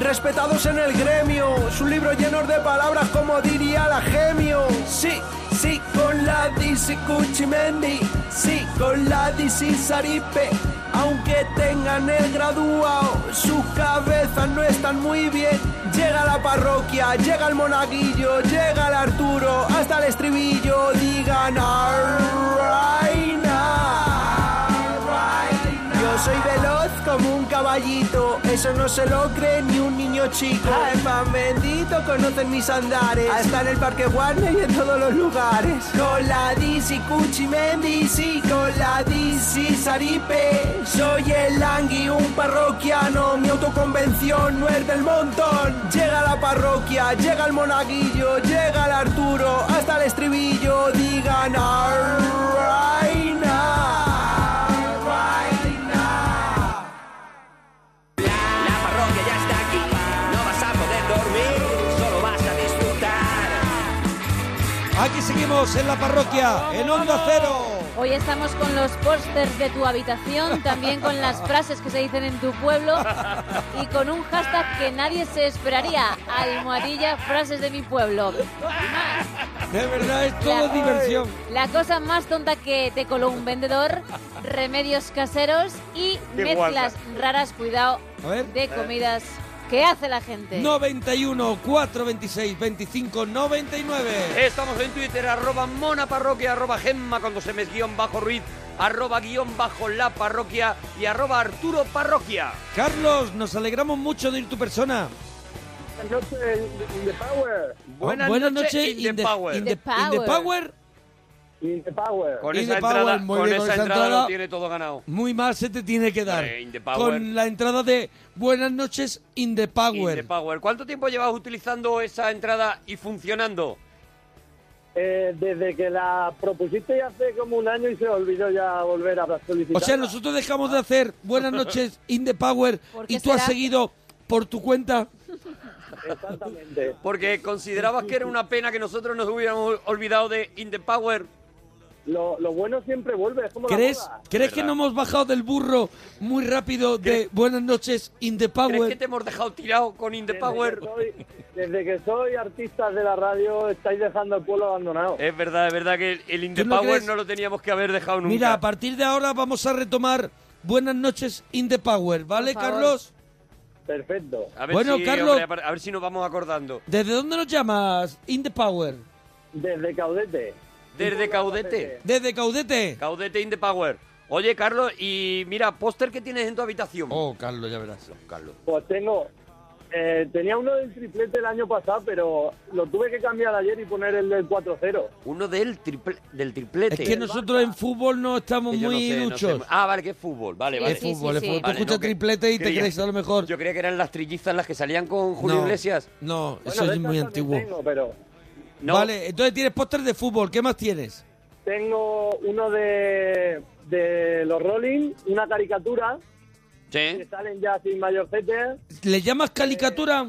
S12: Respetados en el gremio. Sus libros llenos de palabras como diría la gemio. Sí, sí, con la DC Cuchimendi. Sí, con la DC Saripe. Aunque tengan el graduado, sus cabezas no están muy bien. Llega la parroquia, llega el monaguillo, llega el Arturo, hasta el estribillo, digan Arraina. Yo soy veloz como un caballito, eso no se lo cree ni un niño chico. Ay, pan bendito, conocen mis andares, hasta en el Parque Warner y en todos los lugares. Con la DC Cuchi Mendy, sí, con la DC Saripe. Soy el Langui, un parroquiano, mi autoconvención no es del montón. Llega la parroquia, llega el monaguillo, llega el Arturo, hasta el estribillo, digan Arraina.
S4: La parroquia ya está aquí, no vas a poder dormir, solo vas a disfrutar.
S5: Aquí seguimos en la parroquia, en Onda Cero.
S6: Hoy estamos con los pósters de tu habitación, también con las frases que se dicen en tu pueblo y con un hashtag que nadie se esperaría, almohadilla frases de mi pueblo.
S5: De verdad, es todo
S6: La-
S5: diversión.
S6: La cosa más tonta que te coló un vendedor, remedios caseros y
S5: Qué
S6: mezclas raras, cuidado,
S5: A ver.
S6: de comidas que hace la gente.
S5: 91 426 25 99.
S8: Estamos en Twitter, arroba monaparroquia, arroba gemma cuando se mes guión bajo ruiz, arroba guión bajo la parroquia y arroba arturo parroquia.
S5: Carlos, nos alegramos mucho de ir tu persona.
S7: Buenas noches, In the Power.
S5: Buenas Buenas noches, noches, In In the the- Power. In the- In the Power.
S7: In the Power.
S8: Con
S5: In
S8: esa
S5: the power,
S8: entrada,
S5: muy
S8: con
S5: bien,
S8: esa entrada lo tiene todo ganado.
S5: Muy mal se te tiene que dar.
S8: Eh, in the power.
S5: Con la entrada de Buenas noches, In the Power.
S8: De Power. ¿Cuánto tiempo llevas utilizando esa entrada y funcionando?
S7: Eh, desde que la propusiste ya hace como un año y se olvidó ya volver a solicitar.
S5: O sea, nosotros dejamos de hacer Buenas noches, In the Power
S7: ¿Por
S5: y
S7: qué
S5: tú has
S7: será?
S5: seguido por tu cuenta.
S7: Exactamente.
S8: Porque considerabas que era una pena que nosotros nos hubiéramos olvidado de In the Power.
S7: Lo, lo bueno siempre vuelve, es como la
S5: ¿Crees,
S7: moda.
S5: ¿crees que no hemos bajado del burro muy rápido de Buenas noches, In the
S8: ¿Crees que
S5: Power?
S8: te hemos dejado tirado con In the Power?
S7: Desde que soy artistas de la radio, estáis dejando el pueblo abandonado.
S8: Es verdad, es verdad que el In the
S5: ¿Tú no
S8: Power
S5: crees?
S8: no lo teníamos que haber dejado nunca.
S5: Mira, a partir de ahora vamos a retomar Buenas noches, In the Power. ¿Vale,
S8: Por favor.
S5: Carlos?
S7: Perfecto.
S8: A ver
S5: Bueno,
S8: si,
S5: Carlos.
S8: hombre, a ver si nos vamos acordando.
S5: ¿Desde dónde nos llamas, In the Power?
S7: Desde Caudete.
S8: Desde Caudete.
S5: Desde Caudete.
S8: Caudete in the power. Oye, Carlos, y mira, póster que tienes en tu habitación.
S5: Oh, Carlos, ya verás.
S8: Carlos.
S7: Pues tengo. eh, tenía uno del triplete el año pasado, pero lo tuve que cambiar ayer y poner el del 4-0.
S8: Uno del, triple- del triplete.
S5: Es que nosotros en fútbol no estamos
S8: Que yo no
S5: muy
S8: sé, no sé.
S5: luchos.
S8: Ah, vale, que es fútbol. Vale,
S5: Es
S8: vale.
S5: fútbol, es fútbol. Tú
S8: Vale,
S5: escuchas
S8: que-
S5: triplete y te
S8: creía-
S5: crees a lo mejor.
S8: Yo creía que eran las trillizas las que salían con Julio
S5: No,
S8: Iglesias.
S5: No, eso es muy antiguo.
S7: pero
S8: No.
S5: Vale, entonces tienes póster de fútbol. ¿Qué más tienes?
S7: tengo uno de, de los Rolling, una caricatura. Que salen ya sin mayorcete.
S5: ¿Le llamas caricatura?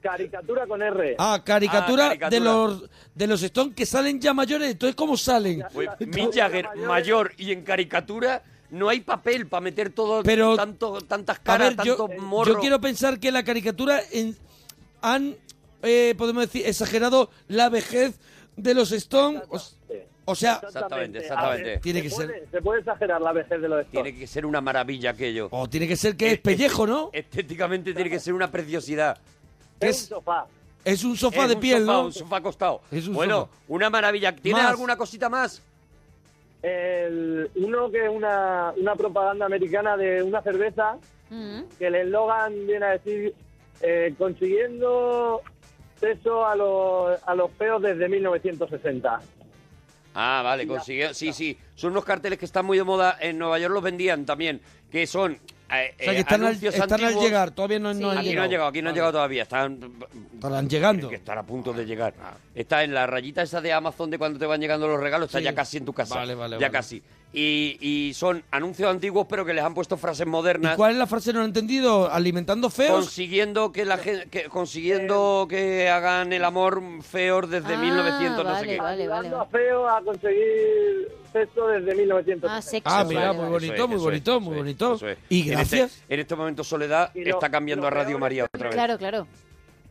S7: Caricatura con R.
S5: Ah, caricatura,
S7: caricatura.
S5: de los de los Stones que salen ya mayores. Entonces, ¿cómo salen?
S8: Uy, Mick Jagger mayor y en caricatura no hay papel para meter todo
S5: Pero,
S8: tanto, tantas
S5: A
S8: caras,
S5: ver, yo,
S8: tanto morro.
S5: yo quiero pensar que la caricatura en- han, eh, podemos decir, exagerado la vejez de los Stone. O, o sea,
S8: Exactamente,
S5: A
S8: exactamente.
S5: ver, Tiene que ser.
S7: Se puede exagerar la vejez de los Stones.
S8: Tiene que ser una maravilla aquello. E-,
S5: O tiene que ser que es pellejo, ¿no?
S8: Estéticamente tiene que ser una preciosidad.
S5: Es un
S7: sofá.
S5: Es un sofá
S8: Es
S5: de
S8: un
S5: piel,
S8: sofá,
S5: ¿no?
S8: Un sofá acostado.
S5: Es un
S8: bueno,
S5: sofá.
S8: una maravilla. ¿Tienes
S5: Más.
S8: alguna cosita más?
S7: El- uno que es una, una propaganda americana de una cerveza, que el eslogan viene a decir eh, consiguiendo peso a los, a los peos desde 1960.
S8: Ah, vale, consiguió. Sí, sí. Son unos carteles que están muy de moda. En Nueva York los vendían también. Que son. eh,
S5: O sea,
S8: eh,
S5: que están, al,
S8: anuncios
S5: están al
S8: antiguos.
S5: llegar, todavía no, no han
S8: aquí no
S5: llegado.
S8: han llegado, aquí no han llegado todavía. Están,
S5: Estarán llegando.
S8: Que estar a punto de llegar. Está en la rayita esa de Amazon de cuando te van llegando los regalos, está
S5: Sí.
S8: ya casi en tu casa.
S5: Vale, vale,
S8: Ya
S5: vale.
S8: casi. Y, y son anuncios antiguos, pero que les han puesto frases modernas.
S5: ¿Y cuál es la frase? No lo he entendido. ¿Alimentando feos? Eh,
S8: Consiguiendo que la gen- que, consiguiendo que hagan el amor feor
S5: Ah,
S8: desde 1900
S6: Ah,
S8: no sé qué.
S7: Ayudando a feo a conseguir peso desde 1960.
S5: Ah, mira, muy bonito,
S8: Eso es,
S5: muy
S8: eso
S5: bonito, muy bonito. Y
S8: En este-
S5: gracias.
S8: en este momento Soledad
S7: Y lo-
S8: está cambiando a Radio María otra vez.
S6: Claro, claro.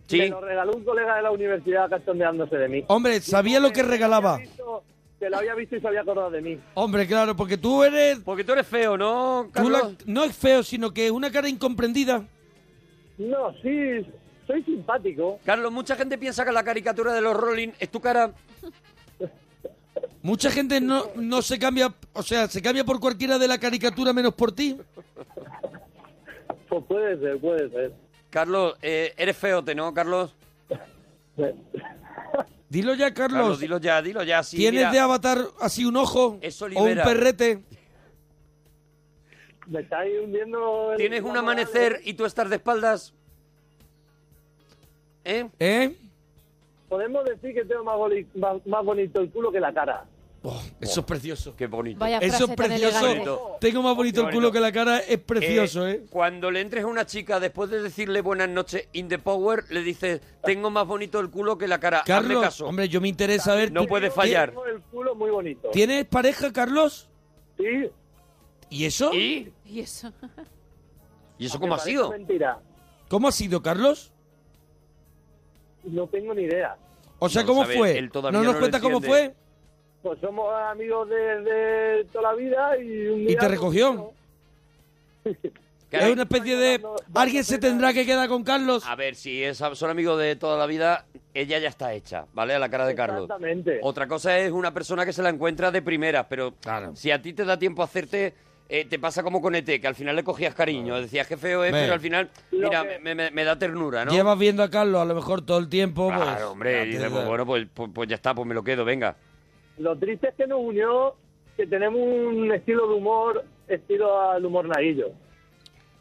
S8: Sí.
S7: Me lo regaló un colega de la universidad castondeándose de mí.
S5: Hombre, sabía lo que regalaba.
S7: Que lo había visto y se había acordado de mí.
S5: Hombre, claro, porque tú eres...
S8: Porque tú eres feo, ¿no,
S7: Carlos?
S5: no es feo, sino que es una cara incomprendida.
S7: No, sí, soy simpático.
S8: Carlos, mucha gente piensa que la caricatura de los Rolling es tu cara.
S5: Mucha gente no, no se cambia, o sea, se cambia por cualquiera de la caricatura menos por ti.
S7: Pues puede ser, puede ser.
S8: Carlos, eh, eres feote, ¿no, Carlos?
S5: Dilo ya, Carlos.
S8: Carlos, dilo ya, dilo ya. Sí,
S5: ¿Tienes
S8: mira.
S5: de avatar así un ojo
S8: Eso
S5: o un
S8: libera.
S5: perrete?
S7: Me estáis hundiendo. el-
S8: ¿Tienes un amanecer y tú estás de espaldas? ¿Eh?
S5: ¿Eh?
S7: Podemos decir que tengo más, boli- más- más bonito el culo que la cara.
S8: Oh,
S5: Eso es precioso.
S8: Qué bonito.
S7: Vaya
S5: Eso
S7: frase
S5: es
S7: tan
S5: precioso.
S7: elegante.
S5: Tengo más bonito el
S8: Qué
S5: culo
S8: bonito.
S5: que la cara, es precioso, ¿eh?
S8: Cuando le entres a una chica, después de decirle buenas noches, in the power, le dices, tengo más bonito el culo que la cara. Hazme
S5: Carlos,
S8: caso.
S5: hombre, yo me interesa ver...
S8: No
S5: tú-
S8: puede fallar.
S7: Tengo el culo muy bonito.
S5: ¿Tienes pareja, Carlos?
S7: Sí.
S5: ¿Y eso?
S8: ¿Y?
S6: ¿Y eso?
S8: ¿Y eso
S7: Aunque
S8: cómo ha
S7: parezca
S8: sido?
S7: Mentira.
S5: ¿Cómo ha sido, Carlos?
S7: No tengo ni idea.
S5: O sea,
S8: No lo
S5: ¿cómo
S8: sabe,
S5: fue?
S8: él todavía
S5: ¿No
S8: no
S5: nos
S8: lo
S5: cuenta cómo
S8: entiende.
S5: fue?
S7: Pues somos amigos desde toda la vida y un día.
S5: ¿Y te recogió? Es una especie de... Alguien se tendrá que quedar con Carlos.
S8: A ver, si es, son amigos de toda la vida, ella ya está hecha, ¿vale? A la cara de Carlos.
S7: Exactamente.
S8: Otra cosa es una persona que se la encuentra de primera, pero si a ti te da tiempo a hacerte, eh, te pasa como con ET, que al final le cogías cariño,
S5: Ah.
S8: decías que feo es,
S5: Ve.
S8: pero al final, mira, me, me- me da ternura, ¿no?
S5: Llevas viendo a Carlos a lo mejor todo el tiempo.
S8: Claro,
S5: pues,
S8: hombre,
S5: ya
S8: dices,
S5: te-
S8: pues, bueno, pues, pues- pues ya está, pues me lo quedo, venga.
S7: Lo triste es que nos unió que tenemos un estilo de humor, estilo al humor naguillo.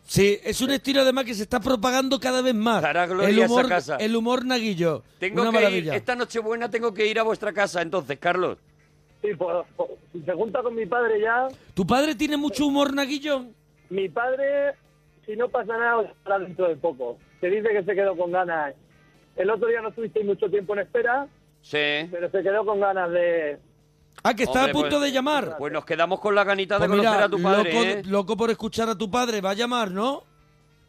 S5: Sí, es un estilo además que se está propagando cada vez más.
S8: gloria
S5: el
S8: a esa
S5: humor,
S8: casa.
S5: El humor naguillo.
S8: Tengo
S5: una
S8: que ir-
S5: maravilla.
S8: esta noche buena tengo que ir a vuestra casa, entonces, Carlos.
S7: Sí, pues, pues, si se junta con mi padre ya,
S5: ¿Tu padre tiene mucho humor naguillo?
S7: mi padre, si no pasa nada, estará dentro de poco. Se dice que se quedó con ganas. El otro día no estuvisteis mucho tiempo en espera,
S8: Sí.
S7: pero se quedó con ganas de...
S5: Ah, que está
S8: Hombre,
S5: a punto
S8: pues-
S5: de llamar.
S8: Pues nos quedamos con la ganita
S5: Pues
S8: de conocer
S5: mira,
S8: a tu padre,
S5: loco,
S8: ¿eh?
S5: loco por escuchar a tu padre, va a llamar, ¿no?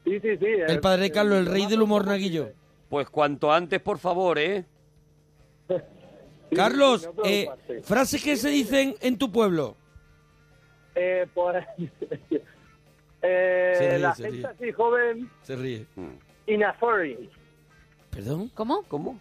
S7: Sí, sí, eh, sí.
S5: El padre Carlos, el rey del humor naguillo.
S8: Pues cuanto antes, por favor, ¿eh?
S5: Carlos,
S7: no
S5: eh,
S7: preocuparse.
S5: frases que se dicen en tu pueblo.
S7: Eh, pues... eh,
S5: Se ríe,
S7: la
S5: se
S7: gente
S5: ríe.
S7: así joven,
S5: Se ríe.
S7: inaforin.
S5: ¿Perdón?
S6: ¿Cómo?
S8: ¿Cómo?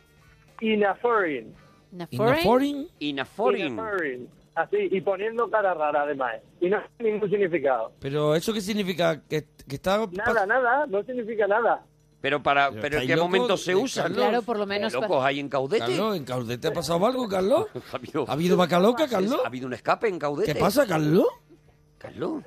S7: Inaforin.
S5: ¿Inaforin?
S8: Inaforin.
S7: Así, y poniendo cara rara además. Y no tiene ningún significado.
S5: ¿Pero eso qué significa? ¿Que, que está...?
S7: Nada, nada, no significa nada.
S8: Pero para,
S5: Pero
S8: pero en
S5: estáis
S8: qué
S5: locos,
S8: momento se
S5: eh,
S8: usa.
S5: Carlos. Claro, por lo menos
S8: Locos
S5: pa-
S8: hay en Caudete.
S5: Carlos, ¿en Caudete ha pasado algo, Carlos?
S8: Ha habido,
S5: ¿Ha habido vaca loca, Carlos?
S8: Ha habido un escape en Caudete.
S5: ¿Qué pasa, Carlos?
S8: Carlos.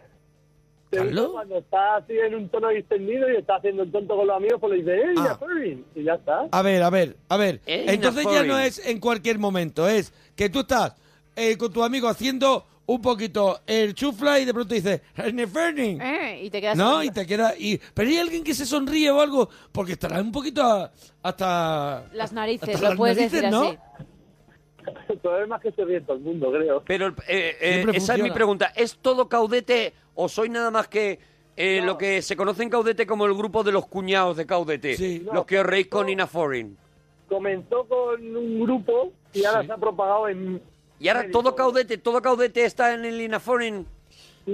S7: Te gusta
S5: ¿Carlos?
S7: Cuando está así en un tono distendido y está haciendo el tonto con los amigos, pues le dice,
S5: Ah.
S7: ¡eh, ya Ferrin", Y ya está.
S5: A ver, a ver, a ver.
S7: Eh,
S5: Entonces ya
S7: Inaforin.
S5: no es en cualquier momento, es que tú estás eh, con tu amigo haciendo un poquito el chufla y de pronto dices, "Inaforin".
S6: Eh, y te quedas...
S5: No, y te queda... Y, pero hay alguien que se sonríe o algo, porque estará un poquito a- hasta...
S6: Las narices,
S5: hasta
S6: lo
S5: las
S6: puedes
S5: narices,
S6: decir
S5: ¿no?
S6: así.
S7: El problema es que se ríe todo el mundo, creo.
S8: Pero el- eh, eh, esa es mi pregunta. ¿Es todo caudete o soy nada más que eh, lo que se conoce en caudete como el grupo de los cuñados de caudete? Los que os reís con Ina Foreign.
S7: Comenzó con un grupo y ahora se ha propagado en...
S8: Y ahora todo caudete, todo caudete está en el Inaforin.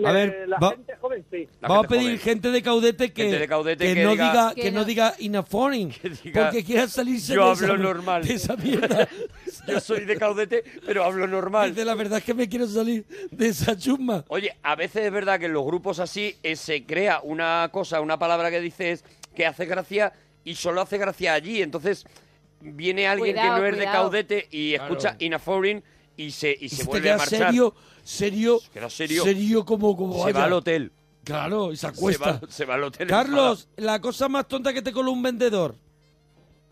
S5: A ver,
S7: la
S5: va-
S7: gente joven sí.
S5: Vamos a pedir gente de Caudete que,
S8: Gente de Caudete
S5: que
S8: que
S5: no
S8: diga-
S5: diga, que,
S8: Que
S5: no,
S8: no.
S5: diga inaforing,
S8: diga,
S5: porque quiera salirse
S8: "Yo
S5: de
S8: hablo
S5: esa,
S8: normal".
S5: de esa mierda.
S8: Yo soy de caudete, pero hablo normal.
S5: Dice, la verdad es que me quiero salir de esa chusma.
S8: Oye, a veces es verdad que en los grupos así eh, se crea una cosa, una palabra que dices que hace gracia y solo hace gracia allí. Entonces viene alguien
S5: Cuidado,
S8: que no es de
S5: cuidado.
S8: caudete y
S5: Claro.
S8: escucha Inaforin y se, y se
S5: Te
S8: vuelve a
S5: quedas
S8: marchar.
S5: Este serio, serio,
S8: queda serio.
S5: como, como
S8: Se
S5: vaya.
S8: va al hotel.
S5: Claro, y se
S8: Se va,
S5: acuesta.
S8: se va al hotel.
S5: Carlos, la cosa más tonta que te coló un vendedor.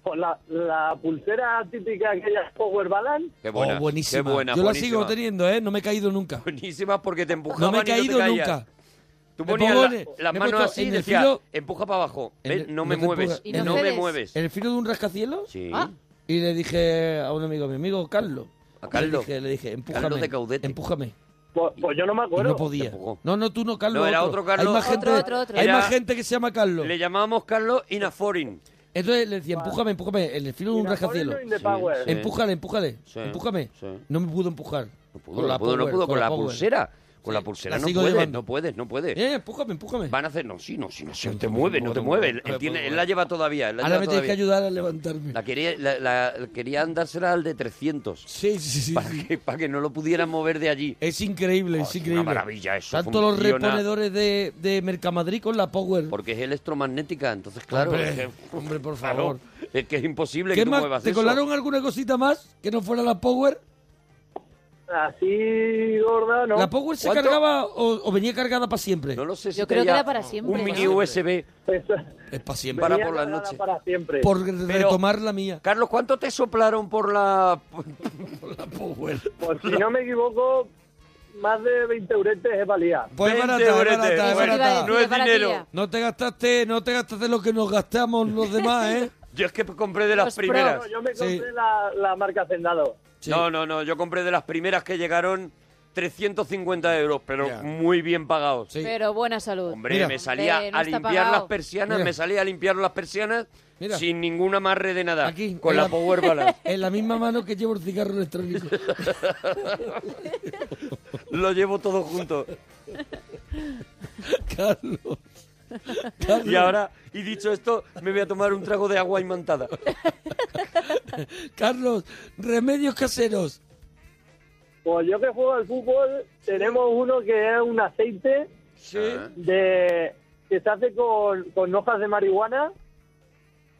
S7: Pues la, la pulsera típica aquella Power Balance.
S8: Qué buena,
S5: Oh, buenísima.
S8: qué buena,
S5: Yo
S8: buenísima.
S5: la sigo teniendo, ¿eh? No me he caído nunca.
S8: Buenísima porque te
S5: No
S8: empujaban
S5: me he
S8: y te
S5: caído
S8: caías.
S5: nunca.
S8: Tú
S5: Me
S8: ponías
S5: pongo
S8: la-
S5: en-
S8: las
S5: me he
S8: manos
S5: puesto
S8: así y
S5: en el
S8: decías,
S5: filo-
S8: empuja para abajo.
S5: En
S8: Ves,
S5: el-
S8: No me
S5: te
S8: mueves,
S5: empujas.
S8: no, me mueves.
S5: ¿En el filo de un rascacielos? Ah.
S8: Sí.
S5: Y le dije a un amigo, mi amigo Carlos.
S8: A
S5: Le
S8: Carlos.
S5: dije, le dije, empújame.
S8: Carlos de Caudete.
S5: Empújame.
S7: Pues, pues yo no me acuerdo.
S5: no podía. No, no, tú no, Carlos.
S8: No, era otro Carlos.
S5: Hay más
S8: Otro,
S5: gente,
S8: otro, otro.
S5: Hay
S8: Era-
S5: más gente que se llama Carlos.
S8: Le llamábamos Carlos Inaforin.
S5: Entonces le decía, empújame, empújame. En el filo de un rascacielos.
S8: in the power. sí.
S5: Empújale, empújale.
S8: Sí,
S5: empújame.
S8: sí.
S5: No me pudo empujar. No
S8: Pudo, no pudo, no pudo, con la pulsera. Con la pulsera
S5: la
S8: no
S5: sigo
S8: puedes,
S5: llevando.
S8: no puedes, no puedes.
S5: Eh, empújame, empújame.
S8: Van a hacer, no, sí, no, sí, no, sí, no te mueve, no te mueve. Él,
S5: Vale,
S8: tiene-
S5: vale,
S8: él
S5: vale.
S8: la lleva todavía. él la
S5: Ahora
S8: lleva
S5: me tienes que
S8: todavía.
S5: ayudar a levantarme.
S8: La, quería, la, la- querían dársela al de 300.
S5: Sí, sí, sí.
S8: Para, Que, para que no lo pudieran mover de allí.
S5: Es increíble, es increíble.
S8: Una maravilla eso.
S5: Tanto los
S8: funciona,
S5: reponedores de, de Mercamadrid con la Power.
S8: Porque es electromagnética, entonces, claro.
S5: Hombre,
S8: es que-
S5: hombre, por
S8: claro,
S5: favor.
S8: es que es imposible que
S5: ¿Qué
S8: tú
S5: más?
S8: muevas
S5: ¿Te
S8: eso.
S5: colaron alguna cosita más que no fuera la Power?
S7: Así gorda, ¿no?
S5: ¿La Power se
S7: ¿Cuánto?
S5: cargaba o, o venía cargada para siempre? No
S8: lo sé.
S7: si Yo creo traía que era para
S5: siempre.
S8: un mini USB.
S5: Es para siempre.
S8: Para
S5: Venía
S8: por la
S5: cargada
S8: noche.
S7: Para siempre.
S5: Por retomar la mía.
S8: Carlos, ¿cuánto te soplaron por la, por
S5: la Power?
S7: Pues si no me equivoco, más de 20 euretes es valía.
S5: Pues es barata, es barata, es barata. No te gastaste, no te gastaste lo que nos gastamos los demás, ¿eh?
S8: Yo es que compré de las primeras.
S7: Yo me
S5: Sí.
S7: compré la, la marca Hacendado.
S8: No, no, no. Yo compré de las primeras que llegaron 350 euros, pero muy bien pagados.
S6: Pero buena salud.
S8: Hombre, me salía
S6: Hombre, no
S8: a
S6: está
S8: limpiar las
S6: pagado.
S8: persianas,
S5: Mira.
S8: me salía a limpiar las persianas
S5: Mira.
S8: sin ningún amarre de nada.
S5: Aquí,
S8: con
S5: en
S8: la Power Balance.
S5: En la misma mano que llevo el cigarro electrónico.
S8: Lo llevo todo junto.
S5: Carlos.
S8: Y ahora, y dicho esto, me voy a tomar un trago de agua imantada.
S5: Carlos, remedios caseros.
S7: Pues yo que juego al fútbol, tenemos uno que es un aceite de que se hace con, con hojas de marihuana.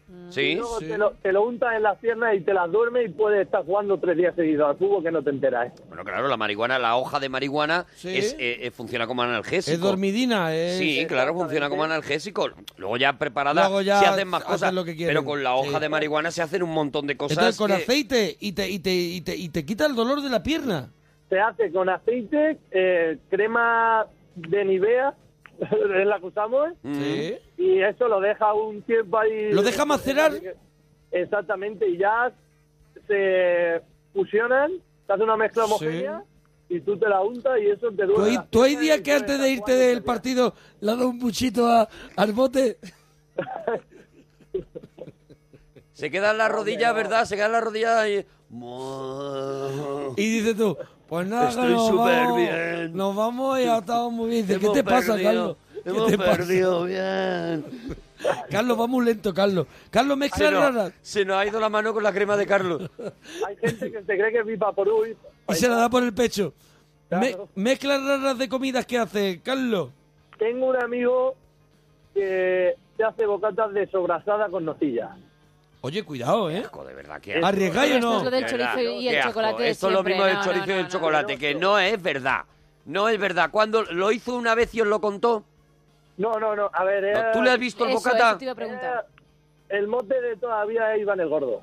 S7: y
S8: Sí.
S7: luego Te, lo, te lo untas en las piernas y te las duermes y puedes estar jugando tres días seguidos al fútbol que no te enteras. ¿eh?
S8: Bueno, claro, la marihuana, la hoja de marihuana,
S7: Sí.
S8: es, eh, eh, funciona como analgésico.
S5: Es dormidina, ¿eh?
S8: Sí, claro, funciona como analgésico. Luego ya preparada
S5: Luego ya
S8: se hacen más
S5: hacen
S8: cosas.
S5: lo que quieren.
S8: pero con la hoja
S5: Sí.
S8: de marihuana se hacen un montón de cosas.
S5: Entonces con
S8: que-
S5: aceite y te, y, te, y, te, y te quita el dolor de la pierna.
S7: Se hace con aceite, eh, crema de Nivea, es la que usamos,
S5: Sí.
S7: y eso lo deja un tiempo ahí.
S5: ¿Lo deja macerar?
S7: Exactamente, y ya se fusionan, se hace una mezcla homogénea y tú te la untas y eso te
S5: ¿Tú
S7: dura.
S5: hay, tú hay días que antes de irte del partido le has dado un buchito a- al bote?
S8: Se quedan las rodillas, ¿verdad? Se quedan las rodillas y...
S5: Y dices tú, pues nada,
S8: Estoy
S5: que nos
S8: súper
S5: vamos,
S8: bien.
S5: Nos vamos y ha estado muy bien. Dice, ¿qué
S8: Hemos
S5: te pasa,
S8: perdido,
S5: Carlos? ¿Qué
S8: hemos
S5: te eh, pasa?
S8: perdido bien.
S5: Carlos, va muy lento, Carlos. Carlos, mezcla
S8: Se nos-
S5: raras.
S8: se nos ha ido la mano con la crema de Carlos.
S7: Hay gente que se cree que es Vipaporú y
S5: Y se la da por el pecho. Me- mezclas raras de comidas que hace, Carlos.
S7: Tengo un amigo que te hace bocatas de sobrasada con nocilla.
S5: Oye, cuidado, ¿eh?
S8: de verdad, qué asco.
S5: ¿Arriesgáis o no?
S6: Esto es lo del chorizo y
S8: Qué
S6: el
S8: asco.
S6: chocolate de
S8: Esto es lo
S6: siempre.
S8: mismo del
S6: No,
S8: chorizo
S6: no,
S8: y el
S6: no,
S8: chocolate, que no es verdad. No es verdad. Cuando lo hizo una vez y os lo contó,
S7: No, no, no, a ver...
S8: No,
S7: eh,
S8: ¿tú le has visto el Eso, bocata? eso te iba a
S6: preguntar.
S7: Eh, el mote de todavía es Iván el Gordo.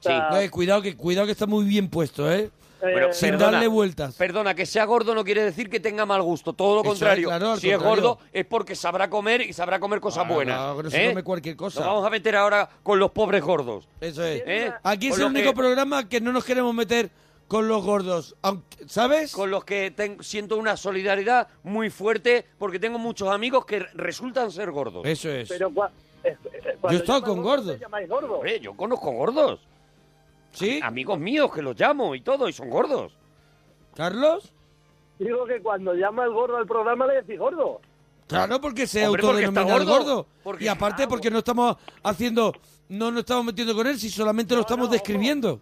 S8: Sí.
S5: Eh, cuidado, que, cuidado que está muy bien puesto, ¿eh?
S8: Bueno,
S5: Sin
S8: perdona.
S5: darle vueltas.
S8: Perdona, que sea gordo no quiere decir que tenga mal gusto, todo lo
S5: Eso es,
S8: contrario.
S5: claro, al
S8: si
S5: contrario.
S8: es gordo es porque sabrá comer y sabrá comer cosas
S5: Ah,
S8: buenas.
S5: no, que no se
S8: ¿eh?
S5: come cualquier cosa.
S8: Nos vamos a meter ahora con los pobres gordos.
S5: Eso es.
S8: ¿Eh?
S5: Aquí es
S8: Con
S5: el
S8: lo
S5: único
S8: que-
S5: programa que no nos queremos meter con los gordos, aunque, ¿sabes?
S8: Con los que ten- siento una solidaridad muy fuerte porque tengo muchos amigos que resultan ser gordos.
S5: Eso es.
S7: Pero cua- eh, eh, cuando
S8: Yo he estado
S7: llamas
S8: con
S7: gordo,
S8: gordos.
S7: te llamáis gordo.
S8: Hombre, yo conozco gordos.
S5: ¿Sí?
S8: amigos míos que los llamo y todo, y son gordos.
S5: ¿Carlos?
S7: Digo que cuando llama el gordo al programa le decís gordo.
S5: Claro, porque se
S7: Hombre, porque está
S5: autodenomina el
S7: gordo.
S5: gordo. Y aparte porque no estamos haciendo, no nos estamos metiendo con él, si solamente lo estamos describiendo.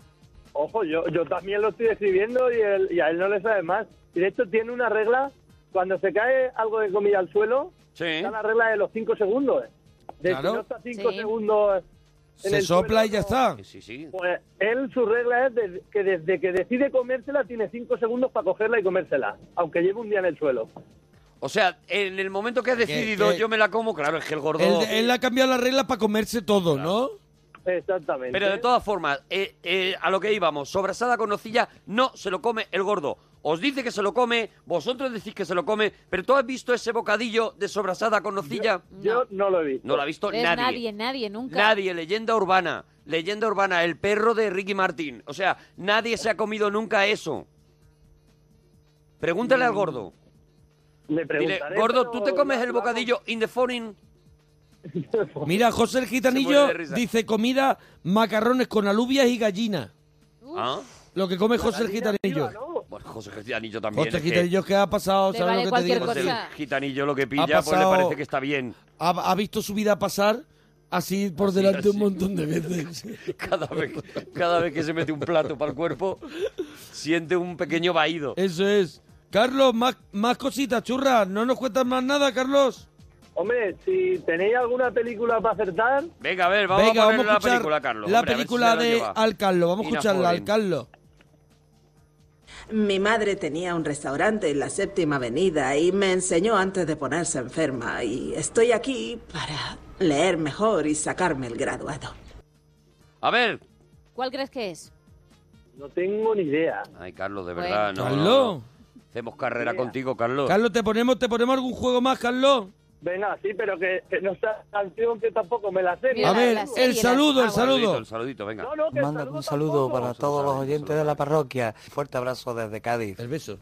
S7: Ojo, yo, yo también lo estoy escribiendo y, él- y a él no le sabe más. Y de hecho tiene una regla, cuando se cae algo de comida al suelo,
S8: Sí.
S7: está la regla de los 5 segundos. ¿eh? De si
S5: Claro.
S7: no está 5
S5: Sí.
S7: segundos en
S5: Se
S7: el
S5: sopla
S7: suelo,
S5: y ya está.
S8: Sí, sí.
S7: pues él su regla es de- que desde que decide comérsela tiene 5 segundos para cogerla y comérsela, aunque lleve un día en el suelo.
S8: O sea, en el momento que has decidido
S5: que-
S8: yo me la como, claro, es que el gordo...
S5: Él, él ha cambiado la regla para comerse todo, ¿no?
S7: Exactamente.
S8: Pero de todas formas, eh, eh, a lo que íbamos, sobrasada con nocilla, no se lo come el gordo. Os dice que se lo come, vosotros decís que se lo come, pero ¿tú has visto ese bocadillo de sobrasada con nocilla?
S7: Yo, no lo he visto.
S8: No lo ha visto
S6: Es
S8: nadie.
S6: nadie, nadie, nunca.
S8: Nadie, leyenda urbana, leyenda urbana, el perro de Ricky Martín. O sea, nadie se ha comido nunca eso. Pregúntale al gordo.
S7: Mm. Le
S8: Dile,
S7: preguntaré,
S8: gordo,
S7: pero
S8: ¿tú te comes
S7: lo
S8: el bocadillo in the foreign?
S5: Mira, José el
S8: Se
S5: Gitanillo
S8: muere de risa.
S5: dice comida, macarrones con alubias y gallina.
S8: ¿Ah?
S5: Lo que come José el Gitanillo.
S8: Bueno, José Gitanillo también.
S5: José
S8: es
S5: el
S8: que-
S5: Gitanillo, ¿qué ha pasado?
S8: Le
S5: ¿Sabes
S8: vale
S5: lo que te digo?
S8: cualquier cosa. José el Gitanillo lo que pilla, pues, le parece que está bien.
S5: Ha, ha visto su vida pasar así por delante un montón de veces.
S8: cada vez, cada vez que se mete un plato para el cuerpo, siente un pequeño vaído.
S5: Eso es. Carlos, más, más cositas, churra. No nos cuentas más nada, Carlos.
S7: Hombre, si tenéis alguna película para acertar...
S8: Venga, a ver, vamos
S5: Venga,
S8: a
S5: vamos
S8: poner
S5: a
S8: la
S5: escuchar
S8: película, Carlos. hombre,
S5: la
S8: a ver si
S5: película
S8: se la
S5: de
S8: lleva.
S5: Al Carlos. Vamos a
S8: Ina
S5: escucharla,
S8: Foren.
S5: Al Carlos.
S1: Mi madre tenía un restaurante en la séptima avenida y me enseñó antes de ponerse enferma y estoy aquí para leer mejor y sacarme el graduado.
S8: A ver.
S6: ¿Cuál crees que es?
S7: No tengo ni idea.
S8: Ay, Carlos, de
S6: Bueno.
S8: verdad, no,
S5: Carlos.
S8: no, no. Hacemos carrera contigo, Carlos.
S5: Carlos, ¿te ponemos, ¿te ponemos algún juego más, Carlos?
S7: Venga, sí, pero que, que no sea canción que tampoco me la Ah, sé.
S5: A ver, el saludo, el saludo.
S8: El saludito, venga.
S7: No, no, que
S11: Manda un saludo para todos los oyentes de la parroquia. Fuerte abrazo desde Cádiz.
S5: El beso.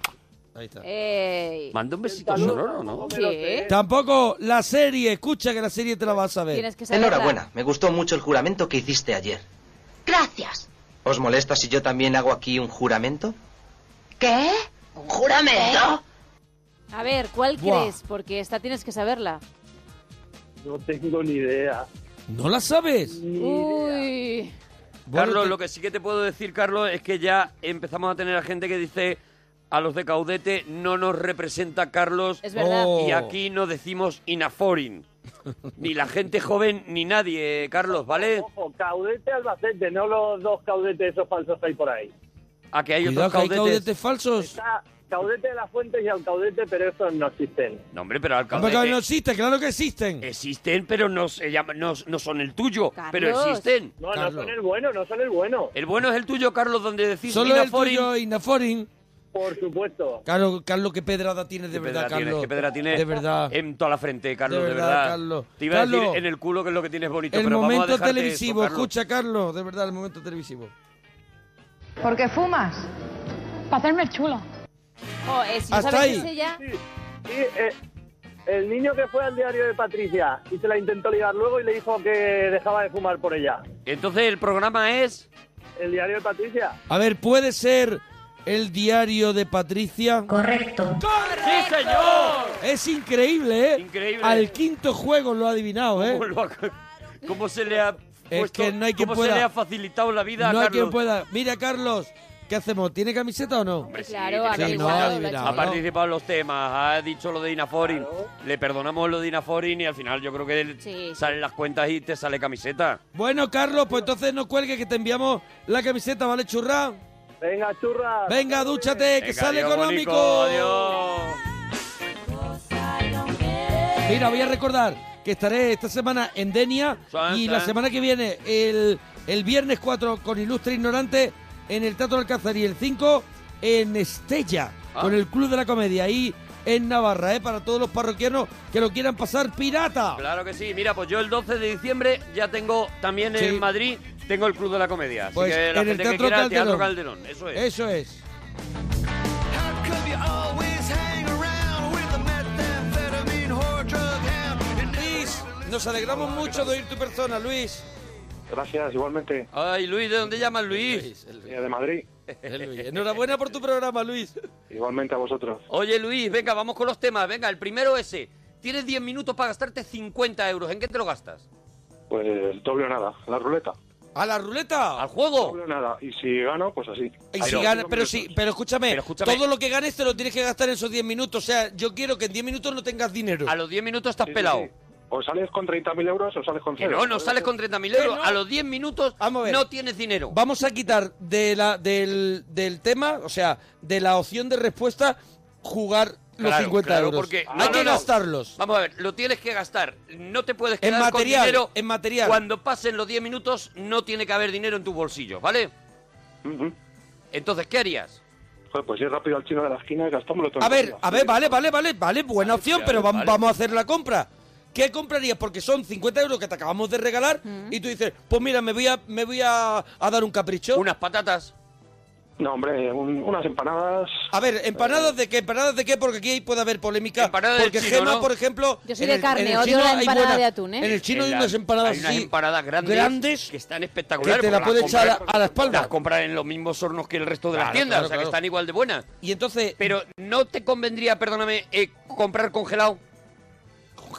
S5: Ahí está.
S6: Ey.
S8: Manda un besito sonoro, ¿no?
S6: Sí.
S5: Tampoco la serie. Escucha que la serie te la vas a ver.
S6: Tienes que saberla.
S26: Enhorabuena, me gustó mucho el juramento que hiciste ayer.
S27: Gracias.
S26: ¿Os molesta si yo también hago aquí un juramento?
S27: ¿Qué? ¿Un juramento?
S6: A ver, ¿cuál
S26: Buah.
S6: crees? Porque esta tienes que saberla.
S7: No tengo ni idea.
S5: ¿No la sabes?
S6: Uh. Uy.
S8: Carlos, lo que sí que te puedo decir, Carlos, es que ya empezamos a tener a gente que dice a los de Caudete no nos representa Carlos
S6: Es verdad. Oh.
S8: y aquí no decimos Inaforin. ni la gente joven ni nadie, eh, Carlos, ¿vale?
S7: Ojo, caudete Albacete, no los dos caudetes esos falsos que hay por ahí.
S8: A que hay
S5: Cuidado,
S8: otros
S5: que hay
S8: caudetes.
S5: caudetes falsos.
S7: Está caudete de la fuente y alcaudete, pero esos no existen.
S8: No, hombre, pero al
S5: Hombre,
S8: caudete.
S5: que no existe, claro que existen.
S8: Existen, pero no, se llama- no, no son el tuyo, pero
S7: Carlos.
S8: existen.
S7: No, no son el bueno, no son el bueno.
S8: El bueno es el tuyo, Carlos, donde decís
S5: Solo el
S8: Inaforin.
S5: tuyo, e Inaforin.
S7: Por supuesto.
S5: Claro, Carlos, qué pedrada tienes de
S8: ¿Qué
S5: verdad,
S8: pedra tienes?
S5: Carlos.
S8: ¿Qué pedra tienes?
S5: De verdad.
S8: En toda la frente, Carlos,
S5: De
S8: de
S5: verdad,
S8: verdad.
S5: Carlos.
S8: Te iba a
S5: Carlos.
S8: decir en el culo que es lo que tienes bonito,
S5: El
S8: pero vamos a
S5: momento
S8: dejarte
S5: televisivo,
S8: eso, Carlos.
S5: escucha, Carlos, de verdad, el momento televisivo.
S28: ¿Por qué fumas? Para hacerme el chulo.
S6: Oh, eh, si
S5: Hasta
S6: sabes
S5: ahí.
S6: ese ya...
S7: Sí, eh, el niño que fue al diario de Patricia y se la intentó ligar luego y le dijo que dejaba de fumar por ella.
S8: Entonces, el programa es...
S7: El diario de Patricia.
S5: A ver, ¿puede ser el diario de Patricia?
S28: Correcto.
S8: ¡Sí, señor!
S5: Es increíble, ¿eh?
S8: Increíble.
S5: Al quinto juego lo ha adivinado, ¿eh?
S8: ¿Cómo, lo ha- cómo se le ha
S5: Es
S8: puesto-
S5: que no hay quien
S8: cómo
S5: pueda.
S8: se le ha facilitado la vida
S5: No
S8: a
S5: hay
S8: Carlos?
S5: quien pueda. Mira, Carlos, ¿qué hacemos? ¿Tiene camiseta o no?
S8: Sí,
S6: Claro,
S8: tiene
S6: ha
S8: que
S5: no,
S8: ser.
S5: ha adivinado,
S8: ha
S5: ¿no?
S8: participado en los temas, ha dicho lo de Inaforin, le perdonamos lo de Inaforin y al final yo creo que él- salen las cuentas y te sale camiseta.
S5: Bueno, Carlos, pues entonces no cuelgue que te enviamos la camiseta, ¿vale, churra?
S7: Venga, churra.
S5: Venga, dúchate, que
S8: Venga,
S5: sale
S8: adiós,
S5: económico.
S8: Bonico, adiós.
S5: Mira, voy a recordar que estaré esta semana en Denia y
S8: ¿eh?
S5: la semana que viene, el, el viernes 4 con Ilustre Ignorante en el Teatro Alcázar y el 5 en Estella
S8: Ah.
S5: con el Club de la Comedia ahí en Navarra, ¿eh? para todos los parroquianos que lo quieran pasar pirata.
S8: Claro que sí, mira, pues yo el 12 de diciembre ya tengo también
S5: Sí.
S8: en Madrid tengo el Club de la Comedia. Así
S5: Pues
S8: que la
S5: en el
S8: gente que
S5: Teatro
S8: quiera, Teatro
S5: Calderón.
S8: Calderón. Eso es.
S5: Eso es. Luis, nos alegramos mucho de oír tu persona, Luis.
S16: Gracias, igualmente.
S8: Ay, Luis, ¿de dónde llamas Luis?
S16: De Madrid.
S8: Enhorabuena por tu programa, Luis.
S16: Igualmente a vosotros.
S8: Oye, Luis, venga, vamos con los temas. Venga, el primero ese. Tienes 10 minutos para gastarte 50 euros. ¿En qué te lo gastas?
S16: Pues doble o nada, la ruleta.
S5: ¿A la ruleta?
S8: ¿Al juego?
S16: Doble o nada. Y si gano, pues así.
S5: Y si gana- pero sí, pero escúchame, todo lo que ganes te lo tienes que gastar en esos 10 minutos. O sea, yo quiero que en 10 minutos no tengas dinero. A
S8: los 10 minutos estás
S16: Sí, sí, pelado. sí. pues, O sales con 30.000 euros o sales con
S8: Que
S16: cero.
S8: no, no sales con 30.000 euros. A los 10 minutos no tienes dinero.
S5: Vamos a quitar de la, del, del tema, o sea, de la opción de respuesta, jugar los
S8: Claro,
S5: 50
S8: claro,
S5: euros.
S8: porque-
S5: Hay
S8: no, no,
S5: que
S8: no.
S5: gastarlos.
S8: Vamos a ver, lo tienes que gastar. No te puedes
S5: En
S8: quedar
S5: material,
S8: con dinero.
S5: en material.
S8: Cuando pasen los 10 minutos, no tiene que haber dinero en tus bolsillos, ¿vale? Entonces, ¿qué harías?
S16: Joder, pues ir rápido al chino de la esquina y gastámoslo todo.
S5: A
S16: en
S5: ver,
S16: comida.
S5: a ver, vale, vale, vale, vale, buena opción,
S16: sí,
S5: pero vam-
S16: vale.
S5: vamos a hacer la compra. ¿Qué comprarías? Porque son 50 euros que te acabamos de regalar
S6: Mm.
S5: y tú dices, pues mira, me voy a, me voy a, a dar un capricho.
S8: Unas patatas.
S16: No, hombre, un- unas empanadas.
S5: A ver, ¿empanadas de qué? ¿Empanadas de qué? Porque aquí ahí puede haber polémica. porque
S8: chino,
S5: Gema,
S8: ¿no?
S5: por ejemplo...
S6: Yo soy
S5: en
S6: de
S5: el-
S6: carne,
S5: en el
S6: odio
S5: chino
S6: la
S5: hay
S6: empanada
S5: buena-
S6: de atún, ¿eh?
S5: En el chino hay
S8: la-
S5: unas empanadas
S8: hay unas
S5: así,
S8: empanadas grandes, que están espectaculares.
S5: que
S8: porque
S5: te la
S8: las
S5: puedes echar
S8: compras-
S5: a, a la espalda.
S8: Las compras en los mismos hornos que el resto de las
S5: Claro,
S8: tiendas,
S5: claro,
S8: o sea,
S5: claro.
S8: que están igual de buenas.
S5: Y entonces...
S8: Pero ¿no te convendría, perdóname, eh, comprar congelado?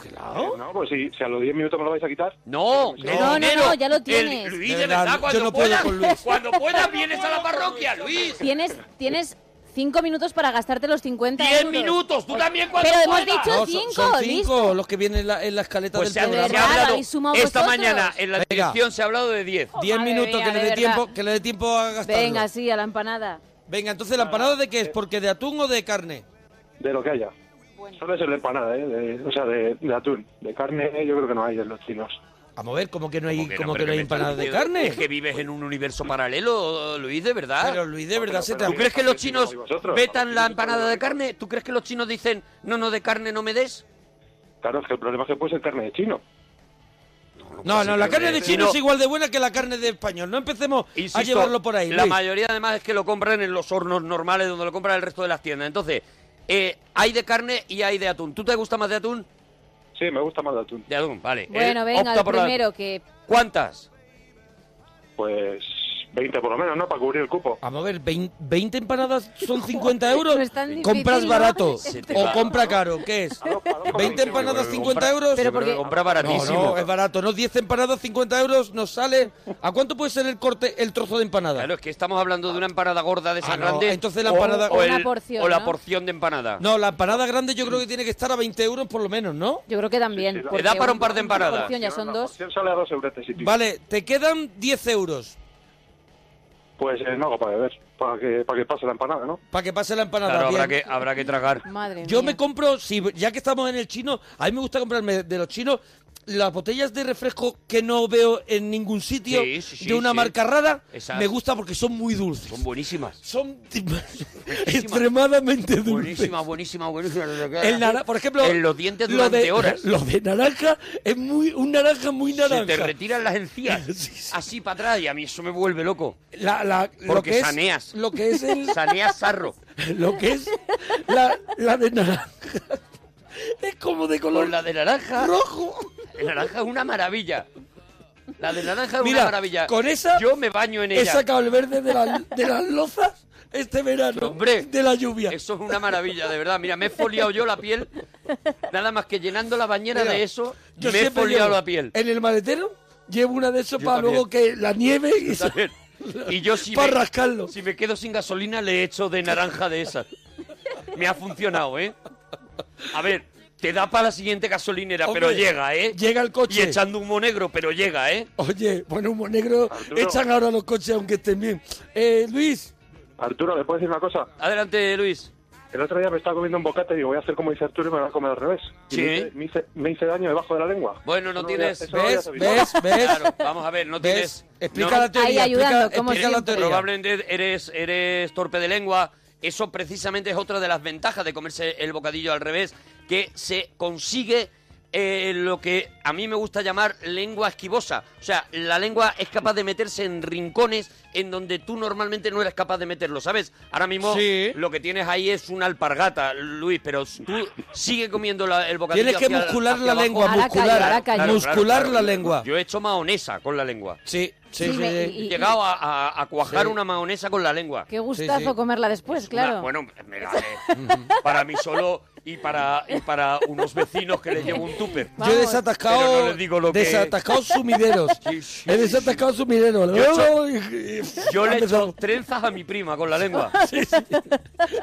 S16: Eh, no, pues si, si a los 10 minutos me lo vais a quitar.
S8: No,
S16: sí.
S8: el
S16: No, no,
S8: dinero,
S16: no, ya lo tienes.
S8: El, Luis,
S16: De
S8: de
S16: verdad,
S8: verdad,
S16: yo
S8: cuando
S16: no puedo
S8: puedas,
S16: con Luis.
S8: cuando puedas vienes a la parroquia, Luis.
S6: Tienes, tienes cinco minutos para gastarte los 50
S8: Diez
S6: euros.
S8: minutos, tú también cuando
S6: Pero hemos
S8: puedas.
S6: dicho
S5: No, son-
S6: cinco,
S5: son
S6: listo.
S5: cinco los que vienen en la, en la escaleta
S8: Pues se
S5: del
S8: ha,
S5: programa.
S8: se ha hablado,
S6: habéis sumado
S8: esta
S6: vosotros.
S8: mañana en la
S5: Venga.
S8: dirección se ha hablado de 10.
S5: 10
S6: madre
S5: minutos
S6: mía,
S5: que, le
S6: de
S5: dé tiempo,
S6: verdad.
S5: que le dé tiempo a gastarlo.
S6: Venga, sí, a la empanada.
S5: Venga, entonces la empanada de qué es, porque de atún o de carne.
S16: De lo que haya. Solo es el empanada, ¿eh? De- o sea, de, de atún. De carne yo creo que no hay en los chinos.
S5: Vamos a ver, como que no hay, como
S8: Pero,
S5: que no
S8: pero
S5: hay
S8: me estás
S5: empanadas de
S8: diciendo
S5: carne.
S8: Es que vives en un universo paralelo, Luis, de verdad.
S5: Pero, Luis, de verdad, se te-
S8: ¿Tú crees que los chinos
S16: vosotros.
S8: vetan la empanada de carne? ¿Tú crees que los chinos dicen, no, no, de carne no me des?
S16: Claro, es que el problema es que puede ser carne de chino.
S5: No, no, la carne de
S8: Si
S5: chino
S8: no-
S5: es igual de buena que la carne de español. No empecemos a
S8: Insisto,
S5: llevarlo por ahí.
S8: La
S5: Luis.
S8: mayoría además es que lo compran en los hornos normales donde lo compran el resto de las tiendas. Entonces, eh, hay de carne y hay de atún. ¿Tú te gusta más de atún?
S16: Sí, me gusta más de atún.
S8: De atún, vale.
S6: Bueno,
S8: Eh,
S6: venga,
S8: opta
S6: el
S8: por la-
S6: primero que...
S8: ¿Cuántas?
S16: Pues 20 por lo menos, ¿no? Para cubrir el cupo.
S5: Vamos a ver, vein- 20 empanadas son 50 euros.
S6: No Pues es tan difícil,
S5: Compras
S6: ¿no?
S5: barato
S6: Se te
S5: o
S16: va.
S5: compra caro, ¿qué es? 20 empanadas 50 euros.
S8: Pero porque compra baratísimo.
S5: No, no, es barato, ¿no? 10 empanadas 50 euros nos sale. ¿A cuánto puede ser el corte, el trozo de empanada?
S8: Claro, es que estamos hablando de una empanada gorda de esa
S5: Ah, no,
S8: grande.
S5: entonces la
S8: o-
S5: empanada-
S8: o,
S5: Una
S8: el-
S5: porción,
S8: o la
S5: ¿no?
S8: porción de empanada.
S5: No, la empanada grande yo creo que tiene que estar a 20 euros por lo menos, ¿no?
S6: Yo creo que también. porque
S5: da para un par de empanadas.
S6: porción Ya son dos.
S16: Sale a este 2 euretes y pico.
S5: Vale, te quedan 10 euros
S16: Pues eh, no hago para beber, para que, para que pase la empanada, ¿no?
S5: para que pase la empanada.
S8: Claro, habrá
S5: bien.
S8: que, habrá que tragar.
S6: Madre
S5: Yo me compro, si ya que estamos en el chino, a mí me gusta comprarme de los chinos las botellas de refresco que no veo en ningún sitio
S8: Sí, sí, sí,
S5: de una
S8: sí.
S5: marca rara.
S8: Esas.
S5: Me gusta porque son muy dulces.
S8: Son buenísimas.
S5: Son extremadamente dulces.
S8: Buenísimas, buenísimas, buenísimas.
S5: El nara- por ejemplo,
S8: En los dientes
S5: lo
S8: durante
S5: de,
S8: horas.
S5: Lo de naranja es muy un naranja muy naranja.
S8: Se te retiran las encías. Así para atrás. Y a mí eso me vuelve loco.
S5: La- la- lo
S8: Porque
S5: que es-
S8: saneas.
S5: lo que es el-
S8: Saneas sarro.
S5: lo que es la, la de naranja. Es como de color.
S8: Con la de naranja.
S5: Rojo.
S8: La naranja es una maravilla. La de naranja es
S5: Mira,
S8: una maravilla.
S5: con esa-
S8: Yo me baño en ella.
S5: He sacado el verde de, la- de las lozas este verano.
S8: Hombre,
S5: de la lluvia.
S8: Eso es una maravilla, de verdad. Mira, me he foliado yo la piel. Nada más que llenando la bañera
S5: Mira,
S8: de eso,
S5: yo
S8: me he
S5: siempre
S8: foliado
S5: llevo
S8: la piel.
S5: En el maletero llevo una de esos
S8: Yo
S5: para
S8: también.
S5: luego que la nieve y se-
S8: ¿Sabes? Y yo si
S5: Para
S8: me,
S5: rascarlo.
S8: si me quedo sin gasolina le echo de naranja de esas. Me ha funcionado, ¿eh? A ver, te da para la siguiente gasolinera,
S5: Hombre,
S8: pero llega, ¿eh?
S5: Llega el coche.
S8: Y echando humo negro, pero llega, ¿eh?
S5: Oye, bueno, humo negro echan ahora los coches aunque estén bien. Eh, Luis,
S16: Arturo, ¿le puedo decir una cosa?
S8: Adelante, Luis.
S16: El otro día me estaba comiendo un bocata y digo, voy a hacer como dice Arturo y me lo voy a comer al revés. Y
S8: Sí.
S16: Me hice, me hice- me hice daño debajo de la lengua.
S8: Bueno, no
S16: Eso
S8: tienes...
S16: había- eso no había sabido.
S8: Claro, vamos a ver, no tienes...
S5: Explica
S8: no-
S5: la teoría. explica, explica la teoría.
S8: Probablemente eres, eres torpe de lengua. Eso precisamente es otra de las ventajas de comerse el bocadillo al revés, que se consigue eh, lo que a mí me gusta llamar lengua esquivosa. O sea, la lengua es capaz de meterse en rincones en donde tú normalmente no eres capaz de meterlo, ¿sabes? Ahora mismo lo que tienes ahí es una alpargata, Luis, pero tú sigue comiendo la- el bocadillo.
S5: Tienes que
S8: hacia-
S5: muscular
S8: hacia
S5: la
S8: abajo.
S5: lengua, Ahora muscular, callo, ahora callo. muscular la
S8: Yo-
S5: lengua.
S8: Yo he hecho mahonesa con la lengua.
S5: Sí,
S6: sí, Sí, sí, me- sí. y-
S8: He llegado a, a- a cuajar
S6: Sí.
S8: una mahonesa con la lengua.
S6: Qué gustazo comerla después,
S8: Una-
S6: claro.
S8: bueno, me la haré para mí solo y para, y para unos vecinos que les llevo un tupper.
S5: Yo he desatascado,
S8: Pero no les digo lo que-
S5: desatascado sumideros. he desatascado sumideros.
S8: Yo he hecho-
S5: Y-
S8: Yo le
S5: Ha
S8: he
S5: empezado.
S8: hecho trenzas a mi prima con la lengua.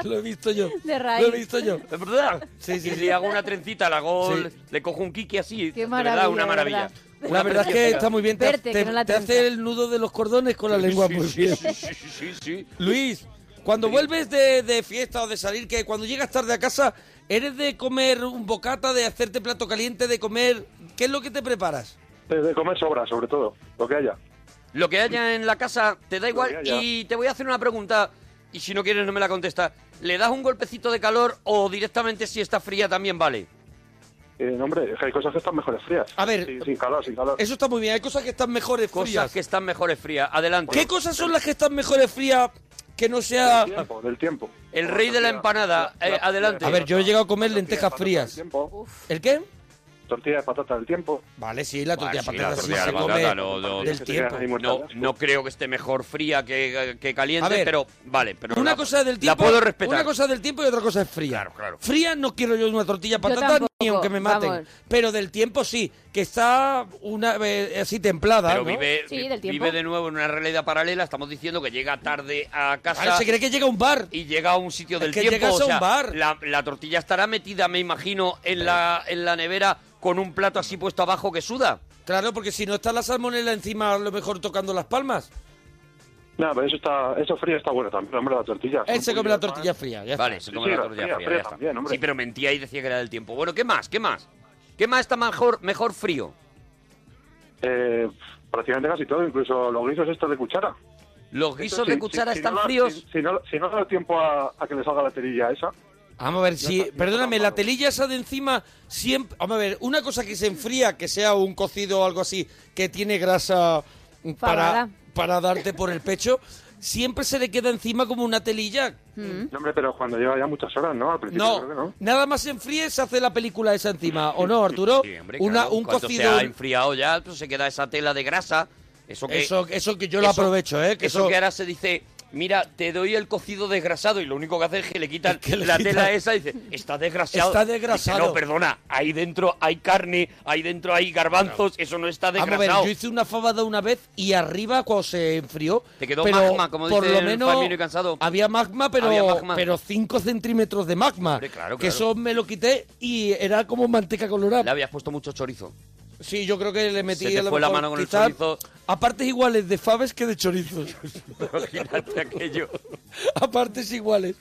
S5: Lo he visto yo.
S6: De raíz.
S5: Lo he visto yo.
S8: ¿Es verdad? y le hago una trencita, le, hago,
S5: Sí.
S8: le cojo un kiki así.
S6: Qué
S8: de
S6: maravilla,
S8: verdad, una
S6: de
S8: maravilla.
S6: verdad.
S5: La verdad es que está muy bien. Te,
S6: Verte,
S5: te-
S6: que no la
S5: te hace
S6: trenza.
S5: el nudo de los cordones con la lengua muy bien.
S8: Sí, sí.
S5: Luis, cuando vuelves de, de fiesta o de salir, que cuando llegas tarde a casa, ¿eres de comer un bocata, de hacerte plato caliente, de comer... ¿Qué es lo que te preparas?
S16: Desde comer sobra, sobre todo, lo que haya.
S8: Lo que haya en la casa te da igual.
S16: que haya.
S8: Y te voy a hacer una pregunta, y si no quieres no me la contestas. ¿Le das un golpecito de calor o directamente si está fría también vale?
S16: Eh, no, hombre, es que hay cosas que están mejores frías.
S5: A ver.
S16: Sí, sin calor, sin calor.
S5: Eso está muy bien. Hay cosas que están mejores
S8: Cosas
S5: frías.
S8: que están mejores frías. Adelante.
S5: ¿Qué cosas son las que están mejores frías que no sea...
S16: Del tiempo, del tiempo.
S8: El rey de la empanada. Eh, adelante.
S5: A ver, yo he llegado a comer lentejas frías. ¿El qué?
S16: Oh, Tortilla de patata del tiempo.
S5: Vale, sí, la
S8: Bueno,
S5: tortilla
S8: sí,
S5: de patata
S8: la
S5: sí
S8: tortilla
S5: se
S8: de patata,
S5: come
S8: no, no,
S5: del tiempo.
S8: No, no creo que esté mejor fría que, que caliente,
S5: A ver,
S8: pero vale. Pero
S5: Una
S8: la-
S5: cosa del tiempo,
S8: La puedo respetar.
S5: Una cosa del tiempo y otra cosa es fría. Fría no quiero yo una tortilla de
S8: Yo
S5: patata
S8: tampoco,
S5: ni aunque me maten.
S8: vamos.
S5: Pero del tiempo sí, que está una eh, así templada.
S8: Pero
S5: ¿no?
S8: vive, vive de nuevo en una realidad paralela. Estamos diciendo que llega tarde a casa.
S5: Claro, se cree que llega a un bar.
S8: Y llega a un sitio del
S5: que
S8: tiempo.
S5: llegas
S8: o
S5: a un
S8: sea,
S5: bar.
S8: La, la tortilla estará metida, me imagino, en la, en la nevera con un plato así puesto abajo que suda.
S5: Claro, porque si no está la salmonela encima, a lo mejor tocando las palmas.
S16: No, pero eso está, eso frío está bueno también, hombre, la tortilla.
S5: Él se come la tortilla fría. ya está.
S8: ¿eh? Vale, se come
S16: Sí,
S8: la
S16: la
S8: tortilla
S16: fría,
S8: fría,
S16: fría
S8: ya está.
S16: también, hombre.
S8: sí, pero mentía y decía que era del tiempo. Bueno, ¿qué más? ¿Qué más? ¿Qué más está mejor, mejor frío?
S16: Eh, prácticamente casi todo, incluso los guisos estos de cuchara.
S8: ¿Los guisos
S16: Eso sí,
S8: de cuchara
S16: si- si
S8: están
S16: no da-
S8: fríos?
S16: Si, si no, si no da tiempo a, a que le salga la terilla esa.
S5: Vamos a ver si. Perdóname, la telilla esa de encima siempre. Vamos a ver, una cosa que se enfría, que sea un cocido o algo así, que tiene grasa mm, para,
S16: Fabada.
S5: para darte por el pecho, siempre se le queda encima como una telilla.
S16: No, hombre, pero cuando lleva ya muchas horas, ¿no? Al principio
S5: No,
S16: creo que no.
S5: nada más se enfríe, se hace la película esa encima, ¿o no, Arturo?
S8: Hombre,
S5: una,
S8: claro,
S5: un
S8: cuando
S5: cocido.
S8: se ha enfriado ya, pues se queda esa tela de grasa. Eso que,
S5: Eso- eso que yo lo aprovecho, ¿eh? Que
S8: Que eso,
S5: eso-
S8: que ahora se dice, mira, te doy el cocido desgrasado y lo único que hace es que le quitan
S5: le
S8: la
S5: quitan-
S8: tela esa y dice, está desgrasado.
S5: Está
S8: Dice,
S5: desgrasado.
S8: no, perdona, ahí dentro hay carne, ahí dentro hay garbanzos, eso no está
S5: Vamos a ver,
S8: desgrasado.
S5: yo hice una fabada una vez y arriba cuando se enfrió.
S8: Te quedó
S5: pero
S8: magma, como
S5: por
S8: dice
S5: lo menos
S8: Palmiro y Cansado.
S5: Había magma, pero
S8: Había magma.
S5: pero 5 centímetros de magma.
S8: claro,
S5: Que
S8: claro.
S5: eso me lo quité y era como manteca colorada.
S8: Le habías puesto mucho chorizo.
S5: Sí, yo creo que le metí
S8: Se te
S5: a lo
S8: fue la
S5: mejor
S8: mano con el
S5: quizá
S8: chorizo.
S5: A partes iguales de faves que de chorizos.
S8: Imagínate aquello.
S5: a partes iguales.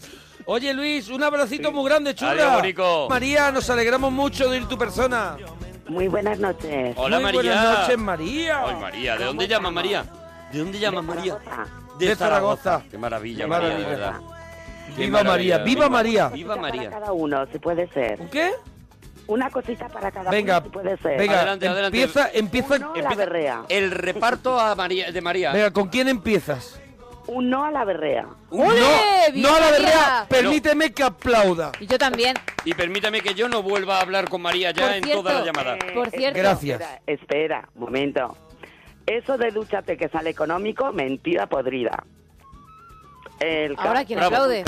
S5: Oye Luis, un abracito muy grande, chula.
S8: Adiós, bonico.
S5: María, nos alegramos mucho de ir tu persona.
S17: Muy buenas noches.
S8: Hola,
S5: Muy
S8: María.
S5: Buenas noches, María.
S8: Ay, María, ¿de dónde llamas, María? ¿De dónde llamas, María?
S5: De Zaragoza.
S8: Qué maravilla,
S5: Qué
S8: María, de
S5: maravilla.
S8: verdad. Qué
S5: Viva María, viva María.
S8: Viva María.
S17: Cada uno, si puede ser.
S5: ¿Qué?
S17: Una cosita para cada
S5: Venga,
S17: uno, si puede ser.
S5: venga,
S8: Adelante, adelante.
S5: empieza, empieza,
S17: la berrea.
S8: El reparto a María, de María.
S5: Venga, ¿con quién empiezas?
S17: Un no a la berrea.
S6: ¡Ole!
S5: no,
S6: ¡Bien,
S5: no a la
S6: María!
S5: berrea. Permíteme que aplauda.
S6: Y yo también.
S8: Y permítame que yo no vuelva a hablar con María ya
S6: Por
S8: en
S6: cierto, eh,
S8: toda la llamada.
S17: eh,
S6: Por cierto.
S17: Espera, espera, un momento. Eso de dúchate que sale económico, mentira podrida. El ca-
S6: Ahora quien aplaude.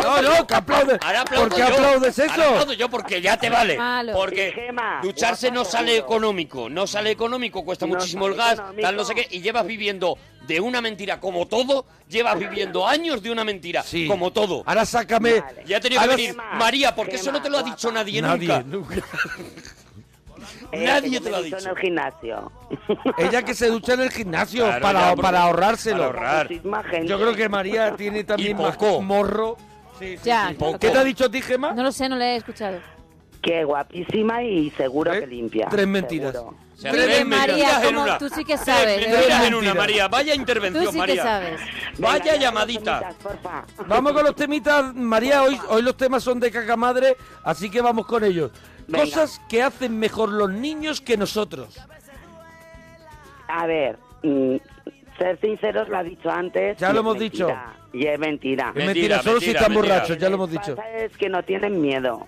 S5: No, no, que aplaude.
S8: Ahora aplaudo
S5: ¿Por qué
S8: yo.
S5: aplaudes eso?
S8: Ahora aplaudo yo porque ya te vale.
S17: Malo. Sí,
S8: Porque
S17: Gema,
S8: ducharse no
S17: guapa,
S8: sale
S17: seguro.
S8: económico, no sale económico, cuesta
S17: No
S8: muchísimo el
S17: sale
S8: gas,
S17: económico.
S8: tal no sé qué, y llevas viviendo de una mentira como todo, llevas viviendo años de una mentira como todo.
S5: Ahora sácame.
S8: Ya tenía que
S5: Ahora-
S8: venir, María, porque eso no te lo ha dicho nadie, nunca.
S17: eh,
S8: nadie
S17: que yo
S8: te lo ha
S17: me ducho
S8: dicho.
S17: En el gimnasio.
S5: Ella que se ducha en el gimnasio
S17: Claro,
S5: para,
S17: ya,
S5: para
S17: porque-
S5: ahorrárselo.
S17: para ahorrar. Muchísima gente.
S5: Yo creo que María tiene también más morro.
S6: Ya.
S5: ¿Qué te ha dicho a ti, Gemma?
S6: No lo sé, no le he escuchado.
S17: Qué guapísima y seguro que limpia.
S5: Tres mentiras.
S17: seguro.
S8: ¿Eh? O sea,
S6: Tres
S8: tres
S6: María,
S8: mentiras en
S6: ¿cómo?
S8: una.
S6: Tú sí que
S8: Tres
S6: sabes, ¿eh? de
S8: mentiras
S6: verdad.
S8: en una, María. Vaya intervención,
S6: Tú sí que
S8: María.
S6: sabes.
S8: Vaya llamadita.
S5: Vamos con los temitas, María. Hoy, hoy los temas son de caca madre, así que vamos con ellos.
S17: Venga.
S5: Cosas que hacen mejor los niños que nosotros.
S17: A ver, mm, ser sinceros lo ha dicho antes.
S5: Ya
S17: y
S5: lo
S17: es
S5: hemos
S17: mentira, Y es mentira.
S5: Es mentira, solo si están borrachos, ya lo hemos dicho.
S17: Lo que pasa Es que no tienen miedo.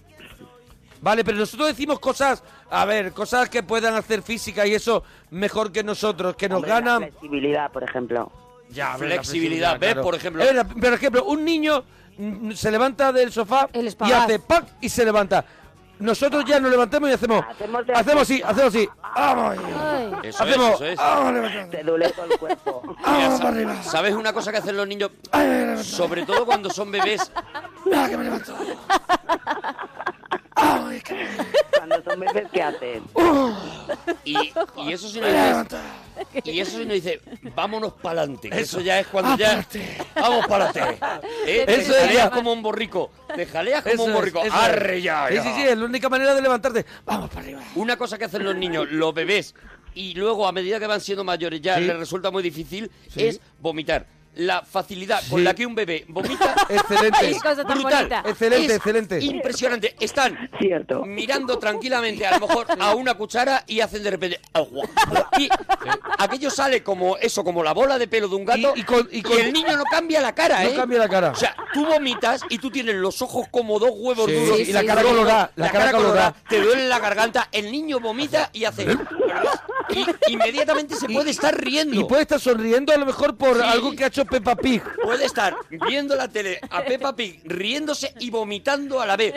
S5: Vale, pero nosotros decimos cosas, a ver, cosas que puedan hacer física y eso mejor que nosotros, que nos
S17: Hombre, la
S5: ganan.
S17: flexibilidad, por ejemplo.
S5: Ya,
S8: Flexibilidad, ¿ves? Por ejemplo-
S5: Es verdad, por ejemplo, un niño mm, se levanta del sofá y hace ¡pac! y se levanta. Nosotros ya nos levantamos y hacemos. Hacemos, así, hacemos así. ¡Vamos!
S8: Eso
S5: hacemos. ¡Ah,
S8: es, eso es.
S5: ¡Vamos, levantando!
S17: Te duele todo el cuerpo.
S5: ¡Ah,
S8: Mira, sa- ¿Sabes una cosa que hacen los niños? Sobre todo cuando son bebés.
S17: Cuando son bebés, ¿qué hacen?
S8: Y, y eso si no dices. Y eso si no dice, vámonos para adelante. Eso ya es cuando ya. Vamos para adelante. ¿Eh?
S5: Eso
S8: Te
S5: es
S8: jaleas
S5: ya.
S8: como un borrico. Te jaleas como
S5: Eso
S8: un
S5: es,
S8: borrico.
S5: eso es.
S8: Arre ya,
S5: Sí,
S8: ya.
S5: sí, sí, es la única manera de levantarte. Vamos para arriba.
S8: Una cosa que hacen los niños, los bebés, y luego a medida que van siendo mayores ya les resulta muy difícil,
S5: Sí.
S8: es vomitar. La facilidad
S5: Sí.
S8: con la que un bebé vomita
S5: Excelente.
S8: es
S5: Qué cosa tan
S8: brutal.
S5: bonita. Excelente,
S8: Es
S5: excelente.
S8: Impresionante. Están
S17: Cierto.
S8: mirando tranquilamente a lo mejor a una cuchara y hacen de repente... agua. Y aquello sale como eso, como la bola de pelo de un gato y,
S5: con-
S8: el niño no cambia la cara,
S5: No
S8: ¿eh?
S5: cambia la cara.
S8: O sea, tú vomitas y tú tienes los ojos como dos huevos
S5: Sí,
S8: duros.
S5: y la cara colorada, la cara colorada. ¿Eh?
S8: Te duele la garganta, el niño vomita y hace... Y inmediatamente se puede estar riendo.
S5: Y puede estar sonriendo a lo mejor por
S8: Sí.
S5: algo que ha hecho Peppa Pig.
S8: Puede estar viendo la tele a Peppa Pig riéndose y vomitando a la vez.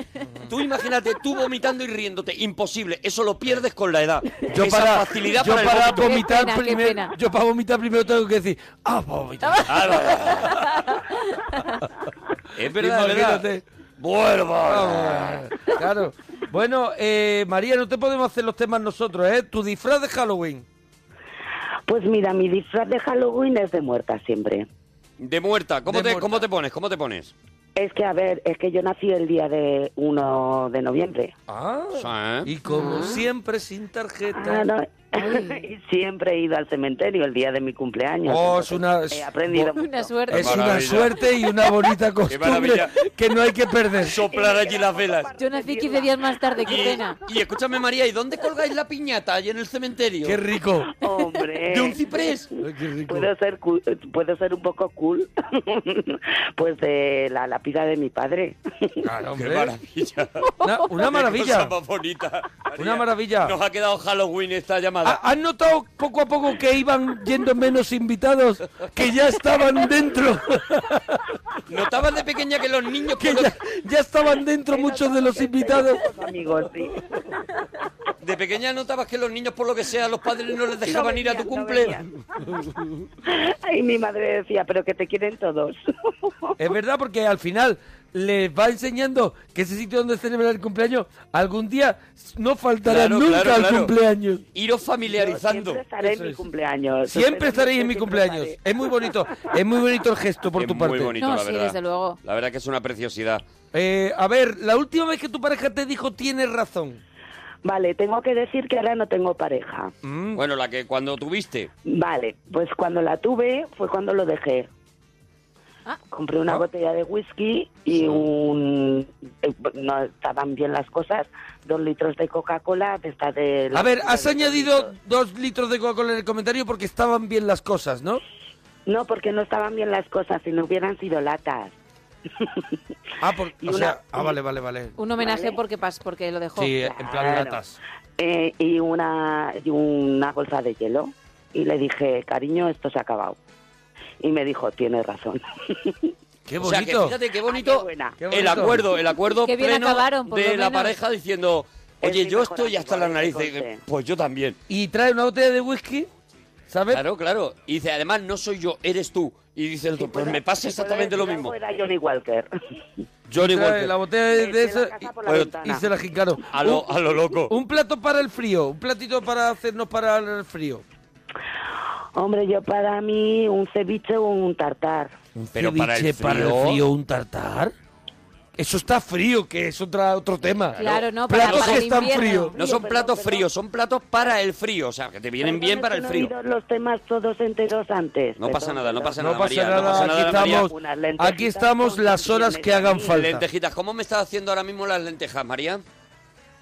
S8: Tú imagínate, tú vomitando y riéndote. Imposible. Eso lo pierdes con la edad.
S5: Yo
S8: Esa
S5: para,
S8: facilidad
S5: yo
S8: para, el
S5: para
S8: vómito.
S5: vomitar primero, yo para vomitar primero tengo que decir, ah, para vomitar.
S8: ¡Oh, Es verdad, es verdad.
S5: Imagínate.
S8: Bueno,
S5: Ah, Claro. Bueno, eh, María, no te podemos hacer los temas nosotros, ¿eh? Tu disfraz de Halloween.
S17: Pues mira, mi disfraz de Halloween es de muerta siempre.
S8: De muerta. ¿Cómo, te, ¿Cómo te pones? ¿Cómo te pones?
S17: Es que, a ver, es que yo nací el día de 1 de noviembre.
S8: Ah,
S5: Y como siempre, sin tarjeta.
S17: Ah, no. Y siempre he ido al cementerio el día de mi cumpleaños.
S5: Oh, es una,
S17: He aprendido mucho.
S6: Una suerte.
S5: es una suerte y una bonita costumbre
S8: maravilla.
S5: que no hay que perder.
S8: Soplar allí las velas.
S6: Yo nací 15 días más tarde, qué pena.
S8: Y escúchame, María, ¿y dónde colgáis la piñata? Allí en el cementerio.
S5: ¡Qué rico!
S17: Hombre.
S8: ¿De un ciprés?
S17: Puedo ser, cu- puedo ser un poco cool. pues de la lápida de mi padre.
S5: Claro,
S8: ¡Qué maravilla!
S5: ¿Eh? Una, una
S8: Qué
S5: maravilla.
S8: cosa más bonita.
S5: Una maravilla. Ah,
S8: Nos ha quedado Halloween esta llamada.
S5: ¿Ha- ¿Has notado poco a poco que iban yendo menos invitados? Que ya estaban dentro.
S8: Notabas de pequeña que los niños
S5: Que ya, ya estaban dentro muchos de los invitados.
S17: Amigos, sí.
S8: de pequeña notabas que los niños por lo que sea los padres no les dejaban ir a tu cumple.
S17: Y mi madre decía, pero que te quieren todos.
S5: Es verdad, porque al final les va enseñando que ese sitio donde celebrar el cumpleaños algún día no faltará
S8: Claro,
S5: nunca
S8: claro,
S5: al
S8: claro.
S5: cumpleaños.
S8: Iros familiarizando.
S17: Siempre estaré en mi cumpleaños.
S5: Siempre estaréis en mi cumpleaños. Es muy bonito, es muy bonito el gesto por
S8: Es
S5: tu
S8: muy
S5: parte.
S8: bonito, la verdad.
S6: luego.
S8: La verdad que es una preciosidad.
S5: Eh, a ver, la última vez que tu pareja te dijo tienes razón.
S17: Vale, tengo que decir que ahora no tengo pareja.
S8: Bueno, la que cuando tuviste.
S17: Vale, pues cuando la tuve fue cuando lo dejé.
S8: Ah.
S17: Compré
S5: Ah.
S17: una botella de whisky y un... eh, No estaban bien las cosas. Dos litros de Coca-Cola, de esta de... la-
S5: A ver, has añadido dos litros de Coca-Cola en el comentario porque estaban bien las cosas, ¿no?
S17: No, porque no estaban bien las cosas, si no hubieran sido latas.
S5: Ah, por-
S17: Y
S5: o
S17: una-
S5: sea, ah, vale, vale, vale.
S6: Un homenaje porque, pas, porque lo dejó.
S5: Sí, en plan
S17: Claro.
S5: latas.
S17: Eh, y, una, y una bolsa de hielo. Y le dije, cariño, esto se ha acabado. Y me dijo, tienes razón.
S5: Qué
S8: O sea, que
S5: bonito.
S8: fíjate qué bonito,
S17: buena.
S8: el acuerdo, el acuerdo
S6: Qué bien
S8: pleno
S6: acabaron, por lo
S8: de la
S6: menos.
S8: pareja diciendo,
S17: Es
S8: oye,
S17: mi
S8: yo
S17: mejor
S8: estoy hasta las
S17: este
S8: narices.
S17: entonces.
S8: Pues yo también.
S5: Y trae una botella de whisky, ¿sabes?
S8: Claro, claro. Y dice, además, no soy yo, eres tú. Y dice el otro, pues me pasa exactamente lo mismo.
S17: Era Johnny Walker.
S8: Johnny
S5: Trae
S8: Walker.
S5: la botella de, de
S17: Desde la
S5: esa Pues,
S17: casa por la
S5: y, y
S17: ventana.
S5: se la jincaron.
S8: A lo-
S5: Un-
S8: a lo loco.
S5: Un plato para el frío, un platito para hacernos para el frío.
S17: Hombre, yo para mí un ceviche o un tartar.
S8: Pero para el
S5: Ceviche, para el
S8: frío-
S5: frío, un tartar. Eso está frío, que es otra, otro tema.
S6: Claro, no, para-
S5: Platos
S6: para
S5: que
S6: el
S5: están
S6: invierno.
S5: fríos.
S8: No son platos fríos, son platos para el frío. O sea, que te vienen bien
S17: Perdón,
S8: para
S17: es
S8: el
S17: que no he
S8: frío.
S17: oído los temas todos enteros antes.
S8: No pasa
S17: Perdón,
S8: nada, no
S17: perdón.
S8: pasa
S5: No
S8: nada,
S5: pasa
S8: María. No
S5: nada,
S8: pasa
S5: aquí
S8: nada, María.
S5: estamos,
S17: Unas lentejitas
S5: aquí estamos
S17: con
S5: las horas
S17: champiñones
S5: que hagan
S17: ahí.
S5: falta.
S8: Lentejitas, ¿cómo me estás haciendo ahora mismo las lentejas, María?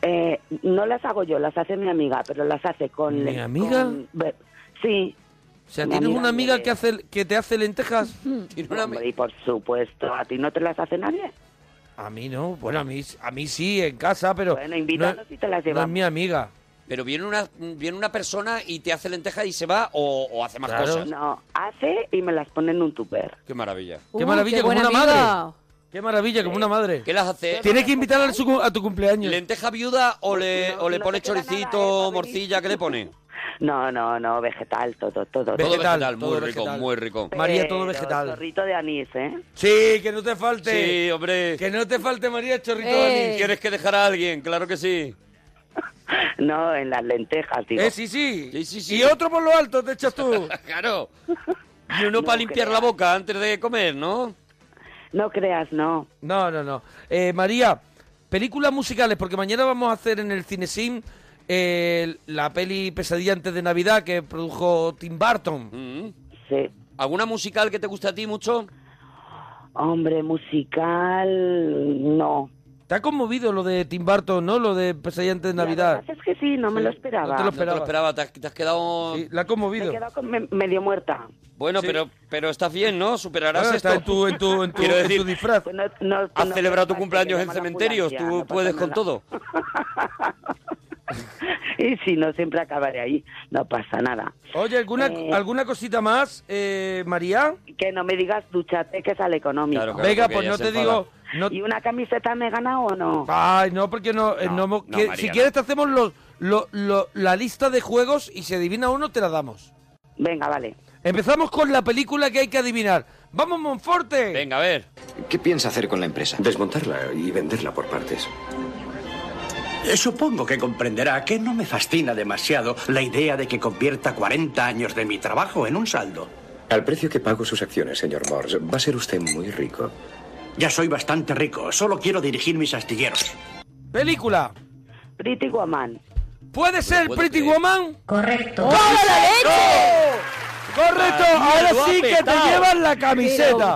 S17: Eh, no las hago yo, las hace mi amiga, pero las hace con...
S5: ¿Mi amiga?
S17: con- be- sí.
S5: O sea,
S17: Mi
S5: ¿tienes
S17: amiga
S5: una amiga
S17: me-
S5: que, hace, que te hace lentejas?
S17: Hombre, y por supuesto, ¿a ti no te las hace nadie?
S5: A mí no, bueno, a mí, a mí sí, en casa, pero... Bueno,
S17: invítanos y te las
S5: No es
S17: llevamos.
S5: mi amiga.
S8: Pero viene una, viene una persona y te hace lentejas y se va o, o hace más cosas.
S17: No, hace y me las pone en un tupper.
S8: Qué maravilla.
S5: Qué maravilla, como una madre. Qué maravilla, como una madre.
S8: ¿Qué las hace?
S5: Tienes que invitar a, su- a tu cumpleaños.
S8: ¿Lenteja viuda
S17: Pues
S8: o le, o le pone choricito,
S17: eh,
S8: morcilla? ¿Qué le pone?
S17: No, no, no, vegetal, todo, todo.
S8: Todo vegetal, muy
S17: todo
S8: rico,
S17: vegetal.
S8: muy rico.
S17: Pues,
S5: María, todo
S17: Pero
S5: vegetal.
S17: Chorrito de anís, ¿eh?
S5: Sí, que no te falte.
S8: Sí, hombre.
S5: Que no te falte, María Chorrito
S17: Eh.
S5: Anís.
S8: ¿Quieres que dejar a alguien? Claro que sí.
S17: No, en las lentejas, digo.
S5: Eh, sí, sí. Y otro por lo alto te echas tú.
S8: claro. Y uno para limpiar la boca antes de comer, ¿no?
S17: No creas, no.
S5: No, no, no. Eh, María, películas musicales, porque mañana vamos a hacer en el Cinesim eh, la peli Pesadilla antes de Navidad que produjo Tim Burton.
S17: Sí.
S8: Mm. ¿Alguna musical que te guste a ti mucho?
S17: Hombre, musical, no.
S5: Te ha conmovido lo de Tim Burton, ¿no? Lo de Pesadilla antes de Navidad.
S17: Es que sí, no me
S5: Sí,
S17: lo
S5: no
S17: esperaba.
S8: No te
S5: te lo
S8: lo
S5: esperaba.
S8: esperaba, te has, te has quedado...
S5: la ha conmovido.
S17: Me he quedado con- me- medio muerta.
S8: Bueno, pero, pero estás bien, ¿no? Superarás
S5: Ahora
S8: esto.
S5: Ah, está en tu- en tu- en tu-
S8: Quiero
S5: en
S8: decir,
S5: tu disfraz.
S17: Pues no- no-
S8: has
S17: no
S8: celebrado tu
S17: pasa,
S8: cumpleaños
S17: que
S8: en
S17: llama la
S8: cementerios,
S17: ambulancia,
S8: tú
S17: no pasa
S8: puedes con
S17: nada.
S8: todo.
S17: Y si no, siempre acabaré ahí. No pasa nada.
S5: Oye, ¿alguna,
S17: Eh.
S5: ¿alguna cosita más, eh, María?
S17: Que no me digas duchate, que sale económico.
S5: Claro, claro, Venga, porque pues ella no se te enfada. digo-
S17: ¿Y una camiseta me he ganado o no?
S5: Ay, no, porque no, eh, no hemos-
S17: no,
S5: que-
S17: María,
S5: Si
S17: no.
S5: quieres te hacemos los, lo- lo- la lista de juegos y si adivina uno te la damos.
S17: Venga, vale.
S5: Empezamos con la película que hay que adivinar. ¡Vamos, Monforte!
S8: Venga, a ver.
S2: ¿Qué piensa hacer con la empresa? Desmontarla y venderla por partes. Eh, Supongo que comprenderá que no me fascina demasiado la idea de que convierta 40 años de mi trabajo en un saldo. Al precio que pago sus acciones, señor Morse, va a ser usted muy rico. Ya soy bastante rico, solo quiero dirigir mis astilleros.
S5: Película.
S17: Pretty Woman.
S5: ¿Puede ser
S2: puedo
S5: Pretty
S2: creer.
S5: Woman?
S17: Correcto.
S5: ¡Correcto!
S8: María,
S5: Ahora
S8: lo ha
S5: sí que te
S8: petao.
S5: llevas la camiseta.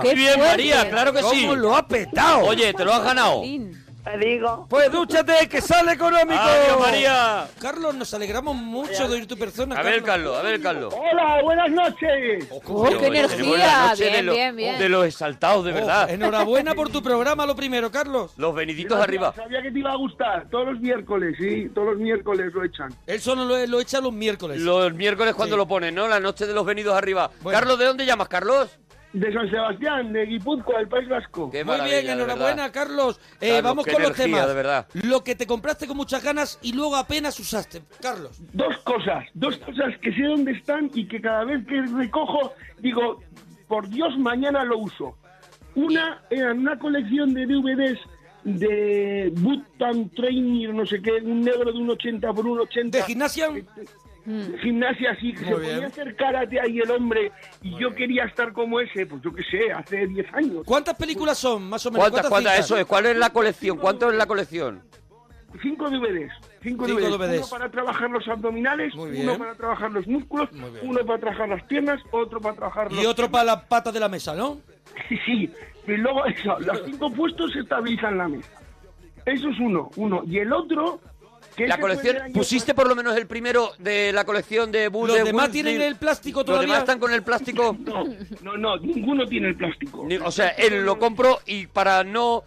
S8: Pero qué Bien, fuerte. María, claro que sí.
S5: ¿Cómo lo ha petado?
S8: Oye, te lo has ganado.
S17: Te digo.
S5: Pues dúchate, que sale económico.
S8: Adiós, María.
S5: Carlos, nos alegramos mucho de oír tu persona.
S8: A ver, Carlos, a ver, Carlos.
S18: Hola, buenas noches.
S5: Oh,
S8: Pero Oh, tenemos la noche de lo- De los exaltados, de
S5: Oh,
S8: verdad.
S5: enhorabuena por tu programa, lo primero, Carlos.
S8: Los beneditos arriba.
S18: Sabía que te iba a gustar. Todos los miércoles, sí. Todos los miércoles lo echan.
S5: Él solo lo, lo echa los miércoles.
S8: Los miércoles cuando lo ponen, ¿no? La noche de los venidos arriba. Carlos, ¿de dónde llamas, Carlos?
S18: De San Sebastián, de Guipúzcoa, del País Vasco.
S8: Qué
S5: Muy bien,
S8: maravilla, de
S5: enhorabuena,
S8: verdad.
S5: Carlos. Eh,
S8: Carlos,
S5: vamos
S8: qué
S5: con los
S8: energía,
S5: temas.
S8: de verdad.
S5: Lo que te compraste con muchas ganas y luego apenas usaste, Carlos.
S18: Dos cosas, dos cosas que sé dónde están y que cada vez que recojo digo, por Dios, mañana lo uso. Una era una colección de DVDs de Butan Trainer, no sé qué, un negro de un 80 por un Eh, 80. ¿De
S5: gimnasia?
S8: Mm.
S18: Gimnasia, sí, que
S5: Muy
S18: se
S5: bien.
S18: podía hacer karate ahí el hombre y yo quería estar como ese, pues yo qué sé, hace 10 años.
S5: ¿Cuántas películas son, más o menos?
S8: ¿Cuántas, cuántas?
S5: cintas?
S8: Eso es. ¿Cuál es la colección? ¿Cuánto es la colección?
S18: Cinco DVDs. Cinco,
S5: Cinco
S18: DVDs.
S5: DVDs.
S18: Uno para trabajar los abdominales,
S5: bien.
S18: uno para trabajar los músculos,
S5: bien.
S18: uno para trabajar las piernas, otro para trabajar los...
S5: Y otro para la pata de la mesa, ¿no?
S18: Sí, sí. Y luego eso, los cinco puestos se estabilizan la mesa. Eso es uno, uno. Y el otro... Que
S8: La
S18: ese fue
S8: colección,
S18: del año
S8: pusiste por lo menos el primero de la colección de Bull
S5: ¿Los
S8: de
S5: demás
S8: Wall
S5: tienen
S8: Street?
S5: el plástico
S8: ¿Los
S5: todavía?
S8: demás están con el plástico?
S18: No, no, no, ninguno tiene el plástico.
S8: O sea, él lo compró y para no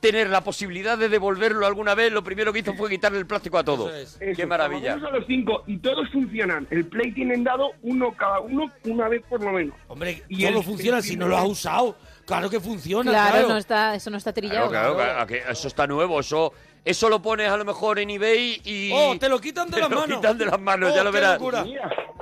S8: tener la posibilidad de devolverlo alguna vez, lo primero que hizo fue quitarle el plástico a todo.
S18: Eso,
S8: Qué maravilla.
S18: trabajamos a los cinco y todos funcionan. El play tienen dado uno cada uno una vez por lo menos.
S5: Hombre,
S18: Y
S5: solo
S18: el-
S5: funciona
S18: el
S5: si no lo has
S18: primer-
S5: usado. Claro que funciona,
S6: Claro,
S5: claro.
S6: No está, eso no está
S8: Claro,
S6: trillado.
S8: claro, claro, que eso está nuevo, eso eso lo pones a lo mejor en eBay y
S5: Oh, te lo quitan de
S8: te
S5: las
S8: lo
S5: manos.
S8: quitan de las manos,
S5: Oh,
S8: ya lo
S5: qué
S8: verás.
S5: locura.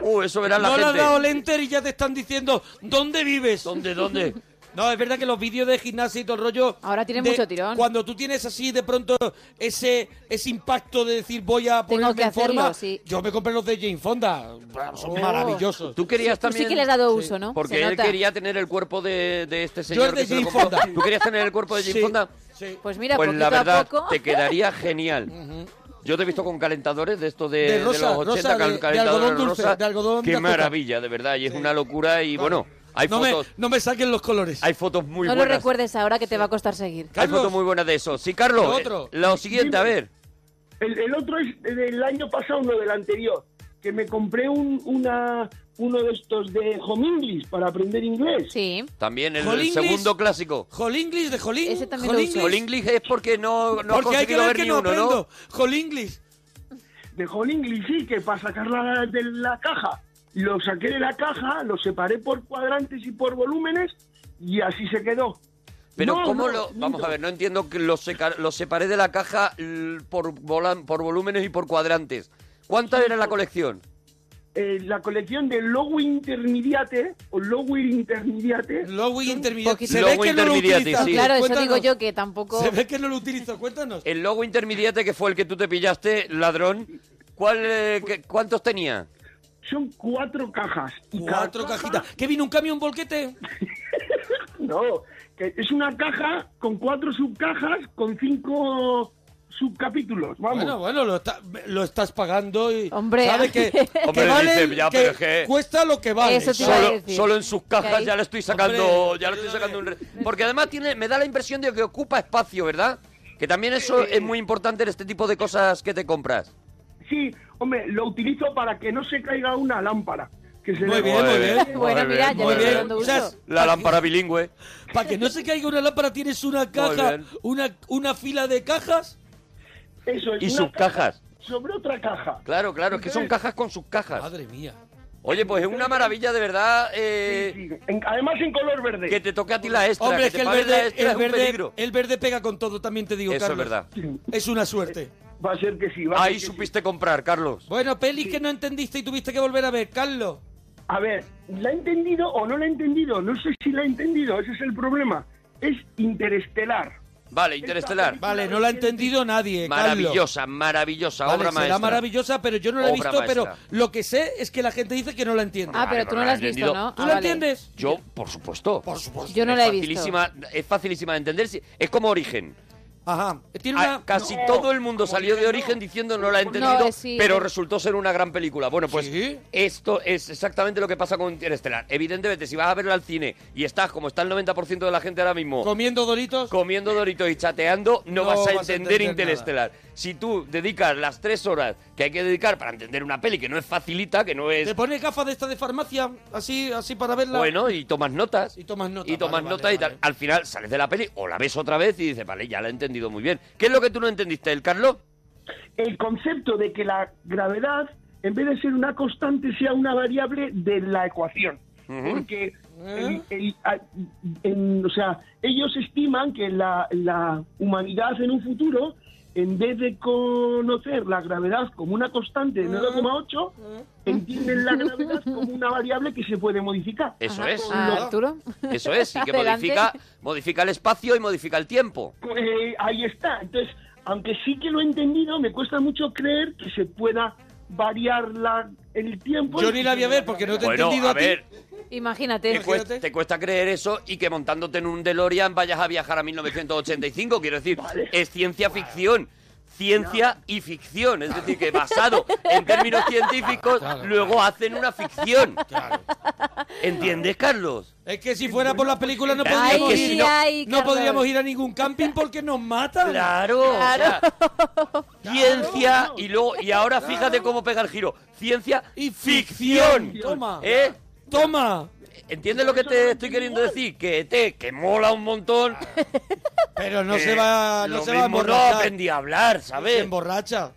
S8: Uh, eso verás la
S5: no le has
S8: gente.
S5: dado el enter y ya te están diciendo ¿Dónde vives?
S8: ¿Dónde, dónde?
S5: No, es verdad que los vídeos de gimnasia y todo el rollo... Ahora
S6: tienen
S5: de-
S6: mucho tirón.
S5: Cuando tú tienes así de pronto ese, ese impacto de decir voy a ponerme
S6: que
S5: en
S6: hacerlo,
S5: forma...
S6: sí.
S5: Yo me compré los de Jane Fonda. Son
S6: Oh.
S5: maravillosos.
S8: Tú querías
S6: Tú sí
S8: también
S6: que le has dado uso, ¿no?
S8: Porque
S6: Se
S8: él
S6: nota.
S8: quería tener el cuerpo de, de este señor
S5: el de
S8: que se lo
S5: Jane
S8: compró.
S5: Fonda.
S8: ¿Tú querías tener el cuerpo de Jane
S5: Sí,
S8: Fonda?
S6: Pues mira,
S8: pues
S6: poquito
S8: la
S6: a
S8: verdad
S6: poco.
S8: te quedaría genial. Yo te he visto con calentadores de estos de,
S5: De rosa,
S8: los 80,
S5: rosa, de-
S8: cal-
S5: de
S8: calentadores
S5: algodón dulce,
S8: rosa.
S5: de algodón de
S8: Qué
S5: azúcar.
S8: maravilla, de verdad, y es una locura y bueno, hay
S5: No me,
S8: fotos,
S5: no me saquen los colores.
S8: hay fotos muy
S6: no lo
S8: buenas.
S6: recuerdes ahora que te va a costar seguir.
S8: Hay fotos muy buenas de eso. Sí, Carlos,
S5: Otro.
S8: eh, lo siguiente, a ver.
S18: El, el otro es del año pasado, no del anterior, que me compré un, una, uno de estos de Home English para aprender inglés.
S6: Sí.
S5: También el,
S8: Hall English.
S5: segundo clásico.
S8: Hall English de Hall English.
S6: también lo uso.
S5: Hall English es porque no, no has
S8: Porque hay que
S5: conseguido
S8: ver
S5: ver
S8: que
S5: ni
S8: no
S5: uno,
S8: aprendo.
S5: ¿no?
S8: Hall English.
S18: De Hall English sí, que para sacarla de la caja. Lo saqué de la caja, lo separé por cuadrantes y por volúmenes y así se quedó.
S5: Pero
S18: No,
S5: cómo
S18: no,
S5: lo...
S18: no.
S5: Vamos a ver, no entiendo que los seca- los separé de la caja l- por, volan- por volúmenes y por cuadrantes. ¿Cuánta era la colección?
S18: Eh, la colección de Lowy Intermediate o Lowy Intermediate.
S8: Lowy Intermediate.
S5: Lowy Intermediate, sí.
S6: Claro, eso
S8: Cuéntanos.
S6: digo yo que tampoco...
S8: Se ve que no lo utilizo, cuéntanos.
S5: El logo intermediate que fue el que tú te pillaste, ladrón, ¿cuál, eh, qué- ¿cuántos tenía?
S18: Son cuatro cajas. Y
S8: Cuatro cajitas. ¿Qué vino un camión volquete?
S18: no, que es una caja con cuatro subcajas con cinco subcapítulos. Vamos.
S8: Bueno, bueno, lo, está- lo estás pagando y...
S18: Hombre,
S8: sabe que,
S18: Hombre,
S8: que
S5: dice,
S8: vale
S5: ya,
S8: que
S5: pero es que-
S8: cuesta lo que vale.
S5: Solo, solo en sus cajas
S8: Que
S5: ya
S8: ahí-
S5: le estoy sacando, ya le estoy sacando un re- porque además tiene, me da la impresión de que ocupa espacio, ¿verdad? Que también eso es muy importante en este tipo de cosas que te compras.
S18: Sí, hombre, lo utilizo para que no se caiga una lámpara. Que se
S8: Muy
S18: le-
S8: bien, muy bien.
S6: Bueno,
S5: Muy
S6: mira,
S5: bien, muy
S6: ya le estoy
S5: bien.
S6: dando
S8: O
S6: uso.
S8: sea,
S5: La lámpara bilingüe.
S8: Para que no se caiga una lámpara tienes una caja,
S5: bien.
S8: una, una fila de cajas.
S18: Eso
S8: Pues
S18: es
S5: Y
S18: una
S5: sus
S18: caja
S5: cajas.
S18: sobre otra caja.
S5: Claro, claro, es que son
S18: Entonces-
S5: cajas con sus cajas.
S8: Madre mía.
S5: Oye, pues es una maravilla de verdad. eh,
S18: además en color verde.
S5: Que te toque a ti la extra.
S8: Hombre,
S5: que
S8: es
S5: te
S8: que el
S5: paguen la
S8: verde,
S5: extra
S8: el,
S5: es un peligro.
S8: verde, el verde pega con todo, también te digo,
S5: Eso es
S8: Carlos.
S5: verdad.
S8: Es una suerte.
S18: Eh, Va a ser que sí. Va a
S5: Ahí
S18: ser que sí.
S5: supiste comprar, Carlos.
S8: Bueno, peli que no entendiste y tuviste que volver a ver, Carlos.
S18: A ver, ¿la he entendido o no la he entendido? No sé si la he entendido, ese es el problema. Es interestelar.
S5: Vale, Interestelar.
S8: Vale, no la ha entendido nadie. Carlos.
S5: Maravillosa, maravillosa
S8: Vale,
S5: obra
S8: será
S5: maestra.
S8: maravillosa, pero yo no la he
S5: Obra
S8: visto, pero
S5: maestra.
S8: lo que sé es que la gente dice que no la entiende.
S6: Ah, pero tú no la has visto, ¿no?
S8: ¿Tú
S6: Ah,
S8: la
S6: vale.
S8: entiendes?
S5: Yo, por supuesto.
S8: Por supuesto.
S6: Yo no
S5: Es
S6: la he visto.
S5: facilísima- Es facilísima de entender. sí. Es como Origen.
S8: Ajá. Eh, Tiene
S5: Ah,
S8: una...
S5: Casi todo el mundo salió de Origen diciendo no la he entendido,
S6: No, eh, sí.
S5: pero resultó ser una gran película. Bueno, pues esto es exactamente lo que pasa con Interestelar. Evidentemente, si vas a verla al cine y estás como está el 90% de la gente ahora mismo...
S8: Comiendo doritos.
S5: Comiendo doritos y chateando, no,
S8: No
S5: vas a
S8: vas a
S5: entender
S8: entender
S5: Interestelar. Si tú dedicas las tres horas que hay que dedicar para entender una peli que no es facilita, que no es...
S8: Te pones gafas de esta de farmacia, así, así para verla.
S5: Bueno, y tomas notas.
S8: Y tomas nota.
S5: y tomas
S8: vale,
S5: nota y tal. Al final sales de la peli o la ves otra vez y dices, vale, ya la he entendido muy bien. ¿Qué es lo que tú no entendiste, el Carlos?
S18: El concepto de que la gravedad, en vez de ser una constante, sea una variable de la ecuación. Porque,
S6: Ah.
S5: ¿Eh?
S18: el- el- a- en- o sea, ellos estiman que la, la humanidad en un futuro, en vez de conocer la gravedad como una constante
S6: Ah.
S18: de 9,8, entienden la gravedad como una variable que se puede modificar.
S5: Eso
S18: Ajá.
S5: es.
S6: Ah, Arturo.
S5: Eso es, y que
S6: Adelante.
S5: modifica, modifica el espacio y modifica el tiempo.
S18: Eh, ahí está. Entonces, aunque sí que lo he entendido, me cuesta mucho creer que se pueda variar la, el tiempo.
S8: Yo ni la voy a ver porque no te he
S5: Bueno,
S8: entendido
S5: a
S8: a ti.
S5: ver,
S6: Imagínate.
S5: te cuesta, te cuesta creer eso y que montándote en un DeLorean vayas a viajar a 1985. Quiero decir, es ciencia ficción. Ciencia y ficción, es decir, que basado en términos científicos, luego hacen una ficción. ¿Entiendes, Carlos?
S8: Es que si fuera por las películas no
S5: Ay, es
S8: podríamos,
S5: que
S8: ir,
S5: si no-
S6: Ay,
S8: no
S6: Carlos.
S8: podríamos ir a ningún camping porque nos matan.
S5: Claro, o sea, ciencia y luego y ahora fíjate cómo pega el giro. Ciencia y ficción.
S8: Toma.
S5: ¿Eh?
S8: Toma.
S5: ¿Entiendes lo que te estoy queriendo decir? Que te que mola un montón.
S8: Pero no
S5: que
S8: se va, no
S5: Eh, lo
S8: se va a
S5: mismo no
S8: emborrachar.
S5: aprendí a hablar, ¿sabes?
S8: Se emborracha.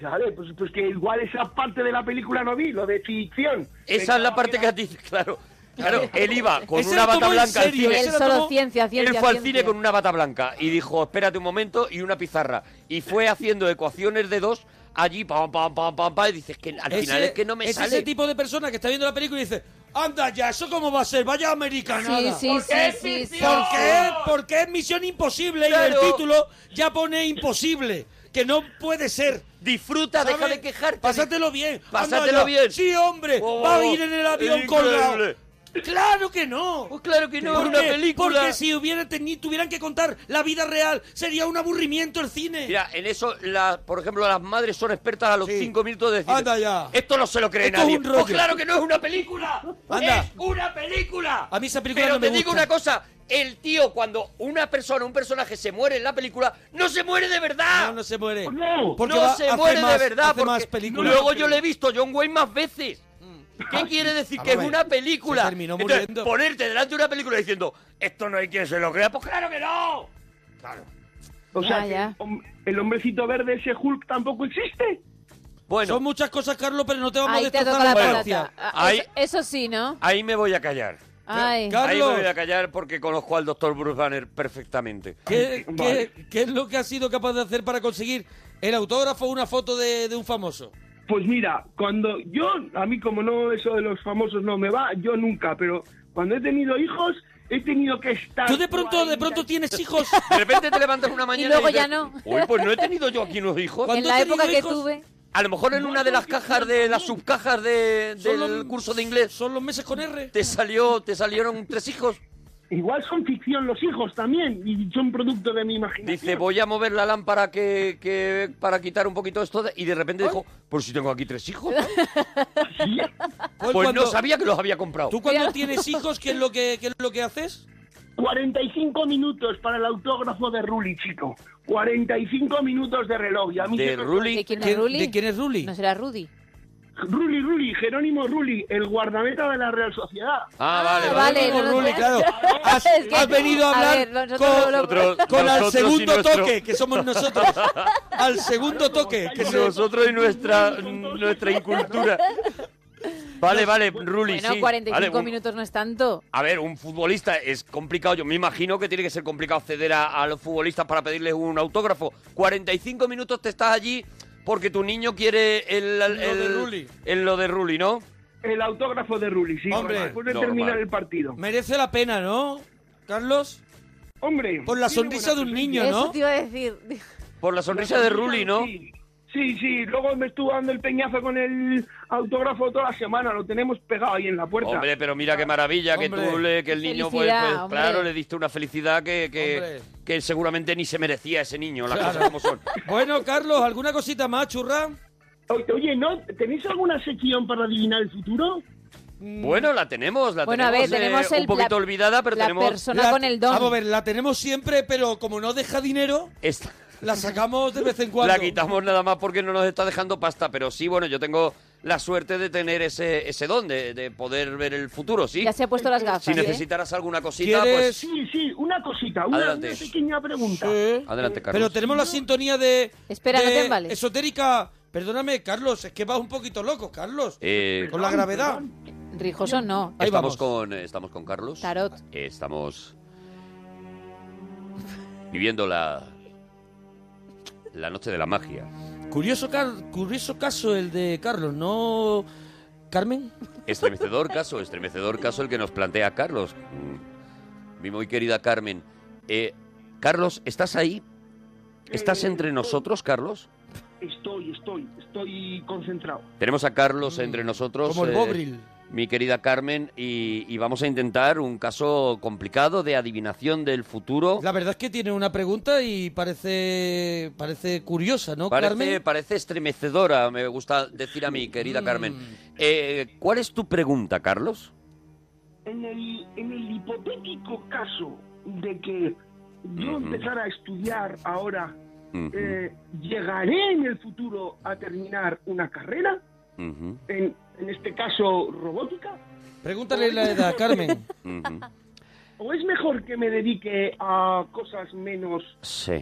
S18: Vale, pues, pues que igual esa parte de la película no vi, lo de ficción.
S5: Esa es la parte que has dicho, claro. Claro, él iba con
S8: Ese
S5: una
S8: lo
S5: bata
S8: tomó en
S5: blanca al
S8: serio,
S5: cine.
S8: ese
S6: Él
S8: lo
S6: solo
S8: tomó-
S6: ciencia,
S5: Él
S6: ciencia,
S5: fue al
S6: ciencia.
S5: cine con una bata blanca y dijo, espérate un momento, y una pizarra. Y fue haciendo ecuaciones de dos allí, pam, pam, pam, pam, pam, y dices que al final es que no me
S8: es
S5: sale.
S8: ese tipo de persona que está viendo la película y dice, anda ya, ¿eso cómo va a ser? Vaya
S6: Sí,
S8: americanada.
S6: sí, sí, sí, sí.
S8: ¿Por qué? Porque es Misión Imposible y el
S5: Claro.
S8: título ya pone imposible. Que no puede ser.
S5: Disfruta,
S8: ¿Sabes?
S5: deja de quejarte.
S8: Pásatelo bien.
S5: Pásatelo
S8: Anda ya.
S5: bien.
S8: Sí, hombre.
S5: Oh,
S8: va a ir en el avión
S5: increíble.
S8: colgado.
S5: ¡Claro que no!
S8: Pues claro que no,
S5: ¿Por
S8: una
S5: qué?
S8: película.
S5: Porque si hubiera teni- tuvieran que contar la vida real, sería un aburrimiento el cine.
S8: Mira, en eso, la- por ejemplo, las madres son expertas a los cinco minutos de decir...
S5: Anda ya.
S8: Esto no se lo cree
S5: Esto es
S8: nadie.
S5: un rollo.
S8: Pues claro que no es una película.
S5: Anda.
S8: Es una película.
S5: A mí esa película
S8: Pero
S5: no me
S8: te digo
S5: gusta.
S8: una cosa. El tío, cuando una persona, un personaje se muere en la película, no se muere de verdad.
S5: No, no se muere.
S8: No,
S5: Porque
S8: no
S5: va-
S8: se
S5: hace
S8: muere
S5: más-
S8: de verdad.
S5: hace más
S8: porque
S5: películas.
S8: luego yo le he visto a John Wayne más veces. ¿Qué quiere decir? Que es
S5: Vamos a
S8: una
S5: ver,
S8: película.
S5: se terminó
S8: Entonces,
S5: muriendo.
S8: ponerte delante de una película diciendo, esto no hay quien se lo crea, pues claro que no. Claro.
S18: O
S8: Ya,
S18: sea,
S6: Ah,
S18: que
S8: ya.
S18: el hom- el hombrecito verde, ese Hulk, tampoco existe.
S8: Bueno.
S5: Son muchas cosas, Carlos, pero no te vamos a
S6: Ahí te ha
S5: destrozar
S6: tocado la
S5: la
S6: patata.
S5: infancia.
S6: Ah, Eso, eso sí, ¿no?
S8: Ahí me voy a callar.
S6: Ay.
S8: Ahí me voy a callar porque conozco al doctor Bruce Banner perfectamente.
S5: ¿Qué,
S8: Vale.
S5: qué- qué es lo que has sido capaz de hacer para conseguir el autógrafo o una foto de, de un famoso?
S18: Pues mira, cuando yo, a mí como no eso de los famosos no me va, yo nunca, pero cuando he tenido hijos he tenido que estar...
S5: Tú de pronto, de pronto tienes hijos.
S8: De repente te levantas una mañana
S18: luego
S8: dices,
S18: ya no.
S8: Uy, pues no he tenido yo aquí unos hijos.
S6: En la época que tuve.
S8: A lo mejor en una de las cajas de las subcajas de, del curso de inglés.
S5: Son los meses con R.
S8: Te salió, te salieron tres hijos.
S18: Igual son ficción los hijos también y son producto de mi imaginación.
S8: Dice, voy a mover la lámpara que, que- para quitar un poquito esto. de- Y de repente dijo, por si tengo aquí tres hijos. Pues no sabía que los había comprado.
S5: ¿Tú cuando tienes hijos, qué es lo que, qué es lo que haces?
S18: 45 minutos para el autógrafo de Ruli, chico. 45 minutos de reloj. Y a mí se me-
S6: ¿De quién es Ruli?
S5: es Ruli?
S6: No será Rudy.
S18: Ruli, Ruli, Jerónimo Ruli, el guardameta de la Real Sociedad.
S8: Ah,
S6: vale, vale.
S5: Con
S6: no, no,
S5: Ruli,
S6: no.
S5: claro. Has,
S6: Es que-
S5: has venido a hablar
S6: ver, nosotros
S5: con,
S6: lo-
S8: Nosotros-
S5: con al
S8: nosotros y
S5: segundo
S8: nuestro-
S5: toque, que somos nosotros. Al segundo toque. Que se-
S8: Nosotros y nuestra, nuestra incultura. Vale, vale, Ruli,
S6: Bueno,
S8: sí.
S6: 45
S8: Vale, un-
S6: minutos no es tanto.
S8: A ver, un futbolista es complicado. Yo me imagino que tiene que ser complicado acceder a, a los futbolistas para pedirles un autógrafo. 45 minutos te estás allí porque tu niño quiere el, el,
S18: de Rulli.
S8: el- lo de Rulli, ¿no?
S18: El autógrafo de Ruli, sí.
S5: Hombre,
S18: después de
S8: normal.
S18: terminar el partido.
S5: Merece la pena, ¿no, Carlos?
S18: Hombre.
S5: Por la sonrisa de un niño,
S6: Eso
S5: ¿no?
S6: te iba a decir.
S8: Por la sonrisa de Rulli, ¿no?
S18: Sí. sí, sí, Luego me estuvo dando el peñazo con el autógrafo toda la semana. Lo tenemos pegado ahí en la puerta.
S8: Hombre, pero mira qué maravilla que
S18: Hombre.
S8: tú le, que el niño, pues,
S18: Felicidad,
S8: pues,
S18: hombre.
S8: claro, le diste una felicidad que, que,
S5: Hombre.
S8: que seguramente ni se merecía ese niño, las
S5: Claro.
S8: cosas como son.
S5: Bueno, Carlos, ¿alguna cosita más, churra?
S18: Oye, Oye, ¿no? ¿tenéis alguna sección para adivinar el futuro?
S8: Bueno, la tenemos, la
S6: Bueno, a
S8: tenemos.
S6: ver,
S8: eh,
S6: tenemos el-
S8: un poquito
S6: la-
S8: olvidada, pero
S6: la
S8: tenemos.
S6: persona con el don.
S5: Vamos a ver, la tenemos siempre, pero como no deja dinero,
S8: Esta-
S5: la sacamos de vez en cuando.
S8: La quitamos nada más porque no nos está dejando pasta, pero sí, bueno, yo tengo la suerte de tener ese, ese don, de, de poder ver el futuro, ¿sí?
S6: Ya se ha puesto las gafas.
S8: si
S6: ¿eh?
S8: necesitaras alguna cosita, pues...
S18: Sí, sí, una cosita, una,
S8: Adelante.
S18: una pequeña pregunta.
S8: Adelante, Carlos.
S5: Pero tenemos la sintonía de...
S6: Espera, no
S5: de
S6: te embales.
S5: Esotérica... Perdóname, Carlos, es que vas un poquito loco, Carlos.
S8: Eh,
S5: Con la gravedad.
S6: Rijoso no.
S8: estamos, con, eh, estamos con Carlos.
S6: Tarot.
S8: Eh, Estamos viviendo la, la noche de la magia.
S5: Curioso, car- curioso caso el de Carlos, ¿no, Carmen?
S8: Estremecedor caso, estremecedor caso el que nos plantea Carlos. Mm, Mi muy querida Carmen. Eh, Carlos, ¿estás ahí? ¿Estás
S5: Eh,
S8: entre nosotros, Carlos?
S18: Estoy, estoy, estoy concentrado.
S8: Tenemos a Carlos entre nosotros.
S5: Mm. Como el
S8: eh,
S5: Bobril.
S8: mi querida Carmen, y, y vamos a intentar un caso complicado de adivinación del futuro.
S5: La verdad es que tiene una pregunta y parece parece curiosa, ¿no,
S8: Parece,
S5: Carmen? Mm.
S8: parece estremecedora, me gusta decir a mi querida Carmen. Eh, ¿Cuál es tu pregunta, Carlos?
S18: En el, en el hipotético caso de que yo empezara a estudiar ahora,
S8: Ujú,
S18: eh, ¿llegaré en el futuro a terminar una carrera?
S8: ujú,
S18: En, en este caso, robótica.
S5: Pregúntale la edad, Carmen.
S8: ujú.
S18: ¿O es mejor que me dedique a cosas menos,
S8: Sí,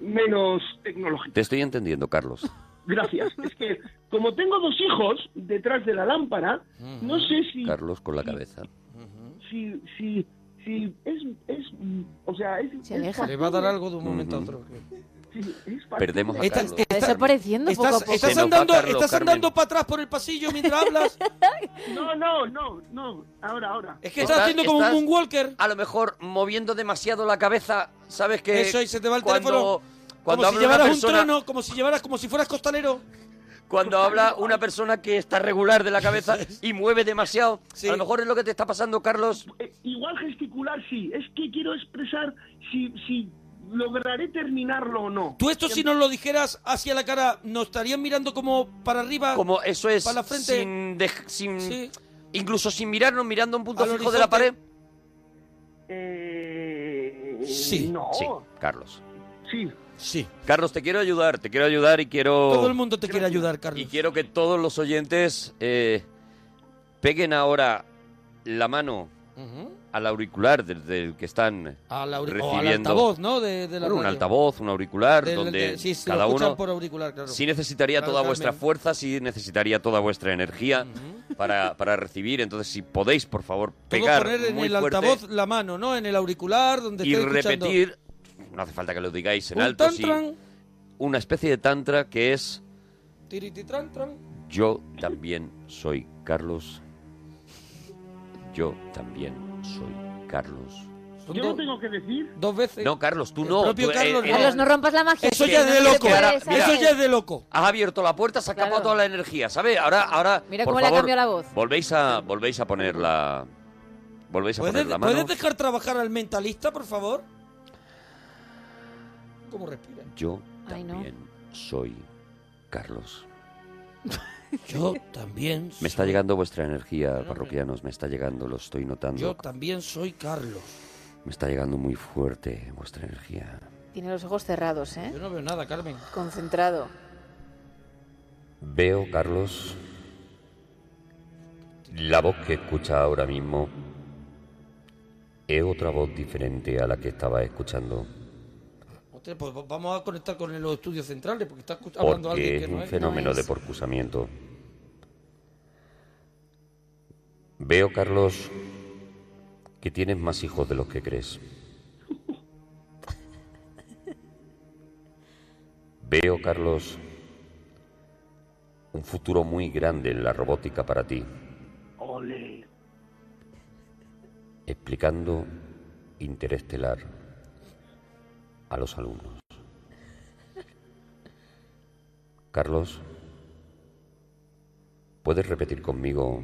S18: menos tecnológicas?
S8: te estoy entendiendo, Carlos.
S18: Gracias. Es que como tengo dos hijos detrás de la lámpara, no sé si
S8: Mm. Carlos con la cabeza.
S18: si, si, si es, es, o sea, es... es
S5: Le va a dar algo de un momento a otro.
S8: Perdemos a
S5: Estás-
S8: Carlos.
S5: estás-
S6: Desapareciendo poco a
S5: estás,
S6: poco.
S5: estás
S8: Se nos va
S5: andando,
S8: Carlos,
S5: estás
S8: Carmen.
S5: andando para atrás por el pasillo mientras hablas.
S18: No, no, no, no, ahora, ahora.
S5: Es que estás, haciendo como
S8: estás
S5: un moonwalker.
S8: A lo mejor moviendo demasiado la cabeza, ¿sabes que
S5: Eso, y se te va el
S8: cuando,
S5: teléfono.
S8: Cuando
S5: como si
S8: habla una
S5: llevaras
S8: persona,
S5: un trono, como si llevaras, como si fueras costalero.
S8: cuando habla una persona que está regular de la cabeza y mueve demasiado. A lo mejor es lo que te está pasando, Carlos.
S18: Eh, Igual gesticular sí, es que quiero expresar si, si lograré terminarlo o no.
S5: Tú esto si nos lo dijeras hacia la cara, ¿nos estarían mirando como para arriba?
S8: Como eso es,
S5: Para la frente.
S8: sin dej- sin- incluso sin mirarnos, mirando un punto fijo de la pared.
S5: Sí.
S18: Eh, No.
S8: Sí, Carlos.
S18: Sí.
S5: Sí.
S8: Carlos, te quiero ayudar, te quiero ayudar y quiero...
S5: Todo el mundo te quiere ayudar, Carlos.
S8: Y quiero que todos los oyentes eh, peguen ahora la mano al auricular desde el que están
S5: Al auri-
S8: recibiendo.
S5: o al altavoz, ¿no? De, de la
S8: Bueno, un
S5: radio.
S8: altavoz, un auricular,
S5: Del-
S8: donde
S5: de- sí, sí, lo
S8: cada
S5: escuchan
S8: uno...
S5: por auricular, claro.
S8: Sí necesitaría
S5: Claro,
S8: toda
S5: Carmen.
S8: vuestra fuerza, sí necesitaría toda vuestra energía para, para recibir. Entonces, si podéis, por favor,
S5: Todo
S8: pegar
S5: poner en
S8: muy
S5: el
S8: fuerte
S5: altavoz la mano, ¿no? En el auricular, donde
S8: y
S5: esté escuchando.
S8: repetir... No hace falta que lo digáis en
S5: Un
S8: alto, sí.
S5: tantran.
S8: Una especie de tantra que es...
S5: Tirititran,
S8: Yo también soy Carlos. Yo también soy Carlos.
S18: Yo lo tengo que decir.
S5: Dos veces.
S8: No, Carlos, tú no.
S5: propio
S8: tú, eh,
S5: Carlos no.
S6: Carlos, no rompas la magia.
S8: Eso
S6: que
S8: ya
S6: no
S8: es de
S6: se
S8: loco.
S6: puede
S8: Ahora,
S6: saber.
S8: mira. Eso ya
S5: es de loco.
S8: Has abierto la puerta, se ha escapado toda la energía, ¿sabes? Ahora, ahora.
S6: Mira
S8: por
S6: cómo le ha
S8: favor,
S6: cambiado la voz.
S8: Volvéis a, volvéis a poner la. Volvéis a poner
S5: ¿Puedes,
S8: la mano.
S5: puedes dejar trabajar al mentalista, por favor? ¿Cómo respira?
S8: Yo
S5: Ay, no.
S8: también soy Carlos.
S5: Yo también.
S8: Me está llegando vuestra energía, parroquianos. Me está llegando, lo estoy notando.
S5: Yo también soy Carlos.
S8: Me está llegando muy fuerte vuestra energía.
S6: Tiene los ojos cerrados, ¿eh? Yo
S5: no veo nada, Carmen.
S6: Concentrado.
S8: Veo, Carlos, la voz que escucha ahora mismo es otra voz diferente a la que estaba escuchando.
S5: Hostia, pues vamos a conectar con los estudios centrales porque está escu- hablando
S8: Porque
S5: alguien
S8: es
S5: que no
S8: un
S5: es.
S8: fenómeno de porcusamiento. Veo, Carlos, que tienes más hijos de los que crees. Veo, Carlos, un futuro muy grande en la robótica para ti.
S18: Ole.
S8: explicando interestelar a los alumnos. Carlos, ¿puedes repetir conmigo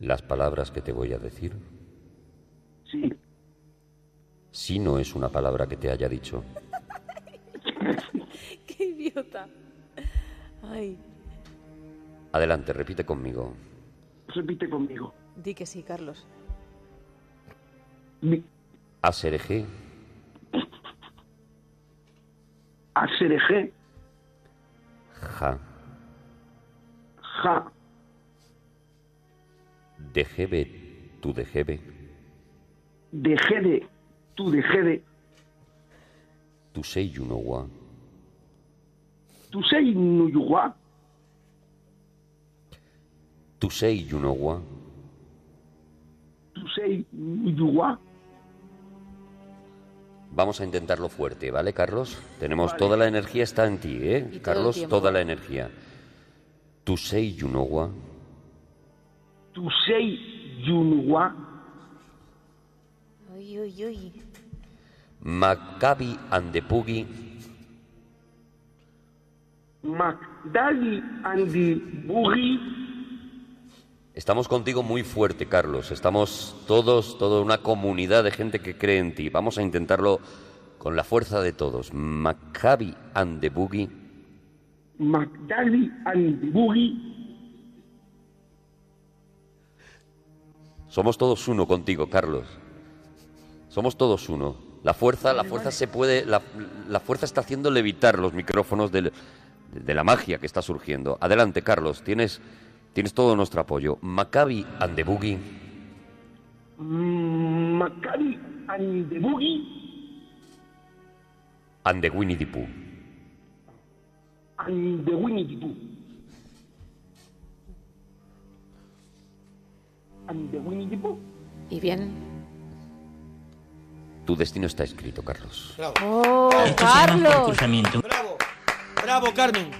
S8: las palabras que te voy a decir?
S18: Sí.
S8: Si no es una palabra que te haya dicho.
S6: Qué idiota. Ay,
S8: Adelante, repite conmigo.
S18: Repite conmigo.
S6: di que sí, Carlos.
S8: Aserejé,
S18: Asereje,
S8: ja,
S18: ja,
S8: dejebe, tu dejebe,
S18: dejé de, tú dejé de,
S8: tu seyunowa,
S18: tú sei nuyuwa,
S8: tu seyunowa,
S18: tú sei nuyuwa.
S8: Vamos a intentarlo fuerte, ¿vale, Carlos? Tenemos toda la energía está en ti, ¿eh?
S18: el
S8: Carlos,
S18: tiempo.
S8: toda la energía. Tu sei yunowa,
S18: tú sei yunuwa,
S6: Uy, uy, uy.
S8: Maccabi Andepugi,
S18: magdali andi bugi,
S8: Estamos contigo muy fuerte, Carlos. Estamos todos, toda una comunidad de gente que cree en ti. Vamos a intentarlo con la fuerza de todos. Maccabi Andepugi,
S18: magdali andi bugi,
S8: Somos todos uno contigo, Carlos. Somos todos uno. La fuerza, la fuerza se puede, la, la fuerza está haciendo levitar los micrófonos del- de la magia que está surgiendo. Adelante, Carlos, tienes, tienes todo nuestro apoyo. Maccabi and the Boogie,
S18: magdali andi bugi,
S8: and the Winnie the Pooh.
S18: andi winnie the pooh. Andi winnie the pooh.
S6: ¿Y bien?
S8: Tu destino está escrito, Carlos.
S6: ¡Oh, Carlos!
S5: Bravo, Carmen.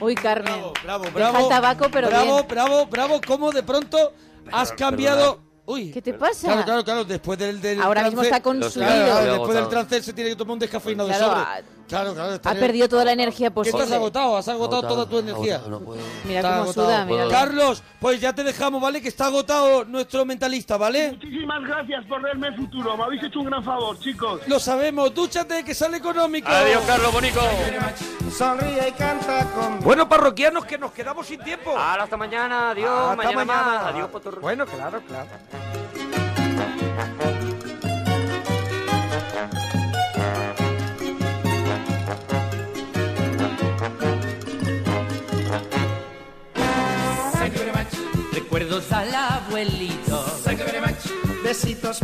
S6: Uy, Carmen.
S5: Bravo,
S6: Deja
S5: bravo.
S6: el tabaco, pero
S5: bravo,
S6: bien.
S5: bravo, bravo. ¿Cómo de pronto has cambiado? Uy.
S6: ¿Qué te pasa?
S5: Claro, claro, claro. Después del, del
S6: Ahora mismo
S5: trance-
S6: está consumido.
S5: Claro,
S6: Lo
S5: después del
S6: agotado.
S5: trance se tiene que tomar un descafeinado
S6: Claro,
S5: de
S6: ah,
S5: sobre. Claro, claro.
S6: Ha
S5: estaría-
S6: perdido toda la energía
S5: Que
S6: posible.
S5: estás agotado, has agotado toda tu energía.
S6: Mira
S5: Está
S6: cómo
S5: agotado.
S6: suda, mira.
S5: Carlos, pues ya te dejamos, ¿vale? Que está agotado nuestro mentalista, ¿vale?
S29: Muchísimas gracias por verme el futuro. Me habéis hecho un gran favor, chicos.
S5: Lo sabemos, dúchate que sale económico.
S29: Adiós, Carlos,
S4: bonito.
S5: Sonríe y canta con. Bueno, parroquianos, que nos quedamos sin tiempo.
S4: Ahora hasta mañana, adiós,
S5: Hasta
S4: mañana más,
S5: mañana.
S4: adiós,
S5: Bueno, claro, claro.
S12: Recuerdos al abuelito. Besitos